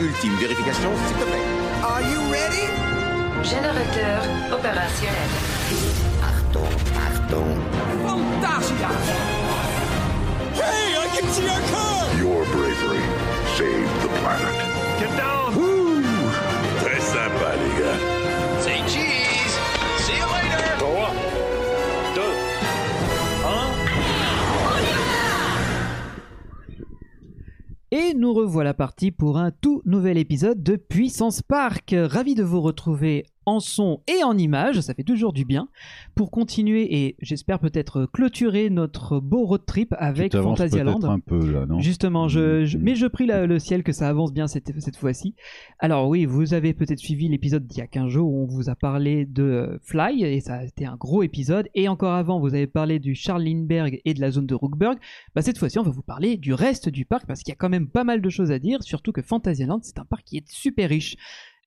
Ultime vérification, s'il te plaît. Are you ready? Générateur opérationnel. Pardon, pardon. Hey, I can see our car! Your bravery saved the planet. Très sympa, les gars. Say cheese. See you later. 3, 2, 1. Et nous revoilà partis pour un tout nouvel épisode de Puissance Park. Ravi de vous retrouver en son et en image, ça fait toujours du bien, pour continuer et j'espère peut-être clôturer notre beau road trip avec Tu t'avances Fantasialand. peut-être un peu là, non Justement, je, je- Mhm. mais je prie la- le ciel que ça avance bien cette, cette fois-ci. Alors oui, vous avez peut-être suivi l'épisode d'il y a 15 jours où on vous a parlé de euh, Fly, et ça a été un gros épisode. Et encore avant, vous avez parlé du Charles Lindbergh et de la zone de Rookburg. Bah, cette fois-ci, on va vous parler du reste du parc, parce qu'il y a quand même pas mal de choses à dire, surtout que Fantasyland, c'est un parc qui est super riche.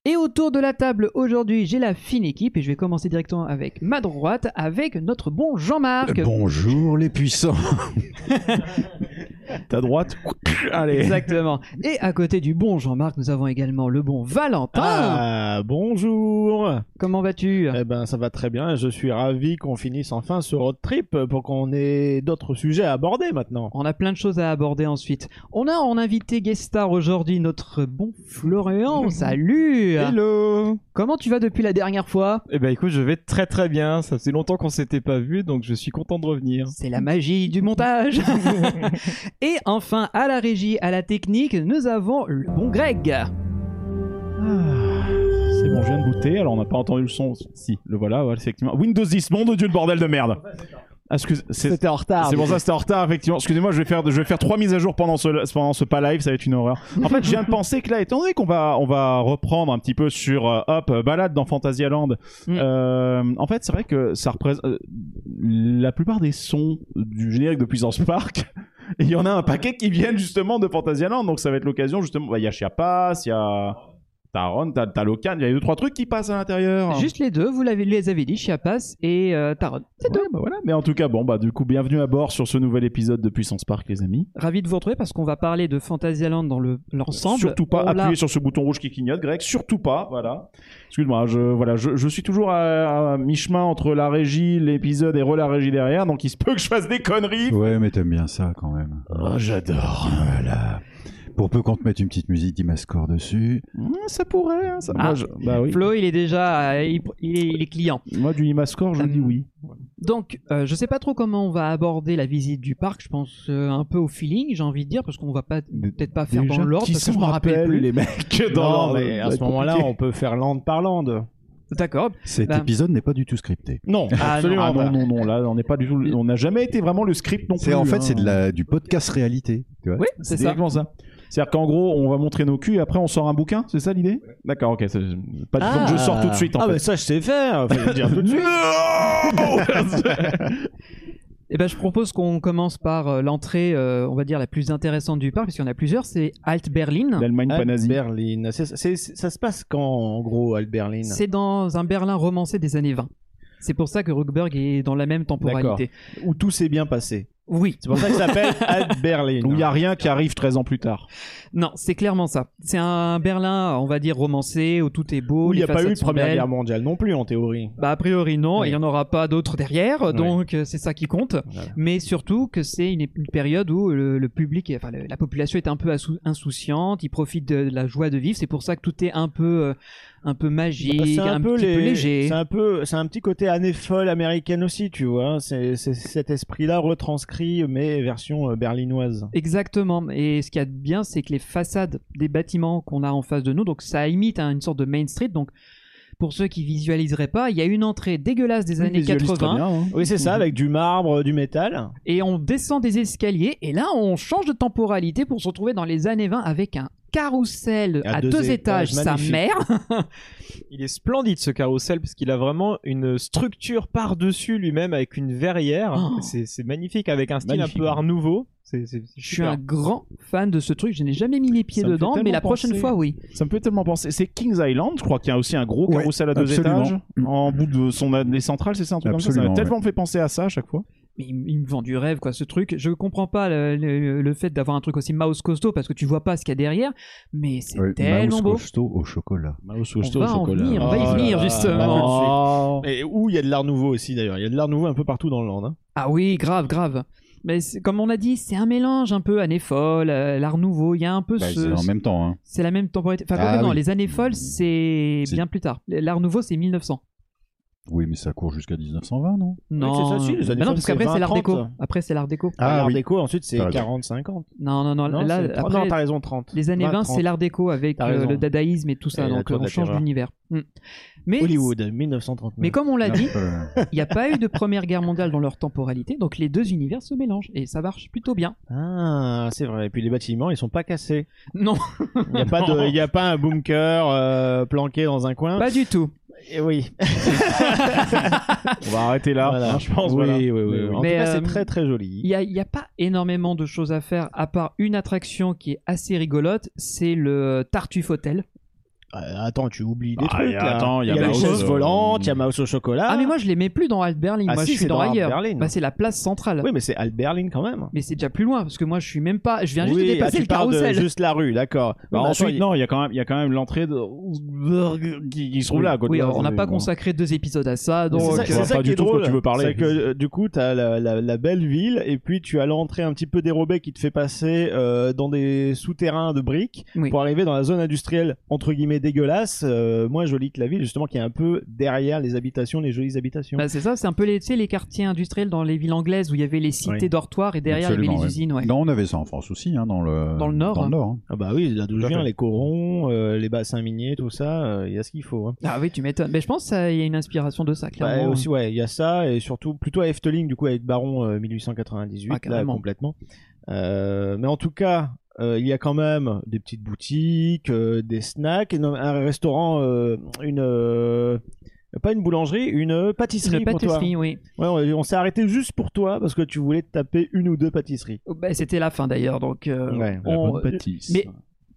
Et autour de la table aujourd'hui, j'ai la fine équipe et je vais commencer directement avec ma droite, avec notre bon Jean-Marc. Euh, Bonjour les puissants Ta droite Allez Exactement. Et à côté du bon Jean-Marc, nous avons également le bon Valentin. Ah, bonjour Comment vas-tu Euh. Eh ben, ça va très bien. Je suis ravi qu'on finisse enfin ce road trip pour qu'on ait d'autres sujets à aborder maintenant. On a plein de choses à aborder ensuite. On a en invité guest star aujourd'hui notre bon Florian. Salut Hello Comment tu vas depuis la dernière fois Eh ben écoute, je vais très très bien. Ça fait longtemps qu'on s'était pas vu, donc je suis content de revenir. c'est la magie du montage. Et enfin, à la régie, à la technique, nous avons le bon Greg. C'est bon, je viens de goûter. Alors, on n'a pas entendu le son. Si, le voilà, ouais, effectivement. Windows 10, mon Dieu, le bordel de merde. Ah, excuse, c'est C'était en retard. c'est pour ça que c'était en retard, effectivement. Excusez-moi, je vais faire, je vais faire trois mises à jour pendant ce, pendant ce pas live, ça va être une horreur. En fait, je viens de penser que là, étant donné qu'on va, on va reprendre un petit peu sur euh, Hop, euh, balade dans Fantasyland, Mm. euh, en fait, c'est vrai que ça représente euh, la plupart des sons du générique de Puissance Park. Et il y en a un paquet qui viennent justement de Fantasyland, donc ça va être l'occasion justement. bah, Il y a Chiapas, il y a Taron, t'as t'as Locan, il y a deux trois trucs qui passent à l'intérieur. Juste les deux, vous l'avez, les avez dit, Chiapas et euh, Taron. C'est Ouais, bah voilà. Mais en tout cas, bon, bah du coup, bienvenue à bord sur ce nouvel épisode de Puissance Park, les amis. Ravi de vous retrouver parce qu'on va parler de Fantasyland dans le, l'ensemble. Surtout pas On l'a- appuyer sur ce bouton rouge qui clignote, Greg. Surtout pas, voilà. Excuse-moi, je, voilà, je, je suis toujours à, à mi-chemin entre la régie, l'épisode et re-la régie derrière, donc il se peut que je fasse des conneries. Ouais, mais t'aimes bien ça quand même. Oh, j'adore. Voilà. Pour peu qu'on te mette une petite musique d'Imascore dessus. Hmm, ça pourrait, hein, ça. Ah. Moi, je- bah oui. Flo, il est déjà, euh, il, il est, il est client. Moi, du Imascore, je Hum. dis oui. Donc, euh, je sais pas trop comment on va aborder la visite du parc. Je pense euh, un peu au feeling, j'ai envie de dire, parce qu'on va pas peut-être pas faire Déjà, dans l'ordre qui parce que je s'en me rappelle rappelle, plus. les mecs. Non, dans l'ordre, mais ça à va ce être moment-là, compliqué. on peut faire land par land. D'accord. Cet Bah. épisode n'est pas du tout scripté. Non, Ah, absolument Ah pas. non, non, non, là, on n'est pas du tout. On n'a jamais été vraiment le script non plus. C'est en fait hein. c'est de la du podcast réalité. Tu vois Oui, c'est ça. exactement ça. C'est-à-dire qu'en gros, on va montrer nos culs et après on sort un bouquin, c'est ça l'idée D'accord, ok. c'est- Pas du Ah. donc je sors tout de suite en Ah, fait. mais ça, je sais faire. Faut le dire tout de suite. Eh ben, je propose qu'on commence par euh, l'entrée, euh, on va dire la plus intéressante du parc, parce qu'il y en a plusieurs. C'est Alt Berlin. L'Allemagne pas nazie. Berlin. C'est- c'est- ça se passe quand, en gros, à Berlin C'est dans un Berlin romancé des années 20. C'est pour ça que Ruckberg est dans la même temporalité. Où tout s'est bien passé. Oui. C'est pour ça que ça s'appelle Ad Berlin. Où il n'y a rien qui arrive 13 ans plus tard. Non, c'est clairement ça. C'est un Berlin, on va dire romancé, où tout est beau. Où il les n'y a pas eu façades de sont Première belles. Guerre mondiale non plus, en théorie. Bah, a priori, non, Oui. il n'y en aura pas d'autres derrière, Oui. donc euh, c'est ça qui compte. Voilà. Mais surtout que c'est une, une période où le, le public, est- enfin le- la population est un peu assou- insouciante, ils profitent de, de la joie de vivre, c'est pour ça que tout est un peu, euh, un peu magique, Bah, C'est un, petit les- peu léger. C'est un peu, c'est un petit côté année folle américaine aussi, tu vois. C'est c'est cet esprit-là retranscrit mais version euh, berlinoise. Exactement. Et ce qu'il y a de bien, c'est que les façades des bâtiments qu'on a en face de nous, donc ça imite hein, une sorte de Main Street. Donc pour ceux qui visualiseraient pas, il y a une entrée dégueulasse des années 80 hein. Oui, c'est ça, avec du marbre, euh, du métal. et on descend des escaliers et là on change de temporalité pour se retrouver dans les années 20 avec un carrousel à, À deux, deux étages, étages, sa magnifique. mère. Il est splendide ce carrousel parce qu'il a vraiment une structure par-dessus lui-même avec une verrière. Oh. C'est magnifique avec un style un peu art nouveau. C'est Je suis un grand fan de ce truc, je n'ai jamais mis les pieds Ça me fait dedans, mais la tellement prochaine penser. fois oui. Ça me fait tellement penser. C'est Kings Island, je crois qu'il y a aussi un gros Ouais, carrousel à deux absolument. étages en bout de son année centrale, c'est ça un truc comme ça. Ça Absolument, m'a tellement fait penser à ça à chaque fois. mais il, il me vend du rêve, quoi, ce truc. Je comprends pas le, le- le fait d'avoir un truc aussi mouse costaud parce que tu vois pas ce qu'il y a derrière, mais c'est Ouais, tellement Mouse beau. Costaud au chocolat. Mouse On va en venir, hein. on va Oh y venir justement. Et où il y a de l'art nouveau aussi d'ailleurs. Il y a de l'art nouveau un peu partout dans le land. hein. Ah oui, grave, grave. Mais c'est- comme on l'a dit, c'est un mélange un peu année folle, euh, l'art nouveau. Il y a un peu Bah, ce- c'est en même temps. Hein. c'est la même temporalité. Enfin, quoique Ah non, oui. les années folles, c'est C'est- bien plus tard. L'art nouveau, c'est 1900. Oui, mais ça court jusqu'à 1920, non Non, c'est ça, si, les années Bah non, folles, parce c'est qu'après c'est l'art 20, déco. 30. Après c'est l'art déco. Ah, l'art oui. déco, ensuite c'est T'as raison. 40-50. Non, non, non. Non, là, c'est- après, non, t'as raison, 30. les années 20, c'est l'art déco avec T'as euh, raison. le dadaïsme et tout ça. Et la donc tour on de la change terreur. l'univers. Mm. Mais Hollywood, 1939. Mais comme on l'a Non, dit, euh, il n'y a pas eu de première guerre mondiale dans leur temporalité, donc les deux univers se mélangent et ça marche plutôt bien. Ah, c'est vrai. Et puis les bâtiments, ils sont pas cassés. Non, Il n'y a, pas de- il y a pas un bunker euh, planqué dans un coin. pas du tout. Et oui. On va arrêter là, Voilà. hein, je pense. Oui, voilà. oui, oui, oui. En Mais, tout cas, euh, c'est très très Il joli. n'y a, il y a pas énormément de choses à faire à part une attraction qui est assez rigolote, c'est le Tartuffe Hotel. Euh, attends, tu oublies Ah, des trucs et là. attends, il y a les Mouse, chaises euh, volantes, il y a Mouse au chocolat. Ah, mais moi je l'aimais plus dans Alt Berlin, Ah moi si, je suis c'est dans, dans ailleurs. Alt-Berlin. Bah, c'est la place centrale. Oui, mais c'est Alberlin quand même. Mais c'est déjà plus loin parce que moi je suis même pas, je viens juste oui, de ah, dépasser tu le parles de carrousel. juste la rue, d'accord. Bah, Oui, mais ensuite, attends, il- non, il y a quand même, il y a quand même l'entrée de... qui, qui se trouve là. à côté Oui, de- on n'a pas bon. consacré deux épisodes à ça, C'est donc ça- euh, c'est on voit ça pas qui du est tout de quoi drôle. tu veux parler. C'est que euh, du coup, t'as la, la, la belle ville et puis tu as l'entrée un petit peu dérobée qui te fait passer euh, dans des souterrains de briques Oui. pour arriver dans la zone industrielle entre guillemets dégueulasse, euh, moins jolie que la ville justement qui est un peu derrière les habitations, les jolies habitations. bah, c'est ça, c'est un peu les, tu sais, les quartiers industriels dans les villes anglaises où il y avait les cités Oui. dortoirs et derrière il y Absolument, avait les ouais. usines. Ouais. Non, on avait ça en France aussi, hein, dans le Dans le Nord. Dans le Nord. hein. Ah bah oui, là d'où je Tout à viens, fait. les corons, euh, les bassins miniers, tout ça, euh, il y a ce qu'il faut. hein. Ah oui, tu m'étonnes. Mais je pense qu'il y a une inspiration de ça, Bah, clairement. hein. aussi, ouais, il y a ça, et surtout plutôt à Efteling, du coup, avec Baron euh, 1898, Ah, là, carrément. complètement. Euh, mais en tout cas, euh, il y a quand même des petites boutiques, euh, des snacks, et non- un restaurant, euh, une. euh, pas une boulangerie, une pâtisserie. Une pour toi. pâtisserie, oui. Ouais, on, on s'est arrêté juste pour toi parce que tu voulais te taper une ou deux pâtisseries. Oh, bah, C'était la fin d'ailleurs, donc euh, Ouais. La on- bonne pâtisse. Mais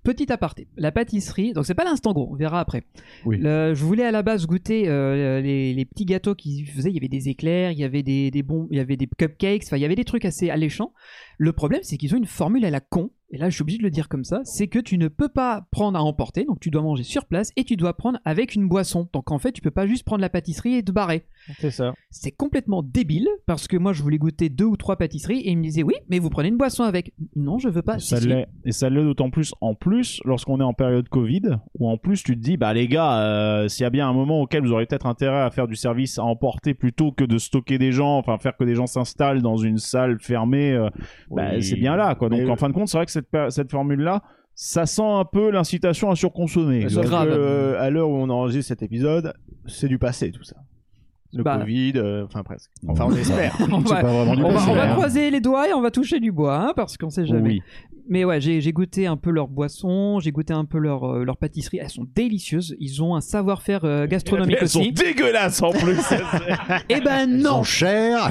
petit aparté, la pâtisserie, donc c'est pas l'instant gros, on verra après. Oui. Le- je voulais à la base goûter euh, les, les petits gâteaux qu'ils faisaient. Il y avait des éclairs, il y avait des, des bons, il y avait des cupcakes, enfin il y avait des trucs assez alléchants. Le problème, c'est qu'ils ont une formule à la con. Et là, je suis obligé de le dire comme ça, c'est que tu ne peux pas prendre à emporter, donc tu dois manger sur place et tu dois prendre avec une boisson. Donc en fait, tu peux pas juste prendre la pâtisserie et te barrer. C'est ça. C'est complètement débile parce que moi, je voulais goûter deux ou trois pâtisseries et ils me disaient oui, mais vous prenez une boisson avec. Non, je veux pas. Ça Ah, Si, si. l'est. Et ça l'est d'autant plus en plus lorsqu'on est en période Covid, où en plus tu te dis, bah les gars, euh, s'il y a bien un moment auquel vous aurez peut-être intérêt à faire du service à emporter plutôt que de stocker des gens, enfin faire que des gens s'installent dans une salle fermée, euh, bah, Oui. c'est bien là. quoi. Donc Mais- en fin de compte, c'est vrai que cette, pa- cette formule-là, ça sent un peu l'incitation à surconsommer. Sauf grave. que, euh, à l'heure où on enregistre cet épisode, c'est du passé tout ça. Le Bah. Covid, euh, enfin presque. Enfin, on espère. On C'est va- pas vraiment du On va, passé, on va hein. croiser les doigts et on va toucher du bois, hein, parce qu'on sait jamais. Oui. Mais ouais, j'ai j'ai goûté un peu leurs boissons, j'ai goûté un peu leurs euh, leurs pâtisseries. Elles sont délicieuses. Ils ont un savoir-faire euh, gastronomique Elles sont aussi. dégueulasses en plus. Eh ben Elles non sont chères.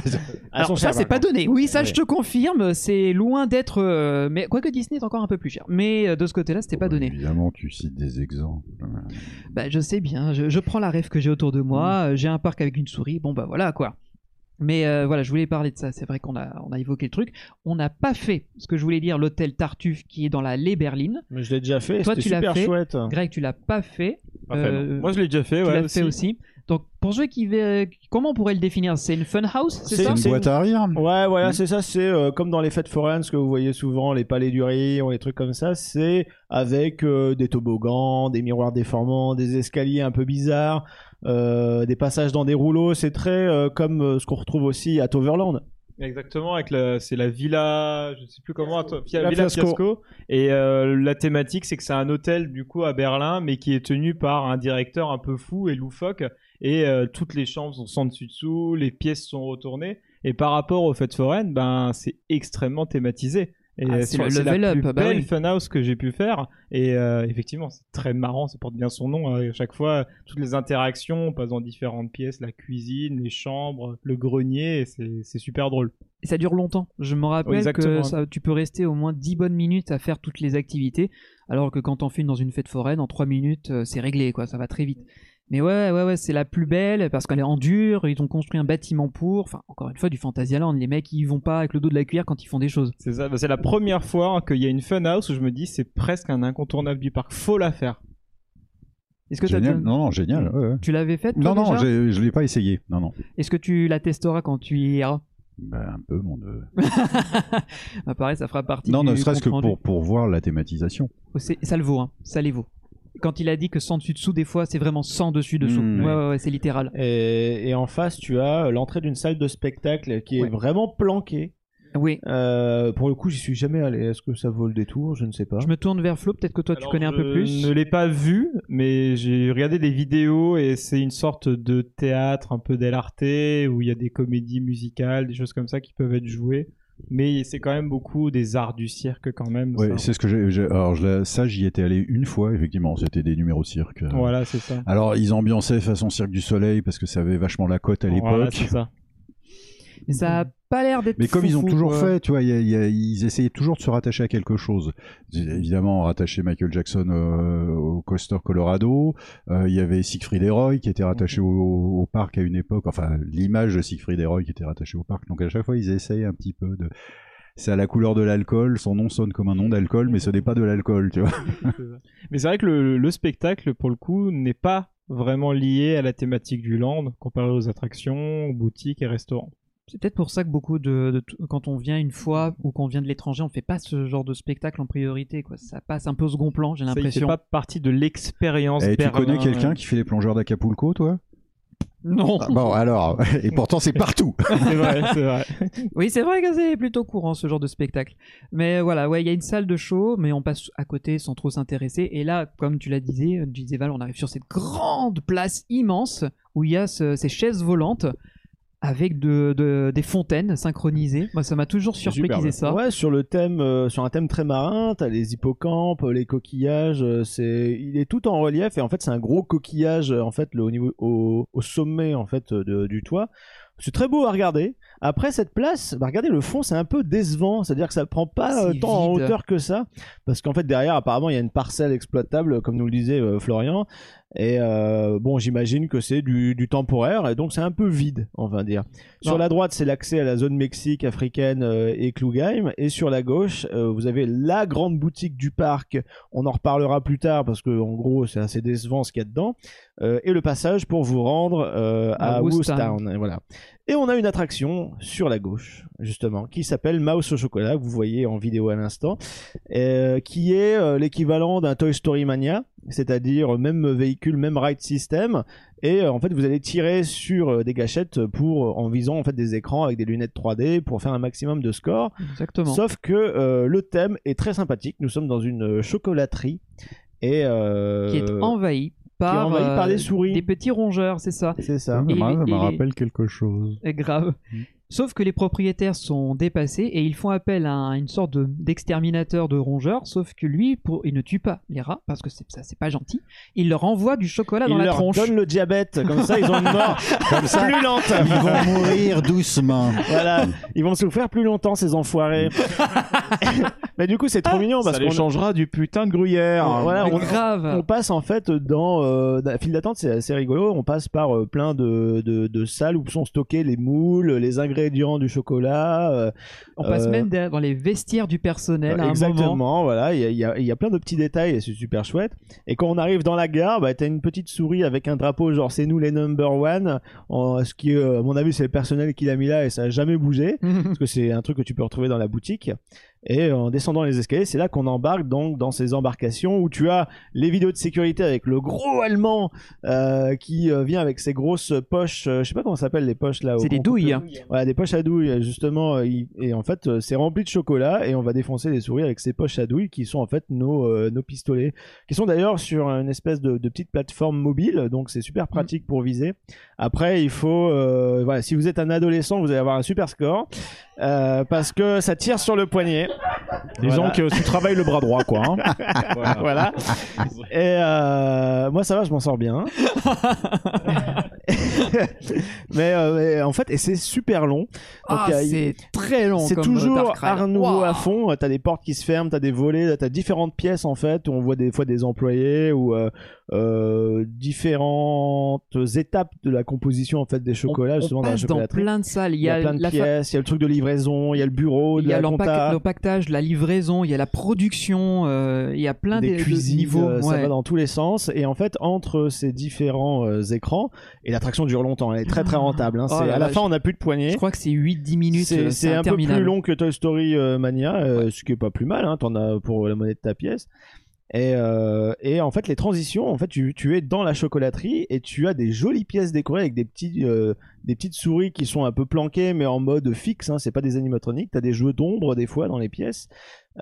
Alors, ça, c'est pas donné. Oui, ça, Ouais. je te confirme. C'est loin d'être. euh, mais quoique Disney est encore un peu plus cher. Mais euh, de ce côté-là, c'était pas donné. Évidemment, tu cites des exemples. Bah, je sais bien. Je, je prends la rêve que j'ai autour de moi. euh, J'ai un parc avec une souris. Bon, bah voilà quoi. Mais euh, voilà, je voulais parler de ça. C'est vrai qu'on a, on a évoqué le truc. On n'a pas fait ce que je voulais dire, l'hôtel Tartuffe qui est dans la Lé Berline. Mais je l'ai déjà fait, Toi, c'était tu l'as super fait. chouette. Greg, tu l'as pas fait. Euh, Moi, je l'ai déjà fait, tu ouais. l'as fait aussi. Donc, pour ceux qui. ve- Comment on pourrait le définir C'est une fun house, c'est ça C'est C'est une c'est boîte à rire. Ouais, voilà, c'est ça, c'est euh, comme dans les fêtes foraines, ce que vous voyez souvent, les palais du rire, les trucs comme ça, c'est avec euh, des toboggans, des miroirs déformants, des escaliers un peu bizarres, euh, des passages dans des rouleaux, c'est très euh, comme euh, ce qu'on retrouve aussi à Toverland. Exactement, avec la, c'est la villa, je sais plus comment, attends, Via- La Villa Fiasco. Fiasco. Et euh, la thématique, c'est que c'est un hôtel du coup à Berlin, mais qui est tenu par un directeur un peu fou et loufoque. Et euh, toutes les chambres sont sans dessus dessous, les pièces sont retournées. Et par rapport aux fêtes foraines, ben c'est extrêmement thématisé. Et Ah, euh, c'est le c'est level la up, plus bah belle oui. fun house que j'ai pu faire. Et euh, effectivement, c'est très marrant, ça porte bien son nom. hein. Et À chaque fois, toutes les interactions, on passe dans différentes pièces, la cuisine, les chambres, le grenier, et c'est c'est super drôle. Et ça dure longtemps. Je me rappelle Exactement. que ça, tu peux rester au moins 10 bonnes minutes à faire toutes les activités, alors que quand on filme dans une fête foraine, en 3 minutes, euh, c'est réglé, quoi. Ça va très vite. Mais ouais, ouais, ouais, c'est la plus belle parce qu'elle est en dur. Ils ont construit un bâtiment pour. Enfin, encore une fois, du Fantasyland. Les mecs, ils vont pas avec le dos de la cuillère quand ils font des choses. C'est ça, bah, c'est la première fois qu'il y a une fun house où je me dis c'est presque un incontournable du parc, faut la faire. Est-ce que t'as- Génial. Non, non, génial. ouais, ouais. tu l'avais faite toi, Non, non, déjà j'ai- je l'ai pas essayé. Non, non. Est-ce que tu la testeras quand tu y iras Bah, un peu, mon dieu. Bah, Pareil, ça fera partie. Non, du ne serait-ce que compte-rendu. pour, pour voir la thématisation. Oh, c'est- Ça le vaut, hein. Ça les vaut. Quand il a dit que sans dessus dessous, des fois, c'est vraiment sans dessus dessous. Mmh, ouais, ouais. ouais, ouais, c'est littéral. Et, et en face, tu as euh, l'entrée d'une salle de spectacle qui est Ouais. vraiment planquée. Oui. Euh, pour le coup, j'y suis jamais allé. Est-ce que ça vaut le détour Je ne sais pas. Je me tourne vers Flo. Peut-être que toi, tu Alors, connais un je peu plus. ne l'ai pas vu, mais j'ai regardé des vidéos et c'est une sorte de théâtre un peu dell'arte où il y a des comédies musicales, des choses comme ça qui peuvent être jouées. Mais c'est quand même beaucoup des arts du cirque quand même. Ouais, ça. c'est ce que j'ai. j'ai- Alors, je l'ai- ça, j'y étais allé une fois, effectivement. C'était des numéros cirque. Voilà, c'est ça. Alors, ils ambiançaient façon Cirque du Soleil parce que ça avait vachement la cote à l'époque. Voilà, c'est ça. Mais ça a pas l'air d'être. euh, Mais comme ils ont foufou, toujours quoi. fait, tu vois, il y a- il y a- ils essayaient toujours de se rattacher à quelque chose. Évidemment, rattacher Michael Jackson euh, au Coaster Colorado. Euh, Il y avait Siegfried et Roy qui était rattaché au, au parc à une époque. Enfin, l'image de Siegfried et Roy qui était rattachée au parc. Donc à chaque fois, ils essayent un petit peu de. C'est à la couleur de l'alcool. Son nom sonne comme un nom d'alcool, mais ce n'est pas de l'alcool, tu vois. Mais c'est vrai que le, le spectacle, pour le coup, n'est pas vraiment lié à la thématique du land comparé aux attractions, aux boutiques et restaurants. C'est peut-être pour ça que beaucoup de, de t- quand on vient une fois ou qu'on vient de l'étranger, on fait pas ce genre de spectacle en priorité. Quoi. Ça passe un peu au second plan, j'ai Ça, il fait l'impression. pas partie de l'expérience. Et Eh, tu Berlin, connais quelqu'un euh, qui fait les plongeurs d'Acapulco, toi Non. Ah, Bon, alors. Et pourtant, c'est partout. C'est vrai, c'est vrai. Oui, c'est vrai que c'est plutôt courant ce genre de spectacle. Mais voilà, ouais, il y a une salle de show, mais on passe à côté sans trop s'intéresser. Et là, comme tu l'as disais, euh, disais Val, on arrive sur cette grande place immense où il y a ce- ces chaises volantes avec de, de- des fontaines synchronisées. Moi, ça m'a toujours surpris superbe. qu'ils aient ça. Ouais, sur le thème, euh, sur un thème très marin, t'as les hippocampes, les coquillages. euh, c'est, il est tout en relief et en fait c'est un gros coquillage euh, en fait le, au niveau au, au sommet en fait euh, de- du toit. C'est très beau à regarder. Après cette place, bah, regardez le fond, c'est un peu décevant, c'est-à-dire que ça prend pas euh, C'est tant en vide. hauteur que ça, parce qu'en fait derrière apparemment il y a une parcelle exploitable, comme nous le disait euh, Florian. Et euh, bon, j'imagine que c'est du, du temporaire, et donc c'est un peu vide, on va dire. Sur Non. la droite, c'est l'accès à la zone Mexique, africaine euh, et Clougheim. Et sur la gauche, euh, vous avez la grande boutique du parc. On en reparlera plus tard parce que, en gros, c'est assez décevant ce qu'il y a dedans. Euh, et le passage pour vous rendre euh, À à Woostown. Woostown. Et Voilà. Et on a une attraction sur la gauche, justement, qui s'appelle Mouse au chocolat, que vous voyez en vidéo à l'instant, euh, qui est euh, l'équivalent d'un Toy Story Mania, c'est-à-dire euh, même véhicule, même ride system, et euh, en fait vous allez tirer sur euh, des gâchettes pour euh, en visant en fait des écrans avec des lunettes 3D pour faire un maximum de score. Exactement. Sauf que euh, le thème est très sympathique. Nous sommes dans une euh, chocolaterie et euh, Qui est envahi par, envahi par des euh, souris. des petits rongeurs, c'est ça. c'est Ça ça. Mm. me Et les- ra- et les- me rappelle quelque chose. Eh, grave. Sauf que les propriétaires sont dépassés et ils font appel à un- une sorte de- d'exterminateur de, rongeurs, sauf que lui, pour, il ne tue pas les rats, parce que c'est- ça c'est pas gentil, il leur envoie du chocolat dans Ils la leur tronche. donnent le diabète, comme ça ils ont une mort Comme ça, plus lente. ils vont mourir doucement. voilà, ils vont souffrir plus longtemps ces enfoirés. Mais du coup c'est Ah, trop mignon parce ça les qu'on changera du putain de gruyère. voilà, Mais on- grave. On passe en fait dans euh, dans la file d'attente, c'est assez rigolo. On passe par euh, plein de, de, de salles où sont stockés les moules, les ingrédients du chocolat. euh, On, passe euh, Bah, même derrière- dans les vestiaires du personnel à un moment. exactement, voilà. Il y a, il y a- il y a plein de petits détails et c'est super chouette. Et quand on arrive dans la gare, bah, t'as une petite souris avec un drapeau, genre c'est nous les number one. En- ce qui, euh, à mon avis, c'est le personnel qui l'a mis là et ça a jamais bougé. parce que c'est un truc que tu peux retrouver dans la boutique. Et en descendant les escaliers, c'est là qu'on embarque donc dans ces embarcations où tu as les vidéos de sécurité avec le gros allemand euh, qui euh, vient avec ses grosses poches, euh, je sais pas comment ça s'appelle les poches là. au- C'est des qu'on coupe le- douilles. Voilà, des poches à douilles justement. euh, il- Et en fait, euh, c'est rempli de chocolat et on va défoncer les souris avec ces poches à douilles qui sont en fait nos, euh, nos pistolets, qui sont d'ailleurs sur une espèce de, de petite plateforme mobile, donc c'est super pratique pour viser. Après, il faut, euh, voilà, si vous êtes un adolescent, vous allez avoir un super score. Euh, parce que ça tire sur le poignet. Disons Voilà. que tu travailles le bras droit, quoi. hein. voilà. Et euh, moi, ça va, je m'en sors bien. mais, euh, mais en fait, et c'est super long. Donc, Ah, il y a- c'est très long. C'est comme toujours Dark Ride. art nouveau Waouh. à fond. Euh, T'as des portes qui se ferment, t'as des volets, t'as différentes pièces en fait où on voit des fois des employés ou euh, euh, différentes étapes de la composition en fait des On- chocolats on, justement dans la passe dans chocolaterie. plein de salles. Il Il y a plein de la fa- pièces, il y a le truc de livraison, il y a le bureau, de il y a la l'empac- compta, l'empaquetage, la livraison, il y a la production, euh, il y a plein des de- de cuisines, niveaux. euh, ça ouais. va dans tous les sens. Et en fait, entre ces différents euh, écrans, et l'attraction dure longtemps, elle est très très rentable. hein. Oh C'est- là à la là, fin, je- on n'a plus de Je poignée. crois que c'est 8-10 minutes. euh, C'est c'est un peu plus interminable. long que Toy Story euh, Mania, euh, ce qui est pas plus mal. Hein, T'en as pour la monnaie de ta pièce. Et, euh, et en fait, les transitions, en fait, tu, tu es dans la chocolaterie et tu as des jolies pièces décorées avec des petits, euh, des petites souris qui sont un peu planquées, mais en mode fixe. Hein, c'est pas des animatroniques. T'as des jeux d'ombre des fois dans les pièces.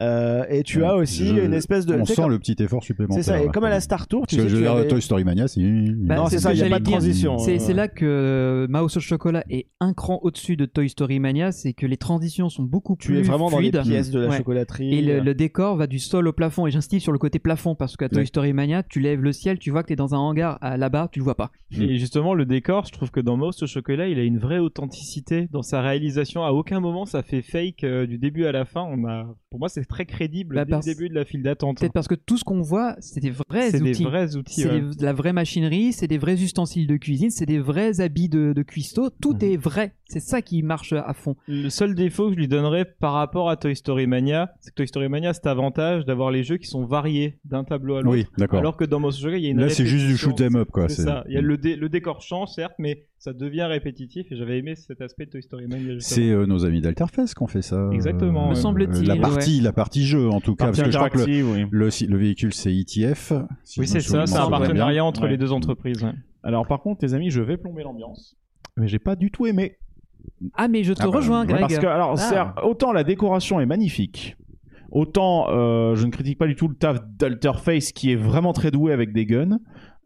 Euh, et tu Ouais, as aussi je- une espèce de. On tu sais, sent comme- le petit effort supplémentaire. C'est ça. Et là, comme à la quand Star Tour, tu Parce que sais, je veux tu dire, avais- Toy Story Mania, c'est. Bah, non, c'est c'est ce ça. que Il y a pas j'allais de dire. transition. C'est c'est euh. là que euh, Mouse au chocolat est un cran au-dessus de Toy Story Mania, c'est que les transitions sont beaucoup Tu plus es vraiment fluides. dans les pièces de la Ouais. chocolaterie. euh, Et le, euh, le décor va du sol au plafond. Et j'insiste sur le côté plafond parce qu'à Toy Ouais. Story Mania, tu lèves le ciel, tu vois que t'es dans un hangar à- là-bas, tu le vois pas. Mm. Et justement, le décor, je trouve que dans Mouse au chocolat, il a une vraie authenticité dans sa réalisation. À aucun moment, ça fait fake euh, du début à la fin. On a, pour moi, c'est très crédible Bah, dès parce- le début de la file d'attente. Peut-être parce que tout ce qu'on voit, c'est des vrais C'est des outils. vrais outils. C'est ouais. des- de la vraie machinerie, c'est des vrais ustensiles de cuisine, c'est des vrais habits de, de cuistot. Tout Mm. Mhm. est vrai. C'est ça qui marche à fond. Le seul défaut que je lui donnerais par rapport à Toy Story Mania, c'est que Toy Story Mania, c'est avantage d'avoir les jeux qui sont variés d'un tableau à l'autre. Oui, d'accord. Alors que dans Mouse au chocolat, il y a une Là, c'est juste du répétition. shoot 'em up, quoi. C'est ça. Il y a le, dé- le décor change, certes, mais ça devient répétitif et j'avais aimé cet aspect de Toy Story Mania. justement. C'est euh, nos amis d'Alterfest qui ont fait ça. Euh, Exactement, Me semble-t-il, La partie, la partie jeu, en tout cas, parce que je crois que le, Interactive, oui. le, si- le véhicule c'est ITF. si Oui, je c'est me ça, souviens c'est un bien. partenariat entre Ouais. les deux entreprises. ouais. Alors par contre, les amis, je vais plomber l'ambiance, mais j'ai pas du tout aimé. Ah, mais je te Ah bah, rejoins, ouais, Greg. Parce que alors, Ah. certes, autant la décoration est magnifique, autant euh, je ne critique pas du tout le taf d'Alterface qui est vraiment très doué avec des guns.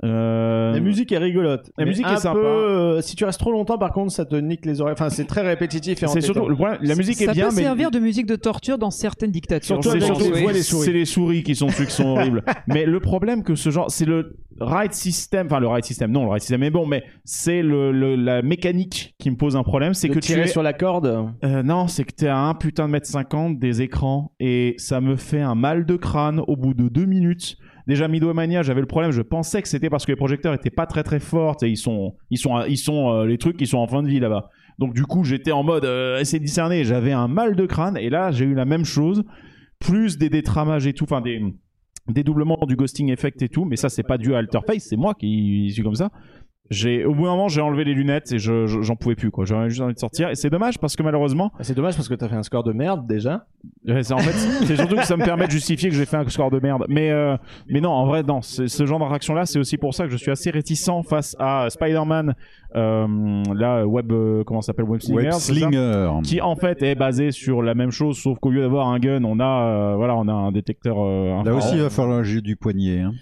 Euh, La musique est rigolote. La Mais musique un est sympa. peu, euh, si tu restes trop longtemps, par contre, ça te nique les oreilles. Enfin, c'est très répétitif et c'est entêtant. surtout le problème, la musique ça est bien, peut mais servir de musique de torture dans certaines dictatures. Surtout je avec pense, les oui. voix des souris. c'est les souris qui sont ceux qui sont horribles. Mais le problème que ce genre, c'est le ride system, enfin le ride system, non, le ride system est bon, mais c'est le, le- la mécanique qui me pose un problème, c'est De que tu tirer es, sur la corde. euh, non, c'est que t'es à un putain de mètre cinquante des écrans et ça me fait un mal de crâne au bout de deux minutes. Déjà Midway j'avais le problème, je pensais que c'était parce que les projecteurs étaient pas très très forts et ils sont ils sont ils sont euh, les trucs ils sont en fin de vie là-bas. Donc du coup, j'étais en mode euh, essayer de discerner, j'avais un mal de crâne et là, j'ai eu la même chose plus des détramages et tout, enfin des des doublements du ghosting effect et tout, mais ça c'est pas dû à Alterface, c'est moi qui suis comme ça. J'ai au bout d'un moment, j'ai enlevé les lunettes et je- je- j'en pouvais plus quoi. J'avais juste envie de sortir et c'est dommage parce que malheureusement, Bah, C'est dommage parce que t'as fait un score de merde déjà. Ouais, c'est en fait, c'est surtout que ça me permet de justifier que j'ai fait un score de merde. Mais, euh, mais non, en vrai, non. C'est- Ce genre d'interaction là, c'est aussi pour ça que je suis assez réticent face à Spider-Man, euh, là, web, euh, comment ça s'appelle, web slinger, Web c'est ça Slinger. qui en fait est basé sur la même chose, sauf qu'au lieu d'avoir un gun, on a, euh, voilà, on a un détecteur. euh, Là infrarouge. aussi, il va falloir un jeu du poignet. hein.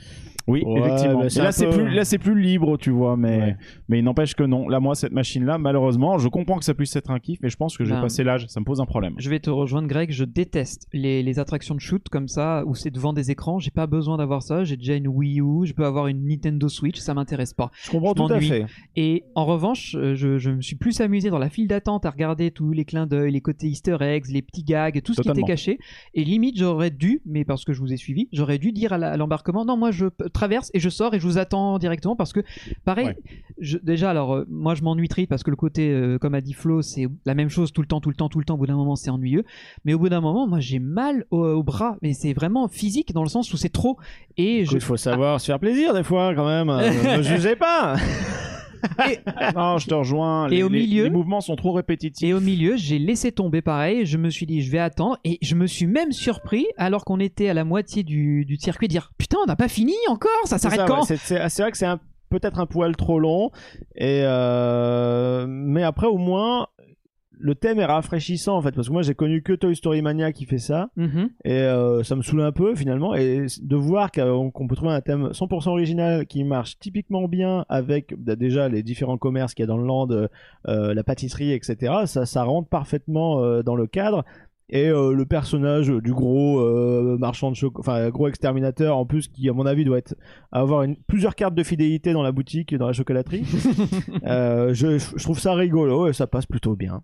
Oui, Ouais, effectivement. bah, Et c'est là, un c'est peu- plus, là, c'est plus libre, tu vois, mais, Ouais. mais il n'empêche que non. Là, moi, cette machine-là, malheureusement, je comprends que ça puisse être un kiff, mais je pense que j'ai Bah. Ben. passé l'âge. Ça me pose un problème. Je vais te rejoindre, Greg. Je déteste les, les attractions de shoot comme ça où c'est devant des écrans. J'ai pas besoin d'avoir ça. J'ai déjà une Wii U. Je peux avoir une Nintendo Switch. Ça m'intéresse pas. Je comprends Je tout à m'ennuie. fait. Et en revanche, euh, je, je me suis plus amusé dans la file d'attente à regarder tous les clins d'œil, les côtés easter eggs, les petits gags, tout ce qui Totalement. était caché. Et limite, j'aurais dû, mais parce que je vous ai suivi, j'aurais dû dire à la- à l'embarquement, non, moi je p- traverse et je sors et je vous attends directement parce que, pareil, Ouais. je- déjà, alors, euh, moi je m'ennuie très vite parce que le côté, euh, comme a dit Flo, c'est la même chose tout le temps, tout le temps, tout le temps. Au bout d'un moment, c'est ennuyeux. Mais au bout d'un moment, moi j'ai mal au, au bras, mais c'est vraiment physique dans le sens où c'est trop. Et je, Il faut savoir se faire plaisir des fois quand même. Euh, ne jugez pas. Non, je te rejoins. Et les, au les- milieu- les mouvements sont trop répétitifs. Et au milieu, j'ai laissé tomber pareil. Je me suis dit, je vais attendre. Et je me suis même surpris, alors qu'on était à la moitié du, du circuit, de dire Putain, on n'a pas fini encore Ça C'est s'arrête ça, quand ouais. C'est- C'est c'est vrai que c'est un- peut-être un poil trop long. Et euh, mais après, au moins, le thème est rafraîchissant en fait. Parce que moi, j'ai connu que Toy Story Mania qui fait ça. Mhm. Et euh, ça me saoule un peu finalement. Et de voir qu'on qu'on peut trouver un thème 100% original qui marche typiquement bien avec bah, déjà les différents commerces qu'il y a euh, dans le land, euh, la pâtisserie, etc. Ça, ça rentre parfaitement euh, dans le cadre. Et euh, le personnage du gros euh, marchand de chocolat, enfin gros exterminateur en plus, qui à mon avis doit être avoir une, plusieurs cartes de fidélité dans la boutique et dans la chocolaterie. Euh, je, je trouve ça rigolo et ça passe plutôt bien.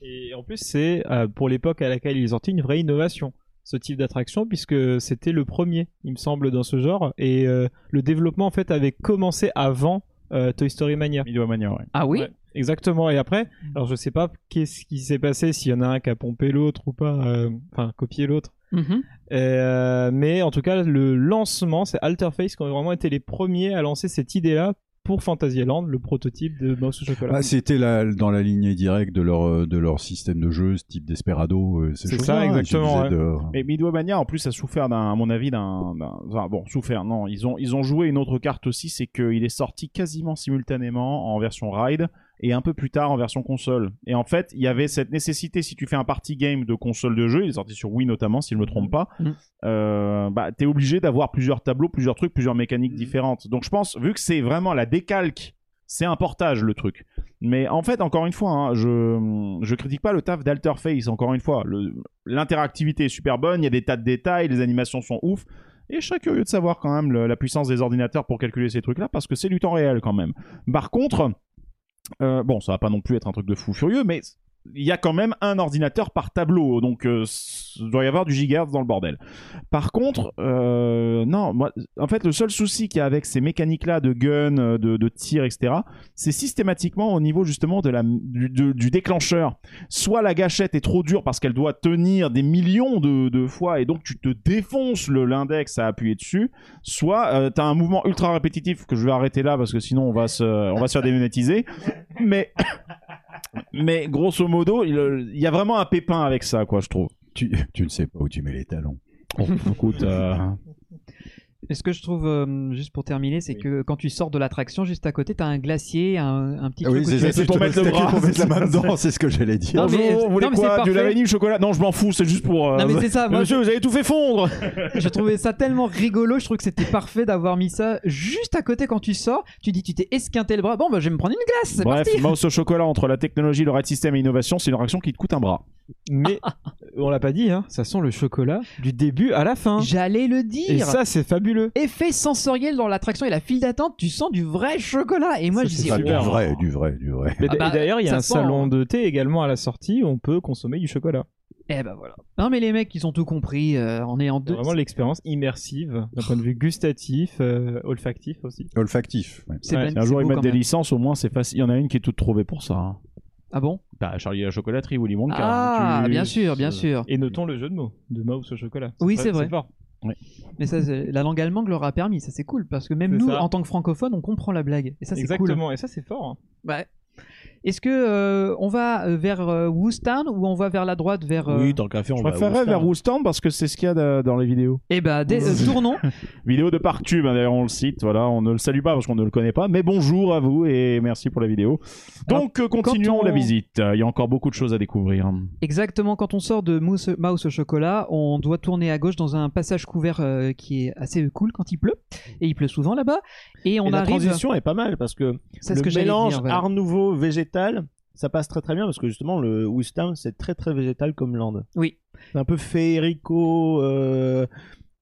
Et en plus, c'est euh, pour l'époque à laquelle il est sorti une vraie innovation, ce type d'attraction, puisque c'était le premier, il me semble, dans ce genre. Et euh, le développement, en fait, avait commencé avant euh, Toy Story Mania. Midway ouais. Ah oui Ouais, exactement. Et après, alors je sais pas qu'est-ce qui s'est passé, s'il y en a un qui a pompé l'autre ou pas, euh, enfin copié l'autre. Mhm. Et, euh, mais en tout cas, le lancement, c'est Alterface qui ont vraiment été les premiers à lancer cette idée-là pour Fantasyland, le prototype de Mouse au chocolat. Ah, c'était la- dans la lignée directe de leur, euh, de leur système de jeu, ce type Desperado. euh, ces C'est choses-là, ça, hein, ils exactement, utilisaient de- Mais Midway Mania, en plus, a souffert, d'un- à mon avis, d'un. d'un- Enfin, bon, souffert, non. Ils ont, ils ont joué une autre carte aussi, c'est qu'il est sorti quasiment simultanément en version ride et un peu plus tard en version console. Et en fait, il y avait cette nécessité, si tu fais un party game de console de jeu, il est sorti sur Wii notamment, si je me trompe pas, Mm. euh, bah, t'es obligé d'avoir plusieurs tableaux, plusieurs trucs, plusieurs mécaniques Mm. différentes. Donc je pense, vu que c'est vraiment la décalque, c'est un portage le truc. Mais en fait, encore une fois, hein, je je critique pas le taf d'Alterface. Encore une fois, le- l'interactivité est super bonne, il y a des tas de détails, les animations sont ouf. Et je serais curieux de savoir quand même le- la puissance des ordinateurs pour calculer ces trucs-là, parce que c'est du temps réel quand même. Par contre, euh, bon, ça va pas non plus être un truc de fou furieux, mais il y a quand même un ordinateur par tableau, donc euh, s- il doit y avoir du gigahertz dans le bordel. Par contre, euh, non, moi, en fait, le seul souci qu'il y a avec ces mécaniques-là de gun, euh, de, de tir, etc., c'est systématiquement au niveau justement de la, du, de- du déclencheur. Soit la gâchette est trop dure parce qu'elle doit tenir des millions de, de fois et donc tu te défonces le l'index à appuyer dessus, soit euh, t'as un mouvement ultra répétitif que je vais arrêter là parce que sinon on va se, on va se faire démonétiser. Mais, mais grosso modo, il il y a vraiment un pépin avec ça, quoi, je trouve. Tu, tu ne sais pas où tu mets les talons. Écoute, euh, Et ce que je trouve, euh, juste pour terminer, c'est que quand tu sors de l'attraction, juste à côté, t'as un glacier, un, un petit Ah oui, truc où tu ça, mets- c'est pour te- mettre le c'était bras, pour mettre la c'est ça, main dedans, c'est ce que j'allais dire. Non, mais- Bonjour, vous voulez non, mais c'est quoi Du parfait. lavani, du chocolat Non, je m'en fous, c'est juste pour. euh, Non, mais c'est ça, moi, Monsieur, vous avez tout fait fondre je trouvais ça tellement rigolo, je trouve que c'était parfait d'avoir mis ça juste à côté quand tu sors, tu dis tu t'es esquinté le bras, bon bah je vais me prendre une glace, c'est Bref, parti mouse au chocolat entre la technologie, le ride système et l'innovation, c'est une réaction qui te coûte un bras. Mais on l'a pas dit, hein, ça sent le chocolat du début à la fin. J'allais le hein. Et dire ça, c'est fabuleux. Effet sensoriel dans l'attraction et la file d'attente, tu sens du vrai chocolat et moi Ça, je c'est dis Enfin, super. du hein. vrai, du vrai, du vrai. Mais Ah d- bah, et d'ailleurs, il y a ça un sent, salon hein. de thé également à la sortie où on peut consommer du chocolat. eh ben voilà. Non mais les mecs ils ont tout compris, euh, on est en C'est deux. vraiment l'expérience immersive d'un point de vue gustatif, euh, olfactif aussi. Olfactif. ouais. C'est Ouais, ben- Si un jour c'est ils beau mettent quand des même. licences, au moins c'est facile. Il y en a une qui est toute trouvée pour ça. hein. Ah bon Bah, Charlie et la chocolaterie, Willy Wonka. hein. Ah euh, Tu- bien sûr, bien sûr. Et notons le jeu de mots de mouse au chocolat. Oui, très- c'est vrai. fort. Mais ça, c'est- la langue allemande leur a permis, ça c'est cool, parce que même C'est nous, ça. en tant que francophones, on comprend la blague. Et ça c'est cool. Exactement. Et ça, c'est fort. hein. Ouais. Est-ce que euh, on va euh, vers euh, Woostown ou on va vers la droite vers euh, Oui, tant qu'à faire, on Je va préférerais vers Woolstan parce que c'est ce qu'il y a de- dans les vidéos. Eh ben, dé- euh, tournons. Vidéo de Partube, hein, d'ailleurs on le cite, voilà, on ne le salue pas parce qu'on ne le connaît pas, mais bonjour à vous et merci pour la vidéo. Donc euh, continuons quand on- la visite, Euh, il y a encore beaucoup de choses à découvrir. hein. Exactement, quand on sort de Mouse, Mouse au chocolat, on doit tourner à gauche dans un passage couvert euh, qui est assez cool quand il pleut. Et il pleut souvent là-bas. Et on Et la arrive. transition est pas mal parce que C'est le ce que j'allais mélange dire, voilà. art nouveau végétal, ça passe très très bien parce que justement le Woostown c'est très très végétal comme land. Oui. C'est un peu féerico, euh,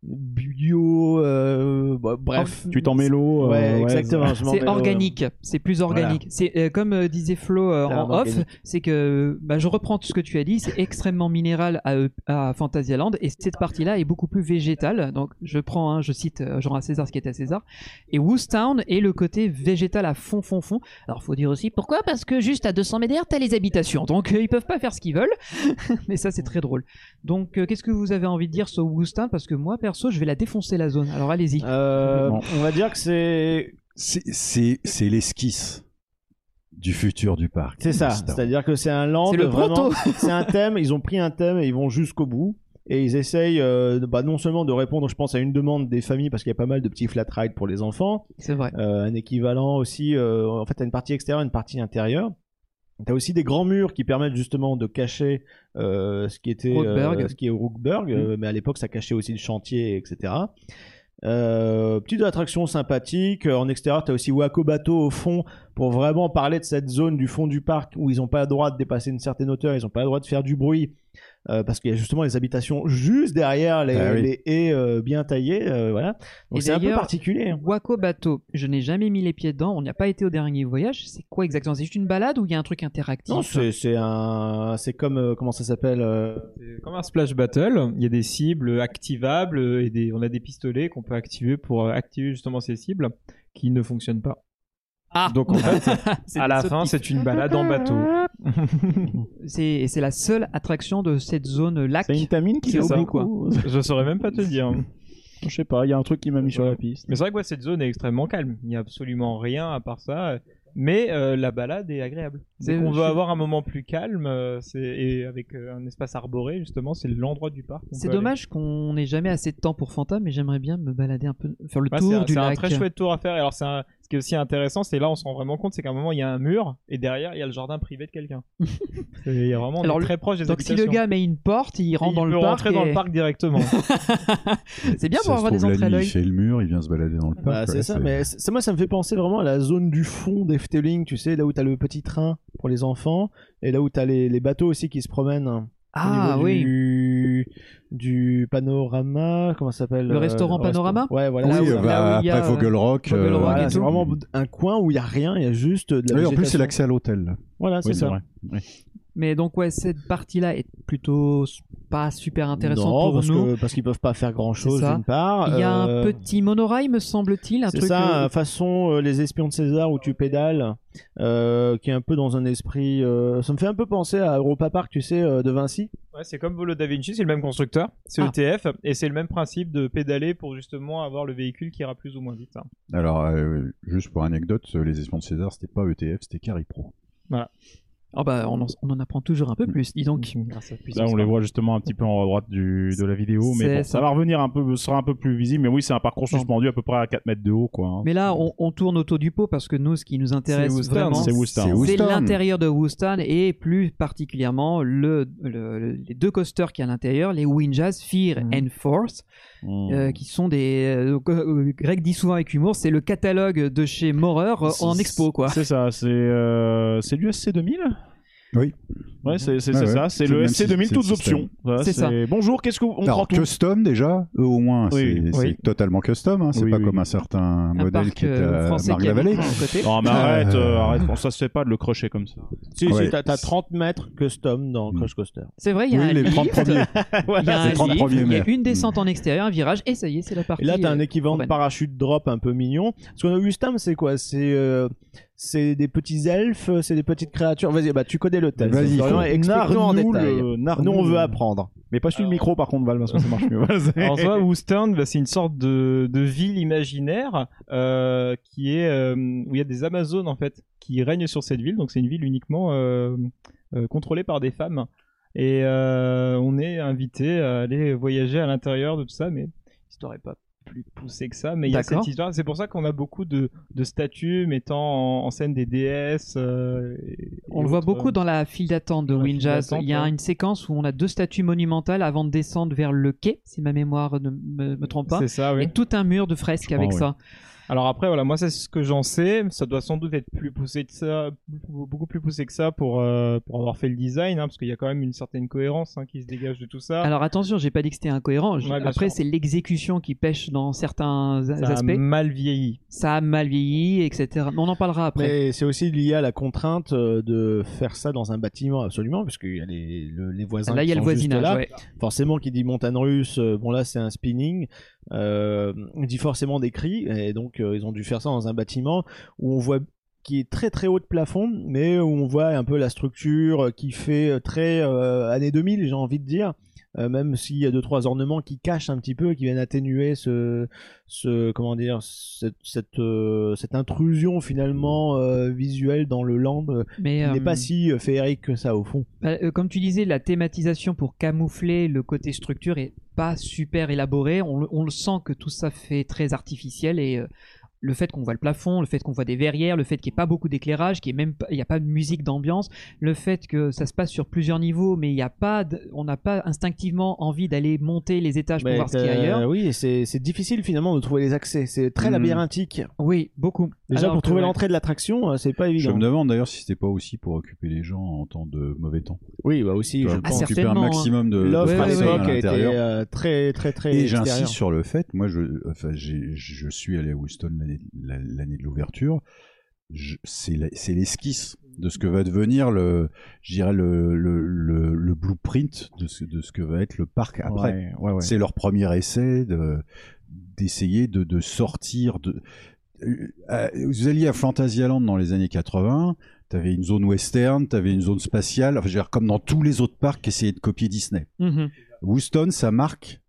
bio, euh, bah, bref. Tu t'en mets l'eau. euh, Ouais, ouais, exactement. je m'en C'est mêle, euh, organique, c'est plus organique. C'est euh, comme euh, disait Flo euh, Clairement en off, organique. c'est que bah, je reprends tout ce que tu as dit, c'est extrêmement minéral à, euh, à Fantasyland et cette partie-là est beaucoup plus végétale. Donc je prends, hein, je cite euh, genre à César ce qui est à César. Et Woostown est le côté végétal à fond, fond, fond. Alors faut dire aussi pourquoi Parce que juste à 200 mètres derrière, t'as les habitations, donc euh, ils peuvent pas faire ce qu'ils veulent. Mais ça c'est très drôle. Donc euh, qu'est-ce que vous avez envie de dire sur Woostown Parce que moi perso, je vais la défoncer la zone. Alors allez-y. euh, Complètement. on va dire que c'est C'est- C'est c'est l'esquisse du futur du parc. C'est ça, Woostown. c'est-à-dire que c'est un land, C'est le vraiment, proto. c'est un thème, ils ont pris un thème et ils vont jusqu'au bout. Et ils essayent euh, de- bah, non seulement de répondre, je pense, à une demande des familles, parce qu'il y a pas mal de petits flat rides pour les enfants, C'est vrai. euh, un équivalent aussi, euh, en fait, à une partie extérieure, une partie intérieure. T'as aussi des grands murs qui permettent justement de cacher euh, ce qui était euh, Rookburg. ce qui est Mm. Rookburg, euh, mais à l'époque ça cachait aussi le chantier, etc. Euh, petite attraction sympathique. euh, En extérieur, t'as aussi Waco Bateau au fond pour vraiment parler de cette zone du fond du parc où ils n'ont pas le droit de dépasser une certaine hauteur, ils n'ont pas le droit de faire du bruit. euh, parce qu'il y a justement les habitations juste derrière les, Ah oui. les haies euh, bien taillées, euh, voilà. Et Donc c'est un peu d'ailleurs, particulier. hein. Waco Bateau, je n'ai jamais mis les pieds dedans, on n'y a pas été au dernier voyage. C'est quoi exactement C'est juste une balade ou il y a un truc interactif Non, c'est c'est un, c'est comme euh, comment ça s'appelle euh, C'est comme un splash battle. Il y a des cibles activables et des, on a des pistolets qu'on peut activer pour euh, activer justement ces cibles qui ne fonctionnent pas. Ah. Donc en fait, C'est à la ce Ah. fin, petit- c'est une balade en bateau. c'est et c'est la seule attraction de cette zone euh, lac. C'est une tamine qui C'est fait au ça bout, quoi. Je saurais même pas te dire. Je sais pas, il y a un truc qui m'a mis sur la piste. Mais c'est vrai que ouais, cette zone est extrêmement calme. Il n'y a absolument rien à part ça. Mais euh, la balade est agréable. C'est- Dès qu'on je veut suis- avoir un moment plus calme euh, c'est- et avec euh, un espace arboré, justement, c'est l'endroit du parc. où on C'est peut aller. dommage qu'on n'ait jamais assez de temps pour Fanta, mais j'aimerais bien me balader un peu, faire le Ouais, tour c'est un, du c'est un lac. très chouette tour à faire. Et Alors, c'est un- ce qui est aussi intéressant, c'est là, on se rend vraiment compte, c'est qu'à un moment, il y a un mur et derrière, il y a le jardin privé de quelqu'un. C'est- Il y a vraiment on Alors, est très proche des Donc si habitations. le gars met une porte, il rentre il dans peut le parc. rentrer dans et- le parc directement. C'est bien Ça pour se avoir des trouve, la entrées à nuit, l'œil. Il fait le mur, il vient se balader dans le parc. Bah, ouais, c'est ça, mais c'est- c'est- moi ça me fait penser vraiment à la zone du fond d'Efteling, tu sais, là où t'as le petit train pour les enfants et là où t'as les, les bateaux aussi qui se promènent. hein, au Ah niveau oui. Du, du panorama, comment ça s'appelle Le restaurant resta- Panorama Ouais, voilà. Oui, c'est euh, ça. où bah, il y a, après euh, Vogel Rock. Vogel Rock Voilà, et c'est tout. vraiment un coin où il y a rien, il y a juste de la Oui, en plus, c'est végétation. l'accès à l'hôtel. Voilà, c'est Oui, ça. vrai. Mais donc ouais, cette partie-là est plutôt s- pas super intéressante non, pour parce nous. que- parce qu'ils peuvent pas faire grand chose C'est ça. d'une part. Il y a un euh, petit monorail, me semble-t-il, un C'est truc. ça, euh, euh, façon euh, les espions de César où tu pédales, euh, qui est un peu dans un esprit. euh, ça me fait un peu penser à Europa Park, tu sais, euh, de Vinci. Ouais, c'est comme Volo Da Vinci, c'est le même constructeur, c'est Ah. ETF, et c'est le même principe de pédaler pour justement avoir le véhicule qui ira plus ou moins vite. hein. Alors, euh, juste pour anecdote, euh, les espions de César, c'était pas ETF, c'était Caripro. Ah bah on en, on en apprend toujours un peu plus. Dis donc. Grâce à la Là, puissance. on les voit justement un petit peu en haut à droite du, de la vidéo, mais C'est bon, ça. ça. va revenir un peu, sera un peu plus visible. Mais oui, c'est un parcours Non. suspendu à peu près à 4 mètres de haut, quoi. hein. Mais là, on, on tourne autour du pot parce que nous, ce qui nous intéresse C'est Houston, vraiment, c'est Woostar. C'est c'est Houston. l'intérieur de Houston et plus particulièrement le, le- les deux coasters qu'il y a à l'intérieur, les Windjazz, Fear Mhm. and Force. Mm. euh, qui sont des. euh, donc, euh, Greg dit souvent avec humour, c'est le catalogue de chez Maurer euh, en C'est- expo, quoi. C'est ça, Ah, c'est euh, c'est du SC 2000 Oui. Ouais, c'est c'est- Ouais, c'est ouais. ça, c'est C'est le le même SC 2000 système. toutes options. Voilà, C'est ça. Bonjour, qu'est-ce que vous- on prend Alors, tout custom déjà, eux au moins, Oui, c'est oui. c'est totalement custom. hein, C'est Oui, pas oui. comme un certain Un modèle parc, qui est euh, à français qui Marne-la-Vallée. habite à côté. Non, mais arrête, Euh. euh, arrête, on- ça se fait pas de le crocher comme ça. Si, Ouais. si, t'as t'as 30 mètres custom dans Mm. Crash Coaster. C'est vrai, il y a un Oui, les 30 lift, premiers. il y a les un 30 lift, premiers il y a mètres. une descente en extérieur, un virage, et ça y est, c'est la partie. Et là, t'as un euh, équivalent de urbaine. parachute drop un peu mignon. Parce qu'on a Augustin, c'est quoi C'est euh, c'est des petits elfes, c'est des petites créatures. Vas-y, bah tu connais le thème. Vas-y, Florian, faut- explique-nous en Narnous, détail. le- Nous, on Narnous. veut apprendre. Mais pas sur le micro par contre, Val, parce que ça marche mieux. Voilà, c'est- Alors, en soi, Houston, bah, c'est une sorte de, de ville imaginaire euh, qui est euh, où il y a des Amazones en fait qui règnent sur cette ville. Donc c'est une ville uniquement euh, euh, contrôlée par des femmes. Et euh, on est invité à aller voyager à l'intérieur de tout ça, mais l'histoire est pas plus poussée que ça. Mais il y a D'accord. cette histoire. C'est pour ça qu'on a beaucoup de, de statues mettant en, en scène des déesses. euh, et- On et le voit autres, beaucoup euh, dans la file d'attente de dans la file Windjazz. d'attente, Il y a ouais. une séquence où on a deux statues monumentales avant de descendre vers le quai, si ma mémoire ne me, me trompe pas. C'est ça, oui. Et tout un mur de fresques Je avec crois, ça. Alors après, voilà, moi, c'est ce que j'en sais. Ça doit sans doute être plus poussé que ça, beaucoup plus poussé que ça pour, euh, pour avoir fait le design, hein, parce qu'il y a quand même une certaine cohérence hein, qui se dégage de tout ça. Alors attention, j'ai pas dit que c'était incohérent. Je- Ouais, bien Après, sûr. c'est l'exécution qui pêche dans certains ça a aspects. mal vieilli. Ça a mal vieilli, etc. Mais on en parlera après. Mais c'est aussi lié à la contrainte euh, de faire ça dans un bâtiment, absolument, parce qu'il y a les, le- les voisins. Là, il y qui a le sont juste voisinage. là. ouais. forcément qui dit montagne russe euh, bon là c'est un spinning euh, on dit forcément des cris et donc euh, ils ont dû faire ça dans un bâtiment où on voit qui est très très haut de plafond mais où on voit un peu la structure euh, qui fait euh, très euh, années 2000 j'ai envie de dire Euh, même s'il y a deux trois ornements qui cachent un petit peu et qui viennent atténuer ce ce comment dire cette cette, euh, cette intrusion finalement euh, visuelle dans le land euh, Mais qui n'est euh, pas si euh, féerique que ça au fond bah, euh, comme tu disais, la thématisation pour camoufler le côté structure est pas super élaborée. On, le- on le sent que tout ça fait très artificiel et euh, le fait qu'on voit le plafond, le fait qu'on voit des verrières, le fait qu'il n'y ait pas beaucoup d'éclairage, qu'il n'y ait même pas- il y a pas de musique d'ambiance, le fait que ça se passe sur plusieurs niveaux, mais il y a pas, de- on n'a pas instinctivement envie d'aller monter les étages pour Mais voir ce qu'il y a t'as- ailleurs. Oui, c'est c'est difficile finalement de trouver les accès. C'est très Hmm. labyrinthique. Oui, beaucoup. Déjà, Alors pour que, trouver ouais. l'entrée de l'attraction, euh, c'est pas Je évident. me demande d'ailleurs si c'était pas aussi pour occuper les gens en temps de mauvais temps. Oui, bah aussi, Tu je vois, pense. pour occuper un certainement, hein. maximum de, de L'offre à personnes l'époque à elle était l'intérieur. euh, très, très, très. Et extérieure. j'insiste sur le fait, moi je, enfin, j'ai- je suis allé à Houston l'année- la- l'année de l'ouverture, Je- c'est la- c'est l'esquisse de ce que va devenir le, je dirais le, le, le, le blueprint de ce, de ce que va être le parc après. Ouais, ouais, ouais. C'est leur premier essai de- d'essayer de, de sortir de. Euh, euh, Vous alliez à Fantasialand dans les années 80, t'avais une zone western, t'avais une zone spatiale, enfin, je veux dire, comme dans tous les autres parcs qui essayaient de copier Disney. Mhm. Houston, ça marque.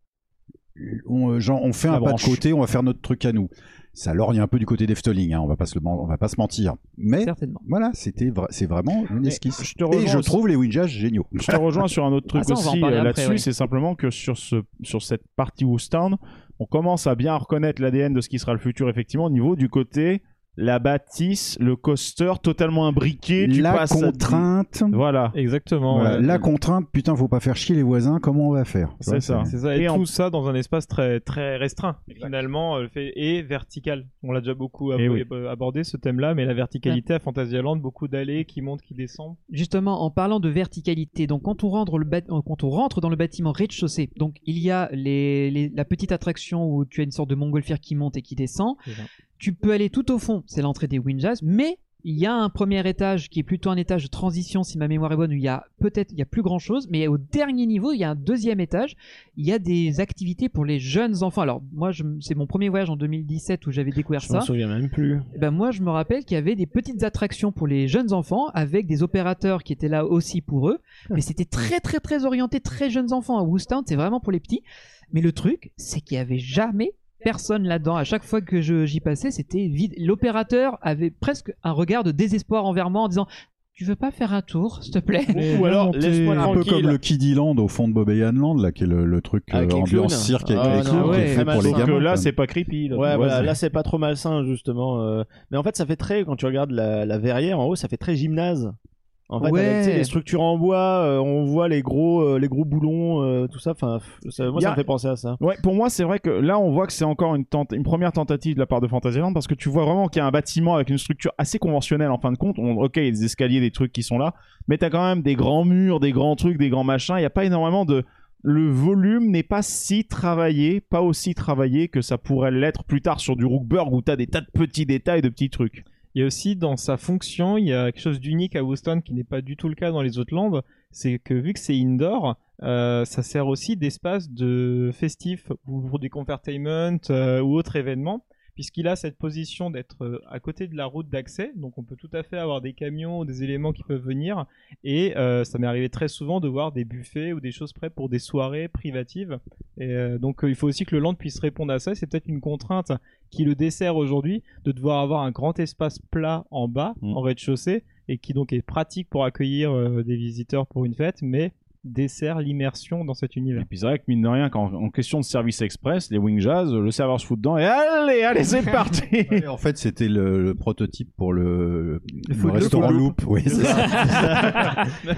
On, euh, genre, on fait La un branche. pas de côté, on va faire notre truc à nous. Ça lorgne un peu du côté des hein, on va pas se, le men- on va pas se mentir. Mais Certainement. voilà, c'était vra- c'est vraiment une Mais esquisse. je te Et rejoins je aussi- trouve les Windjags géniaux. Je te rejoins sur un autre truc Ah, ça, on va en aussi parler euh, après, là-dessus, ouais. c'est simplement que sur, ce, sur cette partie Stand, on commence à bien reconnaître l'ADN de ce qui sera le futur, effectivement, au niveau du côté, la bâtisse, le coaster totalement imbriqué, tu la passes à- contrainte, Voilà. Exactement. voilà, ouais. la contrainte, putain, faut pas faire chier les voisins, comment on va faire Tu C'est vois, ça. C'est ça, et, Et en- tout ça dans un espace très, très restreint, finalement, euh, fait, et vertical. On l'a déjà beaucoup Eh abo- oui. ab- abordé ce thème-là, mais la verticalité à Fantasyland, beaucoup d'allées qui montent, qui descendent. Justement, en parlant de verticalité, donc quand on rentre, le bat- euh, quand on rentre dans le bâtiment rez-de-chaussée, donc il y a les- les- la petite attraction où tu as une sorte de montgolfière qui monte et qui descend. C'est ça. Tu peux aller tout au fond, c'est l'entrée des Windjazz, mais il y a un premier étage qui est plutôt un étage de transition, si ma mémoire est bonne, où il y a peut-être il y a plus grand chose, mais au dernier niveau, il y a un deuxième étage. Il y a des activités pour les jeunes enfants. Alors moi, je m- c'est mon premier voyage en 2017 où j'avais découvert Je ça. m'en souviens même plus. Eh ben moi, je me rappelle qu'il y avait des petites attractions pour les jeunes enfants avec des opérateurs qui étaient là aussi pour eux. Ah. Mais c'était très, très, très orienté, très jeunes enfants. À Woostown, c'est vraiment pour les petits. Mais le truc, c'est qu'il n'y avait jamais personne là-dedans. À chaque fois que je- j'y passais, c'était vide. L'opérateur avait presque un regard de désespoir envers moi en disant Tu veux pas faire un tour, s'il te plaît Ou alors, laisse-moi Un peu tranquille. comme le Kiddyland au fond de Bobbeyaanland, là, qui est le, le truc euh, Avec les ambiance clowns. cirque avec Ah les non, clowns, qui ouais, est fait très pour les Sauf que gamins. là, quand c'est pas creepy. là. Ouais, voilà, Voilà. là c'est pas trop malsain justement. euh, Mais en fait, ça fait très quand tu regardes la, la verrière en haut, ça fait très gymnase. En fait, Ouais. avec, tu sais, les structures en bois, euh, on voit les gros, euh, les gros boulons, euh, tout ça. Enfin, f- ça- moi, Y a- ça me fait penser à ça. Ouais, pour moi, c'est vrai que là, on voit que c'est encore une, tente- une première tentative de la part de Fantasyland parce que tu vois vraiment qu'il y a un bâtiment avec une structure assez conventionnelle en fin de compte. On- ok, il y a des escaliers, des trucs qui sont là, mais t'as quand même des grands murs, des grands trucs, des grands machins. Il n'y a pas énormément de. Le volume n'est pas si travaillé, pas aussi travaillé que ça pourrait l'être plus tard sur du Rookburg où t'as des tas de petits détails, de petits trucs. Il y a aussi dans sa fonction, il y a quelque chose d'unique à Houston qui n'est pas du tout le cas dans les autres landes, c'est que vu que c'est indoor, euh, ça sert aussi d'espace de festif ou pour des confertainment euh, ou autres événements, puisqu'il a cette position d'être euh, à côté de la route d'accès, donc on peut tout à fait avoir des camions ou des éléments qui peuvent venir, et euh, ça m'est arrivé très souvent de voir des buffets ou des choses prêtes pour des soirées privatives, et euh, donc euh, il faut aussi que le land puisse répondre à ça, c'est peut-être une contrainte qui le dessert aujourd'hui de devoir avoir un grand espace plat en bas, Mm. en rez-de-chaussée, et qui donc est pratique pour accueillir euh, des visiteurs pour une fête, mais dessert l'immersion dans cet univers. Et puis c'est vrai que mine de rien, quand en question de service express, les Wing Jazz, le serveur se fout dedans et allez, allez, c'est parti Ouais, en fait, c'était le, le prototype pour le, le Food Loop. restaurant Loop. Oui, c'est ça. Bah, Là,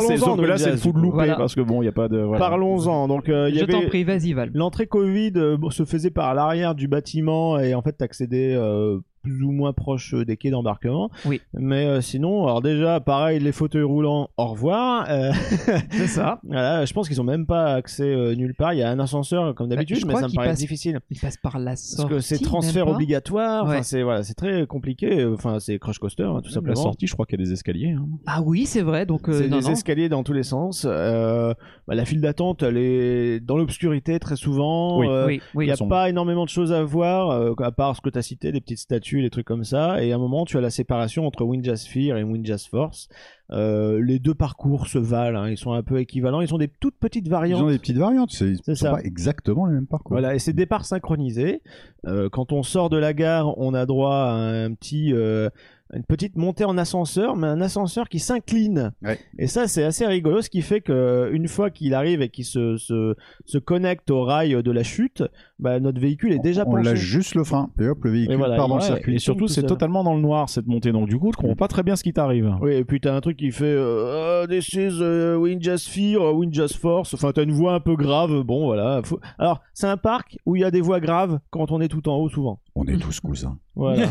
c'est- parlons-en, sauf que donc, là, déjà, c'est le du food coup. loupé Voilà. parce que bon, il n'y a pas de. voilà. Parlons-en. Donc, euh, il y Je t'en avait prie, vas-y, Val. l'entrée Covid euh, bon, se faisait par l'arrière du bâtiment et en fait, t'accédais euh, plus ou moins proche euh, des quais d'embarquement. Oui. Mais euh, sinon, alors déjà, pareil, les fauteuils roulants, au revoir. Euh, C'est ça. Voilà, je pense qu'ils ont même pas accès euh, nulle part. Il y a un ascenseur comme Bah, je d'habitude, mais crois ça me qu'il paraît passe difficile. Il passe par la sortie. Parce que c'est même transfert pas. obligatoire. Enfin, Ouais. c'est voilà, c'est très compliqué. Enfin, c'est crash coaster hein, tout Même la simplement. sortie, je crois qu'il y a des escaliers. hein. Ah oui, c'est vrai. Donc, euh, C'est non, des non. escaliers dans tous les sens. Euh, bah, la file d'attente, elle est dans l'obscurité très souvent. Oui. Euh, Oui, Il oui. n'y a Elles pas énormément de choses à voir, euh, à part ce que tu as cité, les petites statues, les trucs comme ça. Et à un moment, tu as la séparation entre Windjazz Sphere et Windjazz Force. Euh, les deux parcours se valent, hein, ils sont un peu équivalents. Ils ont des toutes petites Ils variantes. ont des petites variantes. C'est C'est c'est ça. pas exactement le même parcours. Voilà, et c'est départ synchronisé. Euh, quand on sort de la gare, on a droit à un petit, euh, une petite montée en ascenseur, mais un ascenseur qui s'incline. Ouais. Et ça, c'est assez rigolo, ce qui fait que euh, une fois qu'il arrive et qu'il se, se, se connecte au rail de la chute, bah, notre véhicule est déjà on penché. lâche juste le frein et hop le véhicule Et voilà, part dans ouais. le circuit. Et surtout, tout c'est seul. totalement dans le noir cette montée, donc du coup, tu comprends pas très bien ce qui t'arrive. Oui, et puis t'as un truc qui fait euh, Ah, This is euh, Windjust Fear, euh, Windjust Force. Enfin, t'as une voix un peu grave. Bon, voilà. Faut- Alors, c'est un parc où il y a des voix graves quand on est tout en haut, souvent. On est tous cousins. Voilà.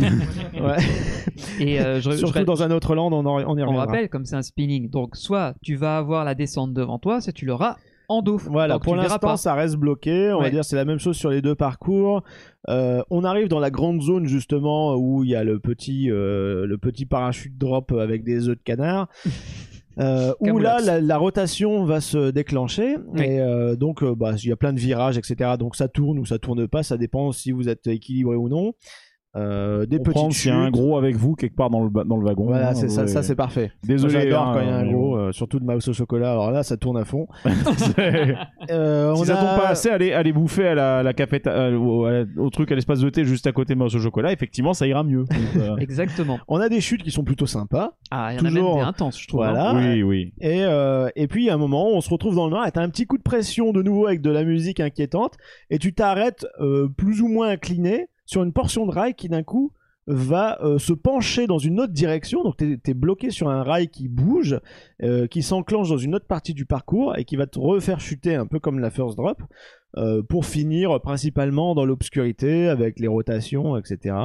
Ouais. Et euh, je, je- Surtout je- dans un autre land, on, en- on y on reviendra. rappelle, comme c'est un spinning, donc soit tu vas avoir la descente devant toi, soit tu l'auras en dos. Voilà, Donc, pour tu le verras pas. l'instant, ça reste bloqué. On va Ouais. dire c'est la même chose sur les deux parcours. Euh, on arrive dans la grande zone justement où il y a le petit, euh, le petit parachute drop avec des œufs de canard. Euh, où là Camoulox. la, la rotation va se déclencher Oui. et euh, donc euh, bah, il y a plein de virages etc donc ça tourne ou ça tourne pas ça dépend si vous êtes équilibré ou non Euh, des Comprendre petites s'il y a un chutes. gros avec vous quelque part dans le, ba- dans le wagon. voilà hein, c'est ça ouais. ça c'est parfait Désolé. j'adore hein, quand il y a un mais gros bon. euh, surtout de mouse au chocolat alors là ça tourne à fond C'est- Euh, si on ça a- tombe pas assez, allez, allez bouffer à la, la cafeta- euh, au, à la- au truc à l'espace de thé juste à côté morceau au chocolat. Effectivement, ça ira mieux. Donc, euh, Exactement. on a des chutes qui sont plutôt sympas Ah, il y en a même Toujours. des intenses, je trouve. hein. Voilà. oui, oui. Et, euh, et puis, à un moment, on se retrouve dans le noir, et t'as un petit coup de pression de nouveau avec de la musique inquiétante, et tu t'arrêtes euh, plus ou moins incliné sur une portion de rail qui d'un coup va euh, se pencher dans une autre direction, donc t'es es bloqué sur un rail qui bouge, euh, qui s'enclenche dans une autre partie du parcours et qui va te refaire chuter un peu comme la first drop, euh, pour finir principalement dans l'obscurité avec les rotations, etc.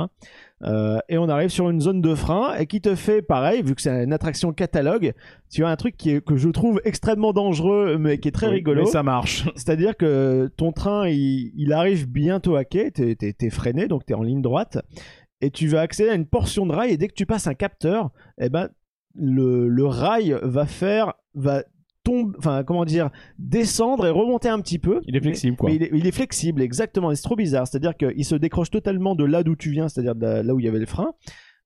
Euh, et on arrive sur une zone de frein et qui te fait pareil, vu que c'est une attraction catalogue, tu as un truc qui est, que je trouve extrêmement dangereux mais qui est très Oui, rigolo. Mais ça marche. C'est-à-dire que ton train, il, il arrive bientôt à quai, t'es, t'es- t'es freiné, donc t'es en ligne droite, et tu vas accéder à une portion de rail, et dès que tu passes un capteur, eh ben, le, le rail va faire, va tomber, enfin, comment dire, descendre et remonter un petit peu. Il est flexible, quoi. Mais il est, il est flexible, exactement. Et c'est trop bizarre. C'est-à-dire qu'il se décroche totalement de là d'où tu viens, c'est-à-dire de la- là où il y avait le frein.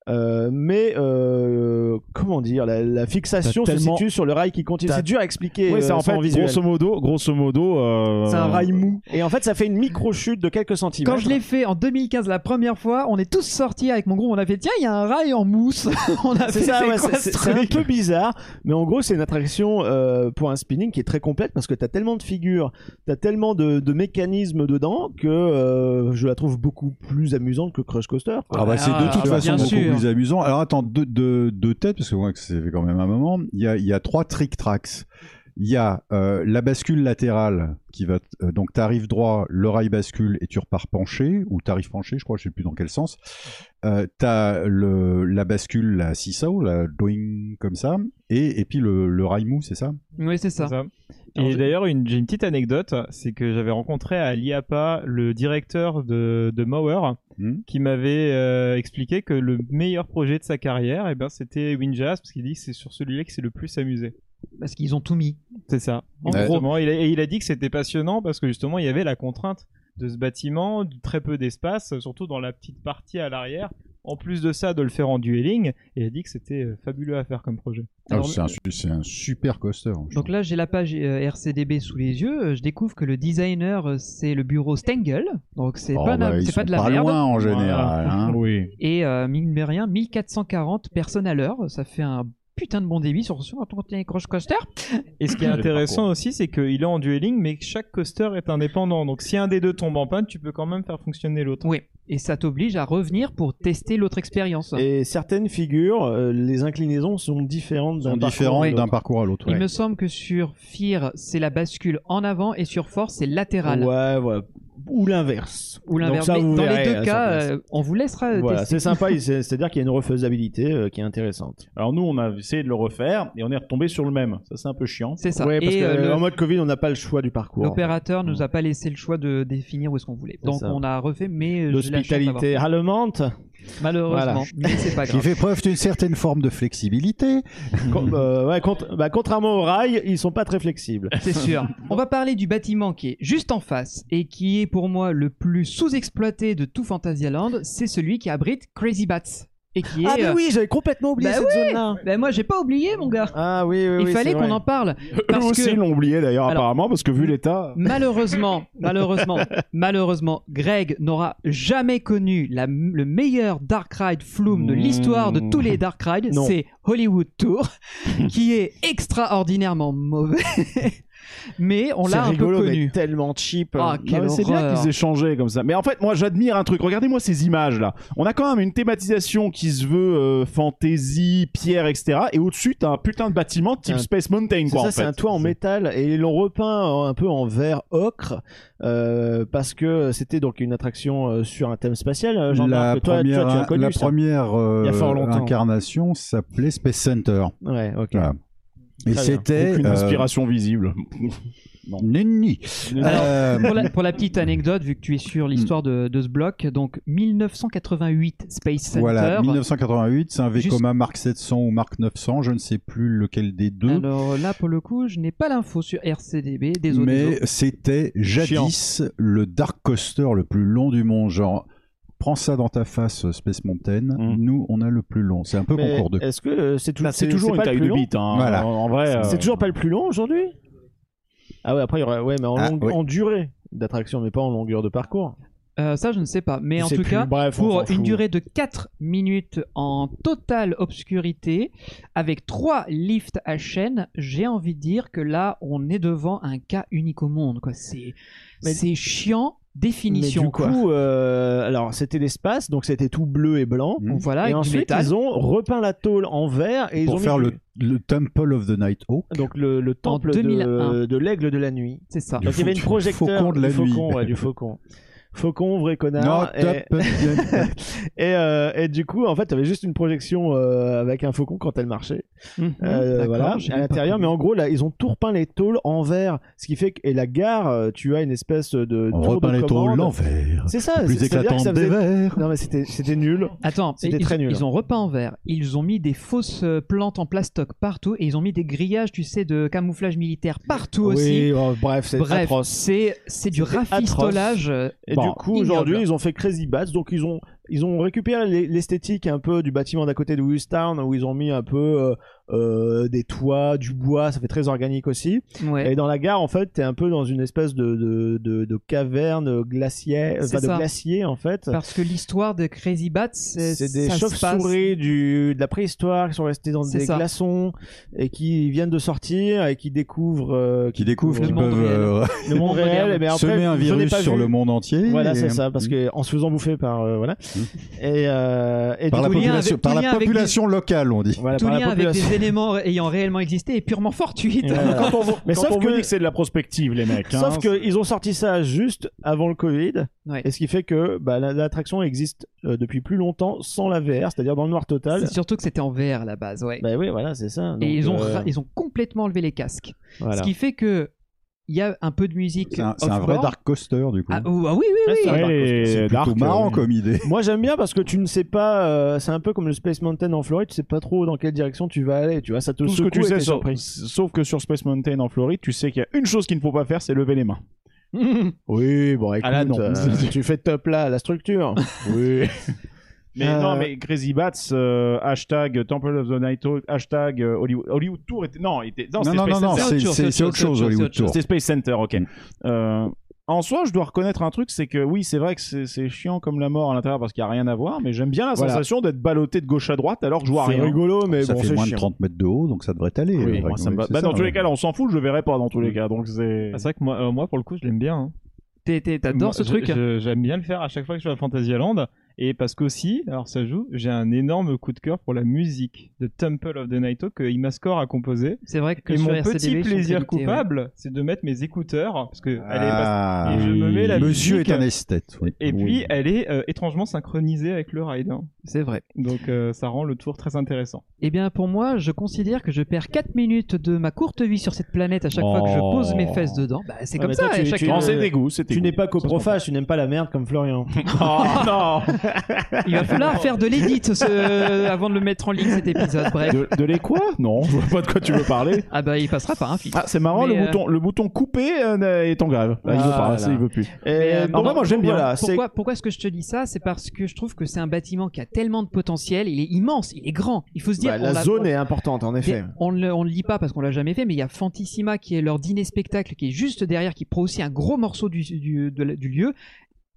Euh, mais euh, comment dire, la, la fixation T'as tellement- se situe sur le rail qui continue. T'as- C'est dur à expliquer. Ouais, euh, ça, en sans fait, visuel. grosso modo, grosso modo, euh, C'est un rail mou. Et en fait, ça fait une micro chute de quelques centimètres. Quand je l'ai fait en 2015 la première fois, on est tous sortis avec mon groupe, on a fait tiens, il y a un rail en mousse. on a c'est fait ça, ouais, quoi, c'est- ce c'est c'est un truc peu bizarre, mais en gros c'est une attraction euh, pour un spinning qui est très complète parce que t'as tellement de figures, t'as tellement de, de mécanismes dedans que euh, je la trouve beaucoup plus amusante que Crush Coaster. quoi. Ah bah c'est de Ah, toute bien façon beaucoup sûr. plus amusant. Alors attends, deux, deux, deux têtes, parce que moi c'est quand même un moment, il y a, il y a trois trick tracks. Il y a euh, la bascule latérale qui va... t- euh, donc t'arrives droit, le rail bascule et tu repars penché, ou t'arrives penché, je crois, je sais plus dans quel sens. Euh, t'as le, la bascule, la seesaw, la doing comme ça, et, et puis le, le rail mou, c'est ça Oui, c'est ça. C'est ça. Alors, Et je- d'ailleurs, une- j'ai une petite anecdote, c'est que j'avais rencontré à l'IAPA le directeur de, de Mauer, Hmm. qui m'avait euh, expliqué que le meilleur projet de sa carrière, eh ben, c'était Winjazz, parce qu'il dit que c'est sur celui-là qu'il s'est le plus amusé. Parce qu'ils ont tout mis. C'est ça. En Ouais. gros. Justement, il a, et il a dit que c'était passionnant parce que justement, il y avait la contrainte de ce bâtiment, du très peu d'espace, surtout dans la petite partie à l'arrière. En plus de ça, de le faire en dueling, et il a dit que c'était euh, fabuleux à faire comme projet. Ah, Alors, C'est un, su- c'est un super coaster. hein, je Donc là, j'ai la page euh, RCDB sous les yeux. euh, Je découvre que le designer, euh, c'est le bureau Stengel. Donc c'est Oh, pas, na- bah, ils c'est pas sont de la pas merde. loin en général. hein. oui. Et euh, mine de rien, 1440 personnes à l'heure. Ça fait un putain de bon débit sur, sur un petit Crush Coaster. Et ce qui est Ah, le intéressant parcours. aussi, c'est qu'il est en dueling, mais que chaque coaster est indépendant. Donc si un des deux tombe en panne, tu peux quand même faire fonctionner l'autre. Oui. Et ça t'oblige à revenir pour tester l'autre expérience. Et certaines figures, euh, les inclinaisons sont différentes d'un Sont parcours différents à l'autre. d'un parcours à l'autre. Il ouais. me semble que sur Fear, c'est la bascule en avant et sur Force, c'est latéral. Ouais, voilà. Ou l'inverse. Ou l'inverse. Donc ça, Mais vous dans verrez, les euh, deux sur cas, place. euh, on vous laissera euh, Voilà, tester. c'est sympa, il- c'est- c'est-à-dire qu'il y a une refaisabilité euh, qui est intéressante. Alors nous, on a essayé de le refaire et on est retombé sur le même. Ça, c'est un peu chiant. C'est ça. Ouais, parce et que, euh, le- en mode Covid, on n'a pas le choix du parcours. l'opérateur nous a pas laissé le choix de définir où est-ce qu'on voulait. C'est Donc ça. on a refait, mais euh, j'ai la chance d'avoir- L'hospitalité allemande. Malheureusement, mais c'est pas Qui grave. fait preuve d'une certaine forme de flexibilité. Con- euh, ouais, cont- bah, contrairement au rail, ils sont pas très flexibles. C'est sûr. On va parler du bâtiment qui est juste en face et qui est pour moi le plus sous-exploité de tout Phantasialand. C'est celui qui abrite Crazy Bats. et qui est. Ah, mais euh, oui, j'avais complètement oublié Bah cette zone-là. bah, moi, j'ai pas oublié, mon gars. Ah oui, oui, Il oui, fallait c'est vrai. qu'on en parle. Parce Eux aussi que- ils l'ont oublié d'ailleurs, Alors- apparemment, parce que vu l'état. Malheureusement, malheureusement, malheureusement, Greg n'aura jamais connu la- le meilleur Dark Ride Flume de l'histoire de tous les Dark Rides. Non. C'est Hollywood Tour, qui est extraordinairement mauvais. mais on C'est l'a un peu rigolo, mais connu. tellement cheap. euh, Ah, Non, quelle mais c'est bien horreur. qu'ils aient changé comme ça. Mais en fait, moi, j'admire un truc. Regardez-moi ces images là. On a quand même une thématisation qui se veut euh, fantasy, pierre, etc. Et au-dessus, t'as un putain de bâtiment type Un- Space Mountain, C'est quoi. ça, en c'est fait. un toit en métal et ils l'ont repeint en- un peu en vert ocre euh, parce que c'était donc une attraction euh, sur un thème spatial. euh, la Jean-Marc, toi, toi, première, tu as connu la ça. première euh, Il y a fort longtemps. incarnation s'appelait Space Center. Ouais, ok. Voilà. Et bien. c'était Aucune euh, inspiration visible. Nenni. Euh, pour, la, pour la petite anecdote, vu que tu es Mm. sur l'histoire de, de ce bloc, donc 1988 Space Center. Voilà, 1988, c'est un Juste- Vekoma Mark 700 ou Mark 900, je ne sais plus lequel des deux, Alors là, pour le coup, je n'ai pas l'info sur RCDB, désolé. mais c'était jadis le dark coaster le plus long du monde. Genre, prends ça dans ta face, euh, Space Mountain. Mm. Nous, on a le plus long. C'est un peu Mais concours de. Est-ce que euh, c'est tou- Bah, c'est c'est- toujours c'est une pas le taille plus de long bite. hein. Voilà. En, en vrai. C'est euh, toujours pas le plus long aujourd'hui Ah ouais, après il y aurait ouais, mais en, Ah, longue- oui. en durée d'attraction, mais pas en longueur de parcours. Euh, ça, je ne sais pas. Mais Je en sais tout plus. cas, Bref, on pour s'en une fout. durée de 4 minutes en totale obscurité, avec 3 lifts à chaîne, j'ai envie de dire que là, on est devant un cas unique au monde. quoi. C'est Mais- c'est chiant, définition. mais du quoi. coup, euh, alors c'était l'espace, donc c'était tout bleu et blanc. Mm. Donc voilà, avec et Ah, du ensuite métal. ils ont repeint la tôle en vert et ils ont Pour mis faire du- le, le Temple of the Night Hawk. donc le, le temple de- 2001. de l'aigle de la nuit. C'est ça. Du Donc il y avait une fou- projecteur faucon de la du faucon, nuit. ouais, du faucon. Faucon, vrai Non, connard. top. et, et, euh, et du coup, en fait, t'avais juste une projection euh, avec un faucon quand elle marchait. Mhm, Mmh, Euh, d'accord, voilà, j'ai à pas l'intérieur. compris. Mais en gros, là, ils ont tout repeint les tôles en vert. Ce qui fait que, et la gare, euh, tu as une espèce de. On tour de repeint les taux commande. l'envers. C'est ça, Plus c'est- c'est-à-dire que éclatant ça des faisait- verres. Non, mais c'était c'était nul. Attends, C'était ils, très ont- nul. hein. ils ont repeint en vert, ils ont mis des fausses euh, plantes en plastoc partout et ils ont mis des grillages, tu sais, de camouflage militaire partout aussi. Oui, oh, bref, c'est Bref, atroce. c'est c'est du C'était atroce. rafistolage. euh, Et bon, du coup, aujourd'hui, ignoble. ils ont fait Crazy Bats. Donc, ils ont, ils ont récupéré l'e- l'esthétique un peu du bâtiment d'à côté de Willistown, où ils ont mis un peu euh, euh, des toits, du bois. Ça fait très organique aussi. Ouais. Et dans la gare, en fait, t'es un peu dans une espèce de, de, de, de caverne glaciaire, C'est enfin, de ça. glacier, en fait. Parce que l'histoire de Crazy Bats, c'est C'est des ça se chauves-souris du- de la préhistoire qui sont restés dans C'est des ça. glaçons et qui viennent de sortir et qui découvrent, euh, Qui découvrent Le qu'ils monde peuvent réel. euh, le monde monde moderne. réel. Et ben après, semer un je l'ai virus pas sur vu. le monde entier. Voilà, et- c'est ça, parce que en se faisant bouffer par euh, voilà Mm. et, euh, et par du la coup, lien population, avec- par tout la lien avec population locale, on dit. voilà, passe tout par la lien avec population. des éléments ayant réellement existé et purement fortuite. Ouais. Quand on vous- Mais quand sauf on vous que- dit que c'est de la prospective, les mecs. hein, Sauf c'est- qu'ils ont sorti ça juste avant le Covid, Ouais. et ce qui fait que bah, la- l'attraction existe euh, depuis plus longtemps sans la VR, c'est-à-dire dans le noir total. C'est surtout que c'était en vert à la base, ouais. Bah oui, voilà, c'est ça. et Donc, ils ont, euh, ra- ils ont complètement enlevé les casques. voilà. Ce qui fait que il y a un peu de musique. C'est un, c'est un vrai off-board. dark coaster du coup. Ah, ou- ah oui, oui, oui. Ouais, Ouais, les c'est plutôt dark, marrant euh, comme idée. Moi j'aime bien parce que tu ne sais pas, euh, c'est un peu comme le Space Mountain en Floride, tu sais pas trop dans quelle direction tu vas aller, tu vois, ça te Tout ce que secoue tu et sais, t'es sur- surpris. sauf que sur Space Mountain en Floride, tu sais qu'il y a une chose qu'il ne faut pas faire, c'est lever les mains. Oui, bon, écoute, Ah là, non. euh, tu fais top là à la structure. oui. Mais Euh, non, mais Crazy Bats, euh, hashtag Temple of the Night, Hawk, hashtag euh, Hollywood, Hollywood Tour était. Non, était, non, Non, c'était non, Space non, Center. non, c'est autre chose, c'est c'est- autre c'est autre chose, chose, c'est autre Hollywood chose. Tour. C'était Space Center, ok. Euh, en soi, je dois reconnaître un truc, c'est que oui, c'est vrai que c'est c'est chiant comme la mort à l'intérieur parce qu'il n'y a rien à voir, mais j'aime bien la Voilà. sensation d'être ballotté de gauche à droite alors que je vois C'est rien. rigolo, mais ça bon, fait c'est moins chiant. de 30 mètres de haut, donc ça devrait aller. Oui, euh, moi, ça Mm. me ouais, va- c'est bah, ça, dans tous les ouais. cas, là, on s'en fout, je le verrai pas dans tous les cas, donc c'est. Ah, C'est vrai que moi, euh, moi, pour le coup, je l'aime bien. hein. T'es- t'es- T'adores Moi, ce je- truc. je- J'aime bien le faire à chaque fois que je vais à Fantasyland. Et parce qu'aussi, alors ça joue, j'ai un énorme coup de cœur pour la musique de Temple of the Night Hawk que Imascore a composée. C'est vrai que Et sur mon RCDB, petit ils sont crédités, plaisir ouais. coupable, c'est de mettre mes écouteurs, parce que elle est pas- Ah, et je me mets la Monsieur musique, est un esthète. oui. Et Oui. puis, elle est euh, étrangement synchronisée avec le ride. hein. C'est vrai. Donc, euh, ça rend le tour très intéressant. Eh bien, pour moi, je considère que je perds 4 minutes de ma courte vie sur cette planète à chaque fois que je Oh. pose mes fesses dedans. Bah, c'est Ah, comme mais ça. toi, tu- et chaque- tu- Non, c'est euh, dégoût, c'est Tu n'es pas coprophage, tu n'aimes pas la merde comme Florian. Oh non Il va falloir faire de l'édit ce- avant de le mettre en ligne cet épisode. Bref. De, de les quoi Non, je vois pas de quoi tu veux parler. Ah bah il passera pas un film. Ah, c'est marrant, Mais, le, euh, bouton, le bouton coupé euh, est en grève. Ah, il veut pas, Voilà. ça, il veut plus. Et Mais, euh, donc, en vrai, moi, j'aime bien. voilà, c'est- Pourquoi, pourquoi est-ce que je te dis ça C'est parce que je trouve que c'est un bâtiment qui a tellement de potentiel, il est immense, il est grand. Il faut se dire. bah, on la l'a- zone on- est importante, en effet. On ne le, on le lit pas parce qu'on l'a jamais fait, mais il y a Fantissima qui est leur dîner spectacle qui est juste derrière, qui prend aussi un gros morceau du, du- de la- du lieu.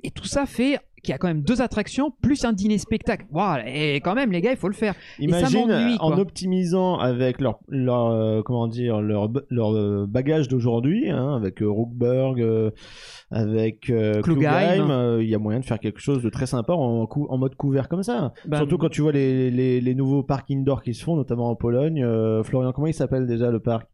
Et tout ça fait qu'il y a quand même deux attractions plus un dîner spectacle. Waouh, et quand même, les gars, il faut le faire. Et ça Imagine euh, m'ennuie, en quoi. optimisant avec leur, leur euh, comment dire leur b- leur euh, bagage d'aujourd'hui, hein, avec euh, Rookburg, euh, avec euh, Klugheim. Klugheim, euh, il y a moyen de faire quelque chose de très sympa en, cou- en mode couvert comme ça. Bah, Surtout quand tu vois les, les, les nouveaux parcs indoor qui se font, notamment en Pologne. Euh, Florian, comment il s'appelle déjà le parc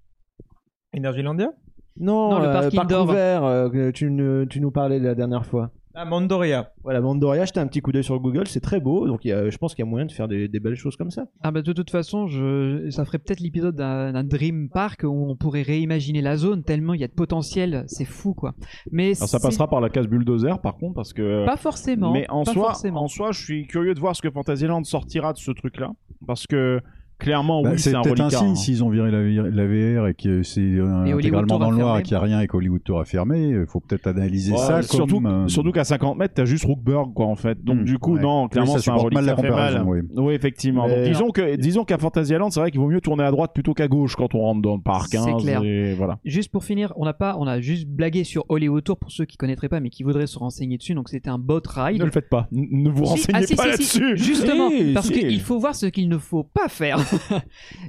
Energylandia Non, Non, le euh, parc indoor. ouvert euh, que tu, ne- tu nous parlais la dernière fois. Ah, Mandoria. Voilà, Mandoria, jetez un petit coup d'œil sur Google, c'est très beau. Donc il y a- je pense qu'il y a moyen de faire des, des belles choses comme ça. Ah bah de toute façon, je... ça ferait peut-être l'épisode d'un d'un Dream Park où on pourrait réimaginer la zone tellement il y a de potentiel, c'est fou quoi. Mais Alors, ça c'est passera par la case bulldozer, par contre, parce que. euh, pas forcément. Mais en pas soi, forcément. en soi, je suis curieux de voir ce que Fantasyland sortira de ce truc-là, parce que clairement, Bah, oui, c'est un peut-être un reliquat, signe hein. s'ils ont viré la, la VR et que c'est euh, Hollywood intégralement Tour a dans le noir fermé. et qu'il n'y a rien et qu'Hollywood Tour a fermé. Il faut peut-être analyser Ouais, ça. surtout, comme, euh, surtout qu'à 50 mètres, t'as juste Rookburg, quoi, en fait. Donc, Hmm, du coup, ouais. non, Oui, clairement, ça c'est un supporte mal la reliquat, ça fait comparaison, mal. Oui, effectivement. Mais- Donc, disons que, disons qu'à Fantasyland, c'est vrai qu'il vaut mieux tourner à droite plutôt qu'à gauche quand on rentre dans le parc. hein. C'est clair. C'est- Voilà. Juste pour finir, on n'a pas, on a juste blagué sur Hollywood Tour pour ceux qui connaîtraient pas mais qui voudraient se renseigner dessus. Donc c'était un bot ride. Ne le faites pas. N- Ne vous Ah, Si, renseignez ah, si, pas si, si, là-dessus. Justement, Si, parce si. qu'il faut voir ce qu'il ne faut pas faire.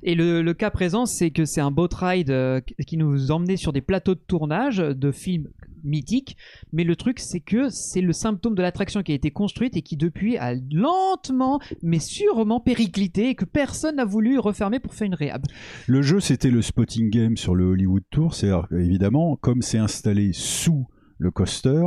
Et le, le cas présent, c'est que c'est un boat ride euh, qui nous emmenait sur des plateaux de tournage de films mythiques. Mais le truc, c'est que c'est le symptôme de l'attraction qui a été construite et qui depuis a lentement, mais sûrement périclité et que personne n'a voulu refermer pour faire une réhab. Le jeu, c'était le spotting game sur le Hollywood Tour. C'est évidemment, comme c'est installé sous le coaster,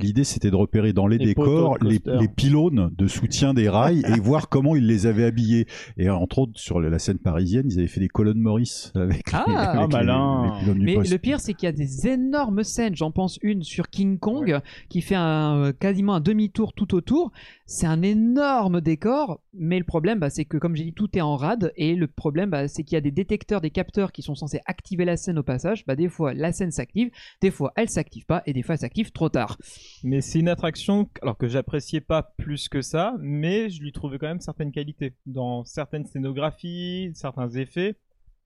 l'idée c'était de repérer dans les, Les décors poteaux de les, coaster. les pylônes de soutien des rails et voir comment ils les avaient habillés. Et euh, entre autres, sur la scène parisienne, ils avaient fait des colonnes Maurice avec, Ah, les, avec ah, les- malin. les pylônes du Mais poste. le pire, c'est qu'il y a des énormes scènes. J'en pense une sur King Kong qui fait un, euh, quasiment un demi-tour tout autour. C'est un énorme décor, mais le problème, bah, c'est que comme j'ai dit, tout est en rade. Et le problème, bah, c'est qu'il y a des détecteurs, des capteurs qui sont censés activer la scène au passage. Bah, des fois, la scène s'active, des fois, elle s'active pas, et des fois, elle s'active trop tard. Mais c'est une attraction que- alors que j'appréciais pas plus que ça, mais je lui trouvais quand même certaines qualités. Dans certaines scénographies, certains effets,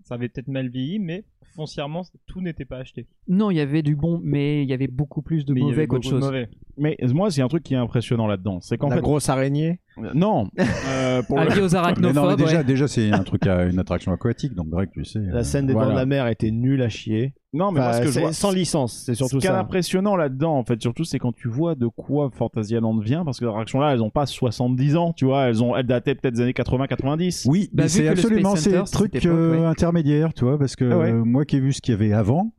ça avait peut-être mal vieilli, mais foncièrement, tout n'était pas acheté. Non, il y avait du bon, mais il y avait beaucoup plus de Mais il y avait mauvais qu'autre beaucoup de chose. mauvais. Mais moi, c'est un truc qui est impressionnant là-dedans. C'est qu'en la fait. grosse araignée. Non. Euh, pour le- Avis aux Mais non, mais arachnophobes. déjà, ouais. déjà c'est un truc à une attraction aquatique, donc Greg, tu sais. euh, La scène des dents Voilà. de la mer était nulle à chier. Non, mais moi, Enfin, ce que je Bah, c'est vois. sans licence, c'est surtout ce qui est ça. impressionnant là-dedans, en fait, surtout, c'est quand tu vois de quoi Fantasyland vient, parce que ces attractions-là, elles ont pas 70 ans, tu vois, elles ont, elles dataient peut-être des années 80-90. Oui, Bah, mais vu c'est que le absolument Space ces Center, trucs c'est cette époque, euh, ouais. intermédiaires, tu vois, parce que Ah ouais. euh, moi qui ai vu ce qu'il y avait avant,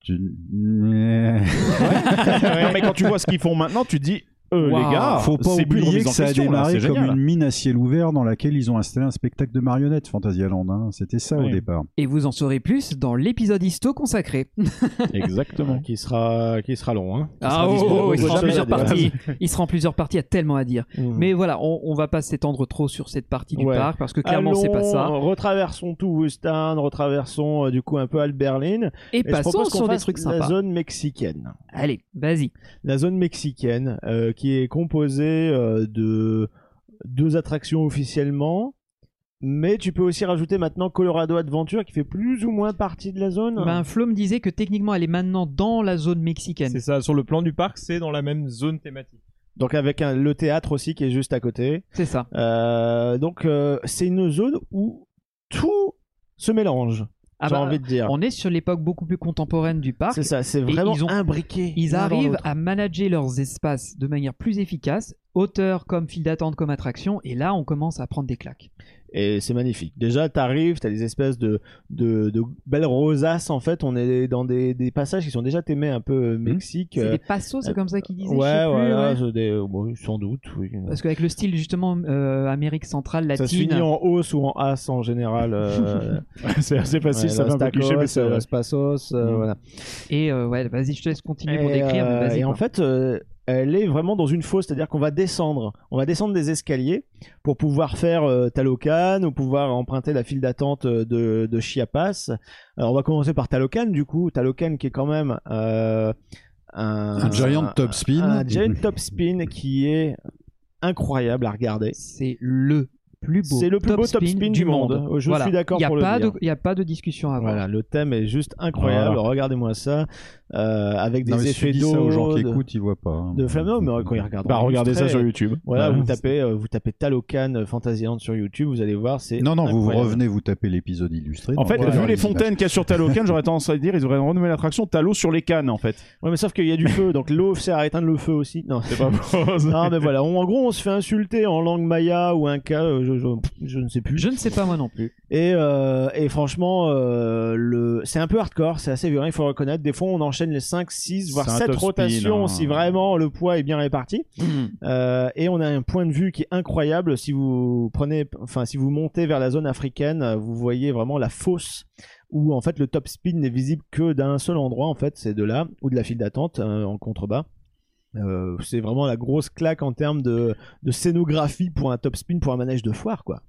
tu- Mais- non, mais quand tu vois ce qu'ils font maintenant, tu te dis, euh, Waouh. les gars, faut pas c'est plus oublier remis que en ça a question, là, démarré c'est comme génial. une mine à ciel ouvert dans laquelle ils ont installé un spectacle de marionnettes Fantasyland. hein. C'était ça au Oui. départ. Et vous en saurez plus dans l'épisode histo consacré. Exactement. Qui sera, qui sera long. Hein. Ah sera oh, dispo- oh, il sera en jamais plusieurs la parties. Il sera en plusieurs parties, il y a tellement à dire. Mm. Mais voilà, on, on va pas s'étendre trop sur cette partie du Ouais. parc parce que clairement Allons, c'est pas ça. Retraversons tout Houston, retraversons euh, du coup un peu Alberlin. Et, je passons propose qu'on sur des fasse trucs La sympas. zone mexicaine. Allez, vas-y. La zone mexicaine euh, qui est composée euh, de deux attractions officiellement. Mais tu peux aussi rajouter maintenant Colorado Adventure qui fait plus ou moins partie de la zone. Ben, Flo me disait que techniquement elle est maintenant dans la zone mexicaine. C'est ça, sur le plan du parc, c'est dans la même zone thématique. Donc avec un- le théâtre aussi qui est juste à côté. C'est ça. Euh, donc euh, c'est une zone où tout se mélange. Ah j'ai bah, envie de dire. On est sur l'époque beaucoup plus contemporaine du parc. C'est ça, c'est vraiment ils ont- imbriqué. Ils l'un dans arrivent l'autre. à manager leurs espaces de manière plus efficace, hauteur comme file d'attente comme attraction, et là on commence à prendre des claques. Et c'est magnifique. Déjà, t'arrives, t'as des espèces de, de, de belles rosaces en fait. On est dans des, des passages qui sont déjà t'aimés un peu euh, Mexique. C'est euh, des passos, c'est comme ça qu'ils disaient. je sais ouais, plus, voilà, ouais. c'est des- euh, bon, sans doute. Oui. Parce qu'avec le style justement euh, Amérique centrale, ça latine. se finit en hausse ou en as en général. euh, c'est assez facile, ouais, ça fait un peu Los cliché, mais tacos, c'est euh, vrai. Los Passos, euh, Mm. voilà. Et euh, ouais, vas-y, je te laisse continuer pour Et, décrire. mais euh, vas-y, et en quoi. fait, euh, elle est vraiment dans une fosse, c'est-à-dire qu'on va descendre, on va descendre des escaliers pour pouvoir faire euh, Talocan ou pouvoir emprunter la file d'attente euh, de, de Chiapas. Alors on va commencer par Talocan du coup, Talocan qui est quand même euh, un, Un giant top spin. un giant top spin qui est incroyable à regarder. C'est le plus beau. C'est le plus top beau spin top spin du monde. Euh, je Voilà. suis d'accord Y a pour le pas dire. de- Il n'y a pas de discussion à avoir. Voilà, le thème est juste incroyable. Voilà. Regardez-moi ça euh, avec des Non, mais si tu effets dis ça d'eau, aux gens qui de, écoutent, ils voient pas. hein. de flammes. Non, mais quand ils regardent, Bah, regardez ça sur YouTube. Bah, Voilà, Ouais. vous tapez, euh, vous tapez Talocan Fantasyland sur YouTube, vous allez voir, c'est Non, non, vous vous incroyable. revenez, vous tapez l'épisode illustré. En fait, Voilà, vu les il- fontaines qu'il y a sur Talocan, j'aurais tendance à dire, ils devraient renommer l'attraction Talo sur les cannes, en fait. Ouais, mais sauf qu'il y a du feu, donc l'eau sert à éteindre le feu aussi. Non, C'est pas bon, ça. non mais voilà, on- en gros, on se fait insulter en langue maya ou un cas, euh, je, je- je ne sais plus. Je ne sais pas moi non plus. Et, euh, et franchement, euh, le... c'est un peu hardcore, c'est assez violent, il faut reconnaître. Des fois, on enchaîne les 5, 6, voire C'est un 7 top spin, rotations hein. si vraiment le poids est bien réparti. Euh, et on a un point de vue qui est incroyable. Si vous prenez, enfin, si vous montez vers la zone africaine, euh, vous voyez vraiment la fosse où en fait le top spin n'est visible que d'un seul endroit. En fait, c'est de là ou de la file d'attente euh, en contrebas. Euh, c'est vraiment la grosse claque en termes de, de scénographie pour un top spin pour un manège de foire quoi.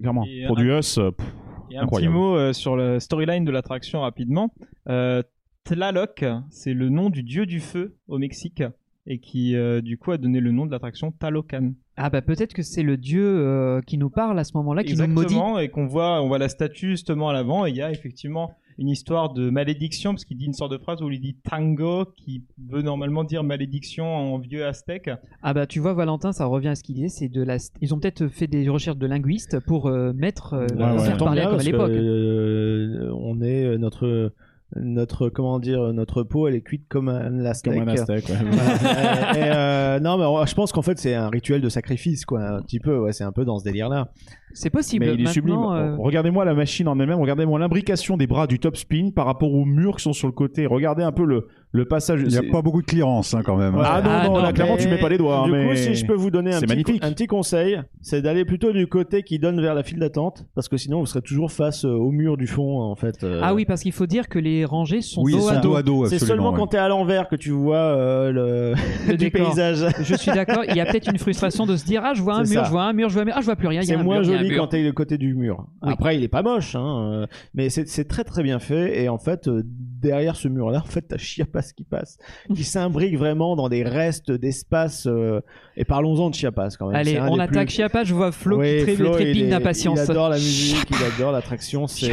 Clairement. Et Pour un- du us, euh, pff, Et un Incroyable. petit mot euh, sur la storyline de l'attraction rapidement. Euh, Tlaloc, c'est le nom du dieu du feu au Mexique et qui euh, du coup a donné le nom de l'attraction Talocan. Ah bah peut-être que c'est le dieu euh, qui nous parle à ce moment-là, qui nous maudit. Exactement, et qu'on voit, on voit la statue justement à l'avant et il y a effectivement une histoire de malédiction parce qu'il dit une sorte de phrase où il dit tango qui veut normalement dire malédiction en vieux aztèque. Ah bah tu vois Valentin, ça revient à ce qu'il disait, c'est de la. Ils ont peut-être fait des recherches de linguistes pour euh, mettre euh, Ouais, ouais. faire Tant parler bien, comme à l'époque. parce que, euh, on est euh, notre notre comment dire notre peau elle est cuite comme un la comme un aztèque, ouais. et, et, euh, non mais on- je pense qu'en fait c'est un rituel de sacrifice quoi un petit peu ouais c'est un peu dans ce délire là C'est possible. Mais il est Maintenant, sublime. euh, Regardez-moi la machine en elle-même, regardez-moi l'imbrication des bras du top spin par rapport aux murs qui sont sur le côté. Regardez un peu le, le passage. Il n'y c'est- a pas beaucoup de clearance hein, quand même. hein. Ah non, Ah non, non, là, clairement, tu mets pas les doigts. du mais... coup si je peux vous donner un c'est petit, magnifique. un petit conseil c'est d'aller plutôt du côté qui donne vers la file d'attente parce que sinon vous serez toujours face euh, au mur du fond en fait euh. Ah oui, parce qu'il faut dire que les rangées sont oui, dos c'est à dos. dos à dos, c'est absolument. seulement ouais. quand t'es à l'envers que tu vois euh, le, le du décor. paysage Je suis d'accord. Il y a peut-être une frustration de se dire ah je vois un C'est mur, ça. je vois un mur, je vois un mur, ah je vois plus rien. il y a C'est un moins mur, il y a un joli mur. quand t'es du côté du mur. Oui. Après, il est pas moche, hein, euh, mais c'est c'est très très bien fait. Et en fait, euh, derrière ce mur-là, en fait, t'as Chiapas qui passe, qui s'imbrique vraiment dans des restes d'espace. euh, et parlons-en de Chiapas quand même. Allez, C'est un on des attaque plus- Chiapas. Je vois Flo Oui, qui tré- Flo, il trépigne est- d'impatience. Il adore la musique, il adore l'attraction. C'est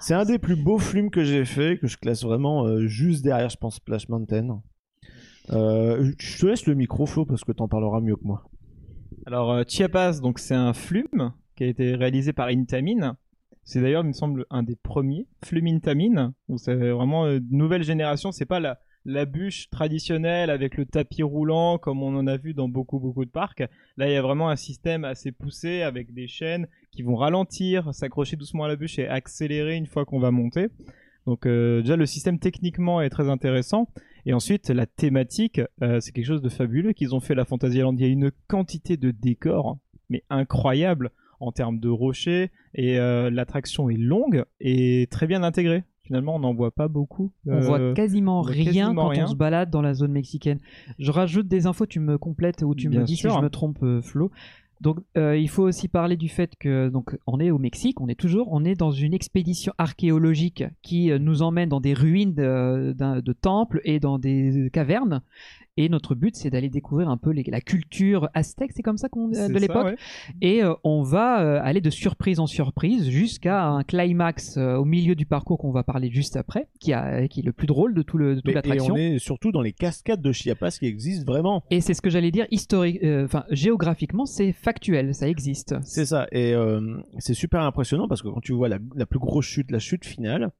c'est un des plus beaux films que j'ai fait, que je classe vraiment euh, juste derrière, je pense, Splash Mountain. Euh, je te laisse le micro, Flo, parce que t'en parleras mieux que moi. Alors euh, Chiapas, donc c'est un flume qui a été réalisé par Intamin. C'est d'ailleurs, il me semble, un des premiers flume Intamin. Donc c'est vraiment euh, une nouvelle génération. C'est pas la la bûche traditionnelle avec le tapis roulant comme on en a vu dans beaucoup beaucoup de parcs. Là, il y a vraiment un système assez poussé avec des chaînes qui vont ralentir, s'accrocher doucement à la bûche et accélérer une fois qu'on va monter. Donc euh, déjà le système techniquement est très intéressant. Et ensuite la thématique, euh, c'est quelque chose de fabuleux qu'ils ont fait la Fantasyland. Il y a une quantité de décors, mais incroyable en termes de rochers. Et euh, l'attraction est longue et très bien intégrée. Finalement, on n'en voit pas beaucoup. On voit Euh, quasiment on voit rien quasiment quand rien. on se balade dans la zone mexicaine. Je rajoute des infos, tu me complètes ou tu me Bien dis sûr. si je me trompe, euh, Flo. Donc, euh, il faut aussi parler du fait que donc on est au Mexique, on est toujours, on est dans une expédition archéologique qui euh, nous emmène dans des ruines euh, d'un- de temples et dans des cavernes. Et notre but, c'est d'aller découvrir un peu les- la culture aztèque, c'est comme ça qu'on euh, c'est de ça, l'époque. ouais. Et euh, on va euh, aller de surprise en surprise jusqu'à un climax euh, au milieu du parcours qu'on va parler juste après, qui, a, qui est le plus drôle de, tout le, de toute Mais- et l'attraction. on Et, est surtout dans les cascades de Chiapas qui existent vraiment. c'est ce que j'allais dire, historique, euh, enfin géographiquement, c'est factuel, ça existe. C'est ça. Et euh, c'est super impressionnant parce que quand tu vois la, la plus grosse chute, la chute finale,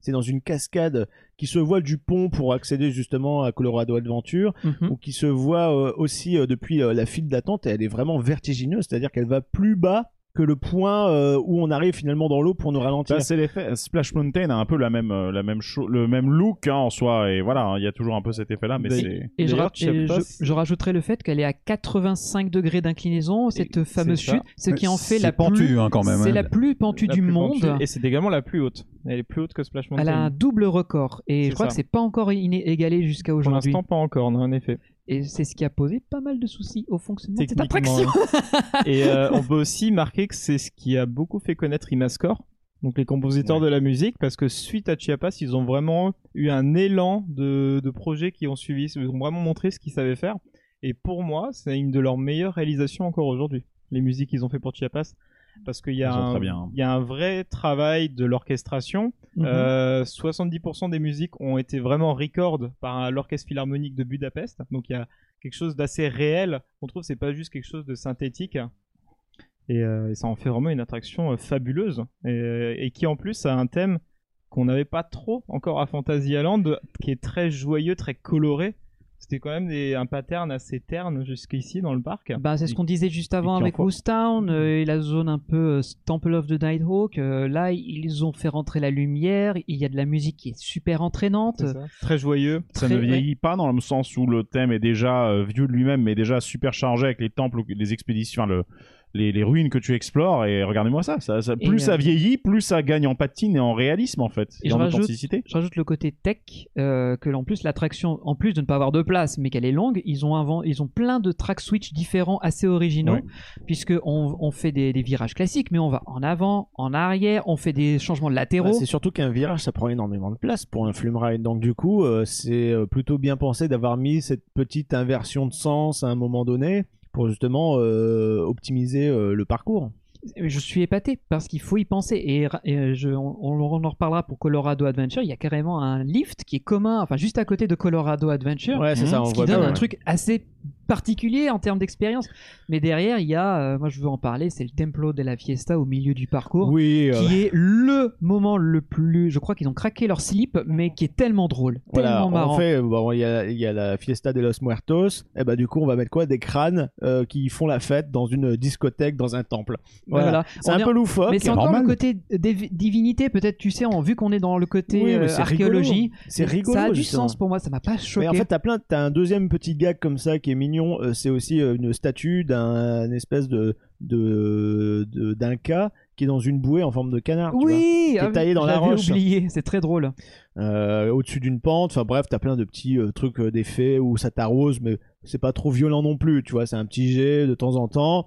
c'est dans une cascade qui se voit du pont pour accéder justement à Colorado Adventure Mhm. ou qui se voit euh, aussi euh, depuis euh, la file d'attente et elle est vraiment vertigineuse, c'est-à-dire qu'elle va plus bas que le point euh, où on arrive finalement dans l'eau pour nous ralentir. Bah, c'est l'effet- Splash Mountain a un peu la même, euh, la même cho- le même look hein, en soi, et voilà, hein, il y a toujours un peu cet effet-là, mais D'ailleurs- c'est. Et, je, D'ailleurs, ra- tu savais et pas je- si- je rajouterai le fait qu'elle est à 85 degrés d'inclinaison, cette fameuse ça. chute, ce qui en fait C'est la plus, pentu hein, quand même. c'est hein. la plus pentue La du plus monde. pentue. Et c'est également la plus haute. Elle est plus haute que Splash Mountain. Elle a un double record et C'est je crois ça. que c'est pas encore iné- égalé jusqu'à Pour aujourd'hui. l'instant, pas encore, non, en effet. Et c'est ce qui a posé pas mal de soucis au fonctionnement de cette Techniquement, attraction. Et euh, on peut aussi marquer que c'est ce qui a beaucoup fait connaître Imascore, donc les compositeurs de la musique, parce que suite à Chiapas, ils ont vraiment eu un élan de, de projets qui ont suivi. Ils ont vraiment montré ce qu'ils savaient faire. Et pour moi, c'est une de leurs meilleures réalisations encore aujourd'hui, les musiques qu'ils ont fait pour Chiapas. Parce qu'il y, a Elles sont un- très bien. il y a un vrai travail de l'orchestration. Mhm. Euh, 70% des musiques ont été vraiment record par l'orchestre philharmonique de Budapest. Donc il y a quelque chose d'assez réel. On trouve c'est pas juste quelque chose de synthétique. Et, euh, et ça en fait vraiment une attraction euh, fabuleuse. Et, euh, et qui en plus a un thème qu'on n'avait pas trop encore à Fantasy Island, qui est très joyeux, très coloré. C'était quand même des- un pattern assez terne jusqu'ici dans le parc. Bah, c'est ce qu'on disait juste avant qui avec encore- Woostown Mhm. euh, et la zone un peu euh, Temple of the Nighthawk. euh, là, ils ont fait rentrer la lumière. Il y a de la musique qui est super entraînante. C'est ça. Très joyeux. Ça Très- ne vieillit pas dans le sens où le thème est déjà euh, vieux de lui-même, mais déjà super chargé avec les temples, les expéditions, enfin, le- les, les ruines que tu explores. Et regardez-moi ça, ça, ça- Et, plus ça euh, vieillit, plus ça gagne en patine et en réalisme en fait, Et et, je en rajoute- authenticité. Je rajoute le côté tech, euh, que en plus l'attraction, en plus de ne pas avoir de place, mais qu'elle est longue, ils ont, invent- ils ont plein de track switch différents assez originaux, Ouais. puisque on, on fait des, des virages classiques, mais on va en avant, en arrière, on fait des changements Bah, latéraux. c'est surtout qu'un virage, ça prend énormément de place pour un flume ride. Donc, du coup, euh, c'est euh, plutôt bien pensé d'avoir mis cette petite inversion de sens à un moment donné pour justement euh, optimiser euh, le parcours. je suis épaté parce qu'il faut y penser. Et, ra- et, euh, je- on, on- on en reparlera pour Colorado Adventure. Il y a carrément un lift qui est commun, enfin juste à côté de Colorado Adventure. Ouais, c'est ça, on ce qui voit donne bien, un ouais. truc assez particulier en termes d'expérience. Mais derrière, il y a, euh, moi je veux en parler, c'est le Templo de la Fiesta au milieu du parcours. Oui, euh, Qui est le moment le plus. Je crois qu'ils ont craqué leur slip, mais qui est tellement drôle, voilà, tellement marrant. en fait, bon, il y, a- il y a la Fiesta de los Muertos. Et bah, du coup, on va mettre quoi Des crânes euh, qui font la fête dans une discothèque, dans un temple. Voilà. Voilà. C'est On un est- peu loufoque. Mais c'est encore normal. le côté div- divinité, peut-être, tu sais, en, vu qu'on est dans le côté Oui, mais euh, c'est rigolo. archéologie. C'est Mais rigolo. Ça a du justement. sens pour moi, ça m'a pas choqué. Mais en fait, t'as plein, t'as un deuxième petit gag comme ça qui est mignon. euh, c'est aussi euh, une statue d'un espèce de de de- d'un cas qui est dans une bouée en forme de canard. tu vois, oui, est ah oui, taillé dans la j'avais roche. oublié, c'est très drôle. euh, au-dessus d'une pente. Enfin bref, t'as plein de petits euh, trucs euh, d'effets où ça t'arrose, mais c'est pas trop violent non plus. Tu vois, c'est un petit jet de temps en temps.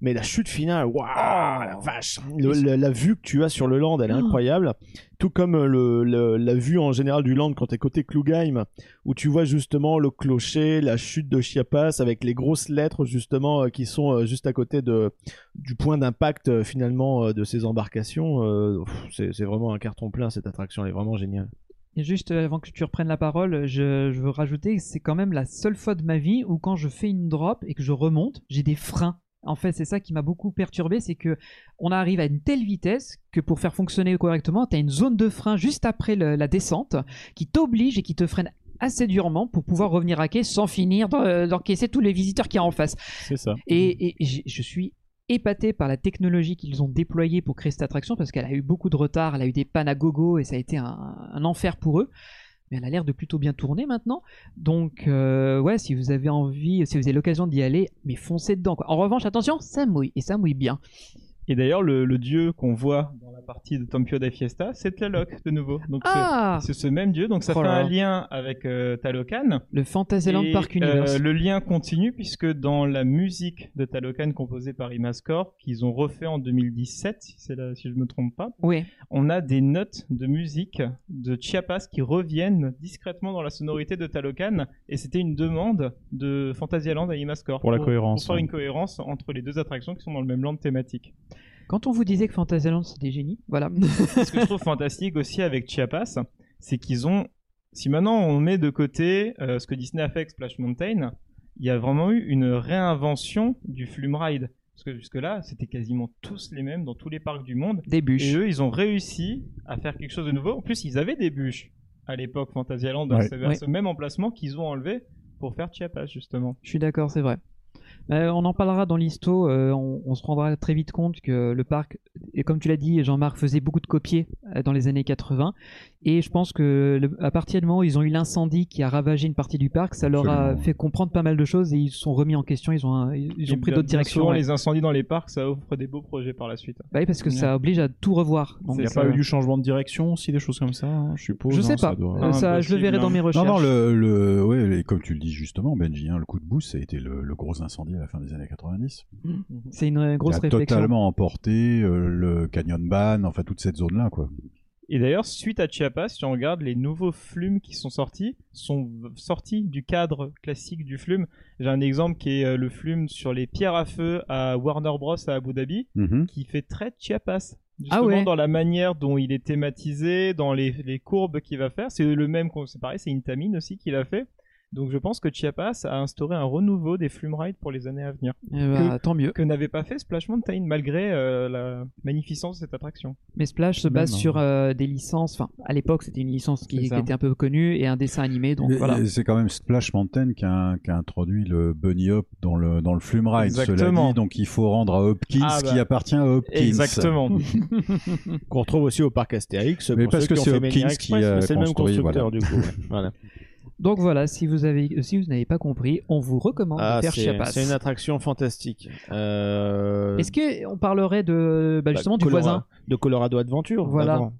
Mais la chute finale, waouh, la vache Le- la, la vue que tu as sur le land, elle est Oh. incroyable. Tout comme euh, le, le- la vue en général du land quand t'es côté Klugheim, où tu vois justement le clocher, la chute de Chiapas avec les grosses lettres justement euh, qui sont euh, juste à côté de du point d'impact euh, finalement euh, de ces embarcations. Euh, pff, c'est c'est vraiment un carton plein cette attraction, elle est vraiment géniale. Et juste euh, avant que tu reprennes la parole, je, je veux rajouter que c'est quand même la seule fois de ma vie où quand je fais une drop et que je remonte, j'ai des freins. En fait, c'est ça qui m'a beaucoup perturbé, c'est que on arrive à une telle vitesse que pour faire fonctionner correctement, tu as une zone de frein juste après le- la descente qui t'oblige et qui te freine assez durement pour pouvoir revenir à quai sans finir d'en- euh, d'encaisser tous les visiteurs qui y a en face. C'est ça. Mhm. Et, et j'ai- je suis épaté par la technologie qu'ils ont déployée pour créer cette attraction parce qu'elle a eu beaucoup de retard, elle a eu des pannes à gogo et ça a été un, un enfer pour eux. Mais elle a l'air de plutôt bien tourner maintenant. Donc, euh, ouais, si vous avez envie, si vous avez l'occasion d'y aller, mais foncez dedans. Quoi. En revanche, attention, ça mouille et ça mouille bien. Et d'ailleurs, le, le dieu qu'on voit dans la partie de Tempio da Fiesta, c'est Tlaloc de nouveau. Donc c'est- Ah c'est ce même dieu, donc ça Oh fait là un là. lien avec euh, Talocan. Le Fantasyland Et, Park Universe. euh, le lien continue puisque dans la musique de Talocan composée par Imascore, qu'ils ont refait en 2017, si, c'est là- si je ne me trompe pas, Oui. on a des notes de musique de Chiapas qui reviennent discrètement dans la sonorité de Talocan. Et c'était une demande de Fantasyland à Imascore Pour la cohérence, Pour faire ouais. une cohérence entre les deux attractions qui sont dans le même land thématique. Quand on vous disait que Fantasyland, c'est des génies, voilà. ce que je trouve fantastique aussi avec Chiapas, c'est qu'ils ont. Si maintenant on met de côté euh, ce que Disney a fait avec Splash Mountain, il y a vraiment eu une réinvention du Flume Ride. Parce que jusque-là, c'était quasiment tous les mêmes dans tous les parcs du monde. des Et bûches. eux, ils ont réussi à faire quelque chose de nouveau. En plus, ils avaient des bûches à l'époque Fantasyland, Ouais. c'est vers Ouais. ce même emplacement qu'ils ont enlevé pour faire Chiapas, justement. Je suis d'accord, c'est vrai. Euh, on en parlera dans l'histo. euh, on, on se rendra très vite compte que le parc, et comme tu l'as dit, Jean-Marc faisait beaucoup de copier euh, dans les années 80. Et je pense que le- à partir du moment où ils ont eu l'incendie qui a ravagé une partie du parc, ça leur a Absolument. fait comprendre pas mal de choses et ils se sont remis en question. Ils ont, un- ils, ils ont Et pris bien- d'autres bien directions. Souvent, ouais. les incendies dans les parcs, ça offre des beaux projets par la suite. Bah oui, parce que ça oblige à tout revoir. Il Donc, n'y a ça- pas eu du changement de direction aussi, des choses comme ça, hein, je suppose. Je non, sais ça pas. doit- Euh, ça, je le Impossible, verrai dans hein. mes Non, recherches. non, le, le- ouais, et comme tu le dis justement, Benji, hein, le coup de boost, ça a été le, le gros incendie à la fin des années 90. C'est une euh, grosse qui a réflexion. totalement emporté euh, le Canyon Ban, enfin toute cette zone-là, quoi. Et d'ailleurs, suite à Chiapas, si on regarde les nouveaux flumes qui sont sortis, sont v- sortis du cadre classique du flume. J'ai un exemple qui est euh, le flume sur les pierres à feu à Warner Bros à Abu Dhabi, Mm-hmm. Mhm. qui fait très Chiapas. Justement, Ah ouais. dans la manière dont il est thématisé, dans les, les courbes qu'il va faire. C'est le même, qu'on- c'est pareil, c'est Intamin aussi qui l'a fait. Donc je pense que Chiapas a instauré un renouveau des flume rides pour les années à venir, Eh bah, tant mieux. que n'avait pas fait Splash Mountain malgré euh, la magnificence de cette attraction. Mais Splash se Même, base hein. sur euh, des licences. Enfin, à l'époque, c'était une licence qui, C'est ça. qui était un peu connue et un dessin animé. Donc Mais voilà. C'est quand même Splash Mountain qui a, qui a introduit le Bunny Hop dans le, dans le Flume Ride, cela Exactement. dit. Donc il faut rendre à Hopkins Ah, ce bah. qui appartient à Hopkins. Exactement. qu'on retrouve aussi au parc Astérix. Mais pour parce ceux que qui ont c'est fait Mania Hopkins Express, qui a mais c'est le même construit, constructeur du coup. ouais. Voilà. Donc voilà, si vous avez, si vous n'avez pas compris, on vous recommande Ah, de faire c'est Chiapas. c'est une attraction fantastique. Euh, Est-ce que on parlerait de bah, bah, justement du Colora- voisin de Colorado Adventure, Voilà. avant.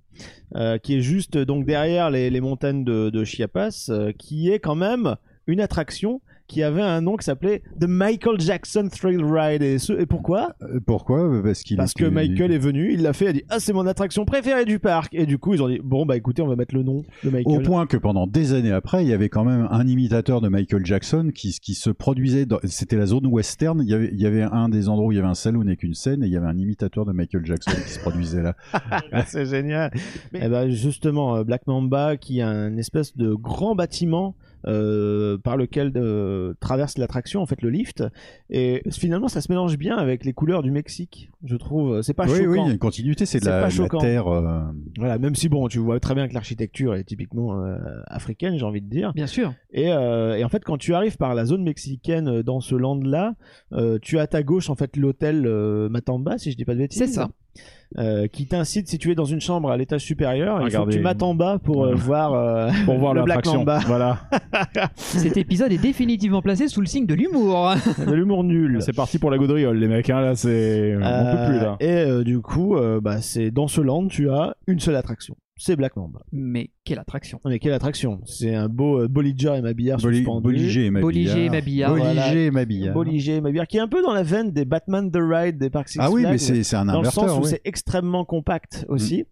Euh, qui est juste euh, donc derrière les, les montagnes de, de Chiapas, euh, qui est quand même une attraction qui avait un nom qui s'appelait The Michael Jackson Thrill Ride. Et, ce- et pourquoi Euh, Pourquoi Parce qu'il Parce que était- Michael est venu, il l'a fait, il a dit Ah, c'est mon attraction préférée du parc. Et du coup, ils ont dit Bon, bah écoutez, on va mettre le nom de Michael. Au point que pendant des années après, il y avait quand même un imitateur de Michael Jackson qui, qui se produisait. dans- C'était la zone western. Il y, avait, il y avait un des endroits où il y avait un saloon avec une scène et il y avait un imitateur de Michael Jackson qui se produisait là. c'est génial. Eh ben, justement, euh, Black Mamba, qui a un espèce de grand bâtiment euh, par lequel euh, traverse l'attraction, en fait, le lift. Et finalement, ça se mélange bien avec les couleurs du Mexique, je trouve. C'est pas oui, choquant. oui, il y a une continuité. C'est de C'est la, pas de la choquant. terre. euh, Voilà, même si bon, tu vois très bien que l'architecture est typiquement euh, africaine, j'ai envie de dire. Bien sûr. Et, euh, et en fait, quand tu arrives par la zone mexicaine euh, dans ce land-là, euh, tu as à ta gauche en fait l'hôtel euh, Matamba, si je dis pas de bêtises. C'est ça. Euh, qui t'incite si tu es dans une chambre à l'étage supérieur. Il faut que Regardez. tu mates en bas pour euh, Ouais. voir euh, Pour voir le Black l'attraction. Mamba. Voilà. Cet épisode est définitivement placé sous le signe de l'humour. de l'humour nul. c'est parti pour la gaudriole, les mecs. hein, là, c'est. On peut plus, Euh, là. Et euh, du coup, euh, bah, c'est dans ce land, tu as une seule attraction. C'est Black Mamba. Mais quelle attraction Mais quelle attraction C'est un beau euh, Bollinger et Mabillard Boli- suspendu. Bolliger et Mabillard. Bolliger et Mabillard, Bolliger voilà. et Mabillard. Bolliger et Mabillard, qui est un peu dans la veine des Batman The Ride des parcs Six Ah oui, Flags. mais c'est c'est un dans le inverteur. sens où oui. Mm. c'est extrêmement compact aussi.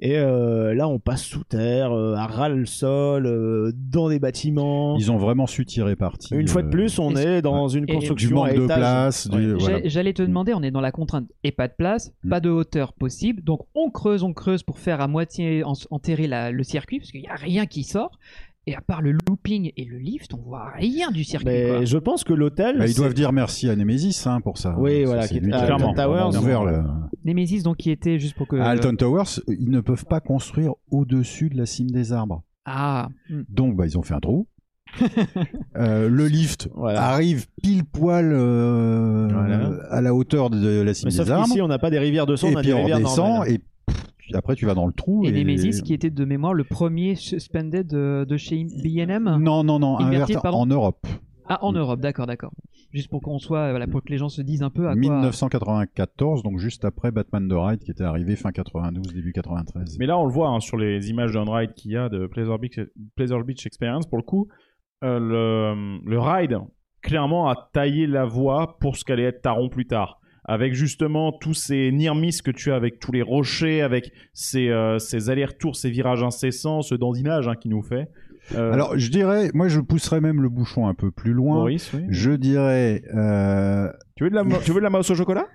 Et euh, là, on passe sous terre, euh, à ras le sol, euh, dans des bâtiments. Ils ont vraiment su tirer parti. Une fois de euh, plus, on Est-ce- est dans une Et- du construction à manque de étages. place. du- Ouais. J'ai- Euh, voilà. J'allais te demander, on est dans la contrainte et pas de place, Mm. pas de hauteur possible. Donc on creuse, on creuse pour faire à moitié en- enterrer la- le circuit, parce qu'il n'y a rien qui sort. Et à part le looping et le lift, on voit rien du circuit. quoi. Mais je pense que l'hôtel, Bah, ils c'est- doivent dire merci à Nemesis hein, pour ça. Oui, Parce que voilà, c'est qui est- lui à a Alton vraiment Towers. ouvert le- Nemesis, donc qui était juste pour que. À Alton Towers, ils ne peuvent pas construire au-dessus de la cime des arbres. Ah, mm. Donc, bah, ils ont fait un trou. Euh, le lift Voilà. arrive pile poil euh, Voilà. à la hauteur de la cime mais sauf des arbres. qu'ici, on n'a pas des rivières de sang, et on a puis des on rivières descend normales. et pff, après tu vas dans le trou. et Nemesis qui était de mémoire le premier suspended euh, de, de chez BM. Non, non, non, Inverted, inverté pardon. en Europe. Ah, en Europe, d'accord, d'accord. Juste pour qu'on soit, voilà, pour que les gens se disent un peu à quoi. 1994, donc juste après Batman de Ride qui était arrivé fin 92, début 93. Mais là, on le voit hein, sur les images d'un ride qu'il y a de Pleasure Beach, Pleasure Beach Experience. Pour le coup, euh, le, le ride, clairement, a taillé la voie pour ce qu'allait être Taron plus tard. Avec justement tous ces nirmis que tu as, avec tous les rochers, avec ces, euh, ces allers-retours, ces virages incessants, ce dandinage hein, qui nous fait. Euh, Alors je dirais, moi je pousserais même le bouchon un peu plus loin. Maurice, oui. Je dirais, euh, tu, veux de la, mo- tu veux de la mousse au chocolat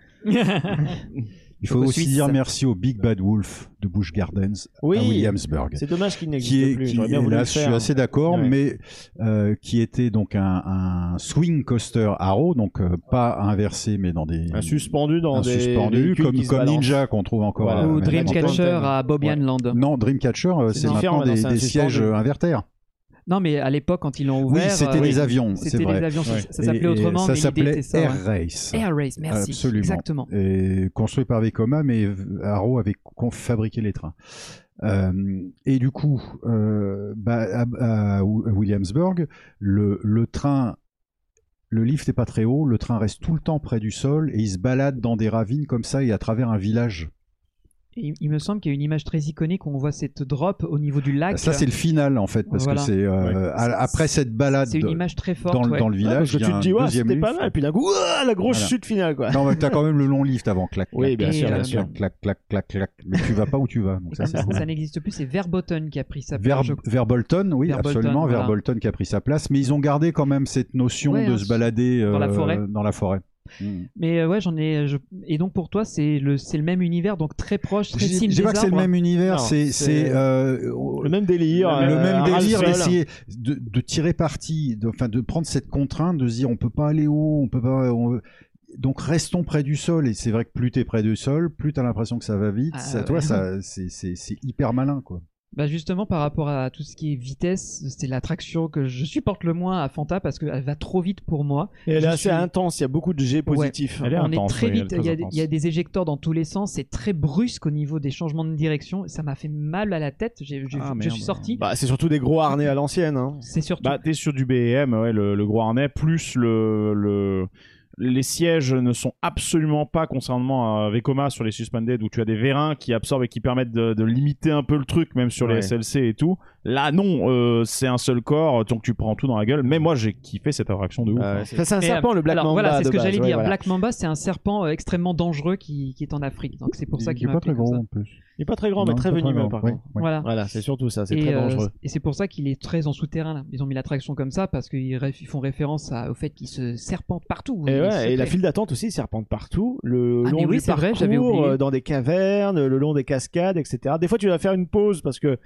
il faut Au aussi Suisse. dire merci au Big Bad Wolf de Busch Gardens Oui. à Williamsburg. C'est dommage qu'il qui n'existe est, plus. qui J'aurais bien est- voulu là, le je suis faire. assez d'accord, Ouais. mais euh, qui était donc un, un swing coaster à roue, donc euh, pas inversé, mais dans des Un hein. suspendu dans un des suspendu, véhicules comme, qui se comme balancent. Ninja qu'on trouve encore. Voilà. à- Ou maintenant. Dreamcatcher Dreamcatcher Mountain. à Bobby Ouais. Island. Non, Dreamcatcher, euh, C'est c'est différent, maintenant maintenant, des, c'est un des suspendu. sièges euh, invertères. Non, mais à l'époque, quand ils l'ont Oui, ouvert. c'était euh, des avions, c'est C'était vrai. des avions. ça- Ouais. Ça Et- s'appelait et autrement, Ça mais l'idée s'appelait était ça. ouais. Air Race. Air Race, merci. Absolument. Exactement. et construit par Vekoma, mais Arrow avait con- fabriqué les trains. Euh, et du coup, euh, bah, à, à Williamsburg, le, le train, le lift n'est pas très haut, le train reste tout le temps près du sol et il se balade dans des ravines comme ça et à travers un village. Et il- il me semble qu'il y a une image très iconique où on voit cette drop au niveau du lac. Ça, c'est le final en fait, Ah, parce Voilà. que c'est euh, Ouais. à- après cette balade C'est une image très forte. dans, le- ouais. dans le Ah, parce village, que il y tu a te un dis, ouais, deuxième c'était lift. pas mal. Puis d'un coup, ouah, la grosse Voilà. chute finale, quoi. Non, mais t'as quand même le long lift avant, clac, clac, Oui, bien Et, sûr, bien euh, sûr. clac, clac, clac, clac, clac. Mais tu vas pas où tu vas. Donc et comme ça, c'est ça, cool. ça n'existe plus, c'est Verboten qui a pris sa Ver, place. je crois. Verbolten, oui, Verbolten, absolument. voilà. Verbolten qui a pris sa place, mais ils ont gardé quand même cette notion Ouais, de hein, se balader dans la euh, forêt. dans la forêt. Mm. Mais euh, ouais, j'en ai. je- Et donc pour toi, c'est le, c'est le même univers, donc très proche, très Je dis- signe je dis des pas que c'est le arbres. même univers, Non, c'est c'est- c'est, euh, Le même délire. le euh, même ras le délire sol. d'essayer de, de tirer parti, de, enfin de prendre cette contrainte, de se dire on peut pas aller haut, on peut pas. on- Donc restons près du sol et c'est vrai que plus t'es près du sol, plus t'as l'impression que ça va vite. Ah, ça, ouais. Toi, ça, c'est- c'est c'est hyper malin quoi. Bah justement, par rapport à tout ce qui est vitesse, c'est l'attraction que je supporte le moins à Fanta parce qu'elle va trop vite pour moi. Et elle Je est assez suis- intense, il y a beaucoup de G positifs. hein. Elle est On intense, est très oui, elle est vite, il y, a, très intense. il y a des éjecteurs dans tous les sens, c'est très brusque au niveau des changements de direction, ça m'a fait mal à la tête, j'ai- j'ai- Ah, je merde. suis sorti. Bah, c'est surtout des gros harnais à l'ancienne. Hein. c'est surtout Bah, t'es sur du BM, ouais, le, le gros harnais, plus le, le- Les sièges ne sont absolument pas, concernant à Vekoma, sur les suspended, où tu as des vérins qui absorbent et qui permettent de, de limiter un peu le truc, même sur Ouais. les SLC et tout. Là, non, euh, c'est un seul corps, donc tu prends tout dans la gueule. Mais moi, j'ai kiffé cette attraction de ouf. hein. Euh, ça, c'est un Et, serpent, euh, le Black alors, Mamba. Voilà, c'est de ce que base, j'allais ouais, dire. voilà. Black Mamba, c'est un serpent euh, extrêmement dangereux qui, qui est en Afrique. Donc c'est pour ça Il qu'il est m'a pas appelé très comme gros ça. en plus. Il est pas très grand, mais Non, très pas venimeux, grand, par oui, contre. oui. Voilà. Voilà, c'est surtout ça, c'est Et, très euh, dangereux. et c'est pour ça qu'il est très en souterrain. Là. Ils ont mis l'attraction comme ça parce qu'ils ré- ils font référence à- au fait qu'il se serpente partout. Et, Il ouais, se et la fait- file d'attente aussi serpente partout, le Ah, long mais oui, du c'est parcours, vrai, j'avais oublié. euh, dans des cavernes, le long des cascades, etc. Des fois, tu vas faire une pause parce que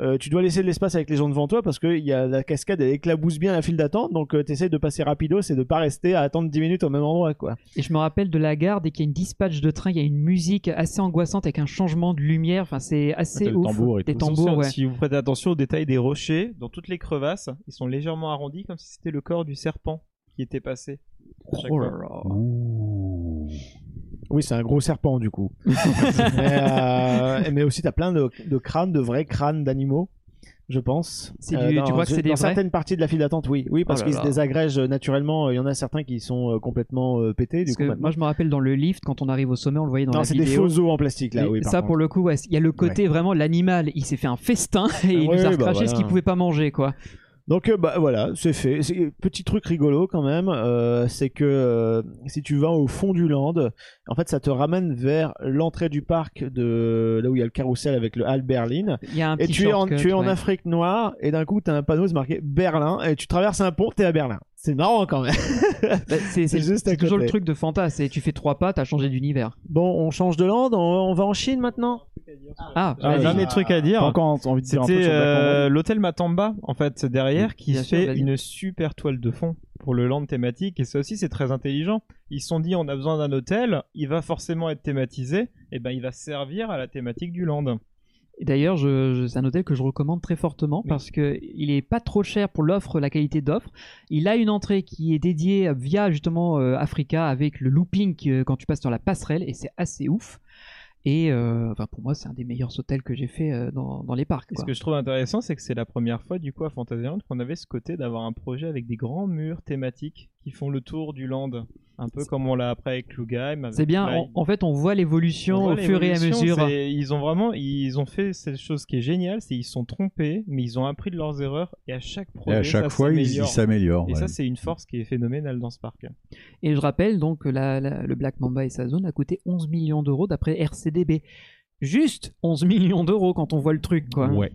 euh, tu dois laisser de l'espace avec les gens devant toi parce que il y a la cascade, elle éclabousse bien la file d'attente, donc tu essayes de passer rapido, c'est de pas rester à attendre 10 minutes au même endroit, quoi. Et je me rappelle de la gare, dès qu'il y a une dispatch de train, il y a une musique assez angoissante avec un changement de lumière. Enfin, c'est T'as assez des ouf. tambours et des tout. tambours, ouais. Si vous prêtez attention au détail des rochers, dans toutes les crevasses, ils sont légèrement arrondis comme si c'était le corps du serpent qui était passé. Oh là là. Ouh. Oui, c'est un gros serpent du coup. mais, euh, mais aussi, t'as plein de, de crânes, de vrais crânes d'animaux, je pense. Euh, C'est du- tu dans- crois que c'est des dans vrais certaines parties de la file d'attente, oui, oui, parce Oh là qu'ils se là. désagrègent euh, naturellement. Il y en a certains qui sont euh, complètement euh, pétés du Parce coup. que maintenant. moi, je me rappelle dans le lift, quand on arrive au sommet, on le voyait dans non, la c'est vidéo. des faux os en plastique là, Mais oui. par ça contre. pour le coup, ouais, il y a le côté vraiment l'animal, il s'est fait un festin et il nous Ah a oui, bah recraché ce voilà. qu'il pouvait pas manger quoi. Donc euh, bah, voilà, c'est fait. C'est- Petit truc rigolo quand même, euh, c'est que euh, si tu vas au fond du land, en fait ça te ramène vers l'entrée du parc de là où il y a le carrousel avec le hall Berlin. Il y a un Et petit tu es, en, shortcut, tu es en ouais. Afrique noire et d'un coup tu as un panneau c'est marqué Berlin et tu traverses un pont, t'es à Berlin. C'est marrant quand même. Bah, c'est c'est- C'est juste à c'est toujours côté. le truc de Fanta, c'est tu fais trois pas, t'as changé d'univers. Bon, on change de land, on, on va en Chine maintenant. Ah, Ah, vas-y. dernier truc à T'as dire. encore en- envie de dire un truc C'était sur Black Mamba euh, l'hôtel Matamba, en fait, c'est derrière, qui bien sûr, fait vas-y. une super toile de fond pour le land thématique. Et ça aussi, c'est très intelligent. Ils se sont dit, on a besoin d'un hôtel, il va forcément être thématisé, et ben il va servir à la thématique du land. Et D'ailleurs, je, je- c'est un hôtel que je recommande très fortement parce que il est pas trop cher pour l'offre, la qualité d'offre. Il a une entrée qui est dédiée via justement euh, Africa avec le looping euh, quand tu passes sur la passerelle et c'est assez ouf. Et euh, enfin, pour moi, c'est un des meilleurs hôtels que j'ai fait euh, dans, dans les parcs. Et quoi. ce que je trouve intéressant, c'est que c'est la première fois, du coup, à Fantasyland qu'on avait ce côté d'avoir un projet avec des grands murs thématiques qui font le tour du land. Un peu comme on l'a après avec Lugheim. avec C'est bien, Fly. on- en fait, on voit l'évolution On voit au fur et à l'évolution, mesure. c'est- Ils ont vraiment, ils ont fait cette chose qui est géniale, c'est ils se sont trompés, mais ils ont appris de leurs erreurs et à chaque Et projet, Eh, à chaque ça fois, ils- ils s'améliore. s'améliorent. Et ouais. ça, c'est une force qui est phénoménale dans ce parc. Et je rappelle donc que la- la- le Black Mamba et sa zone a coûté 11 millions d'euros d'après RCDB. Juste 11 millions d'euros quand on voit le truc, quoi. euh, Ouais.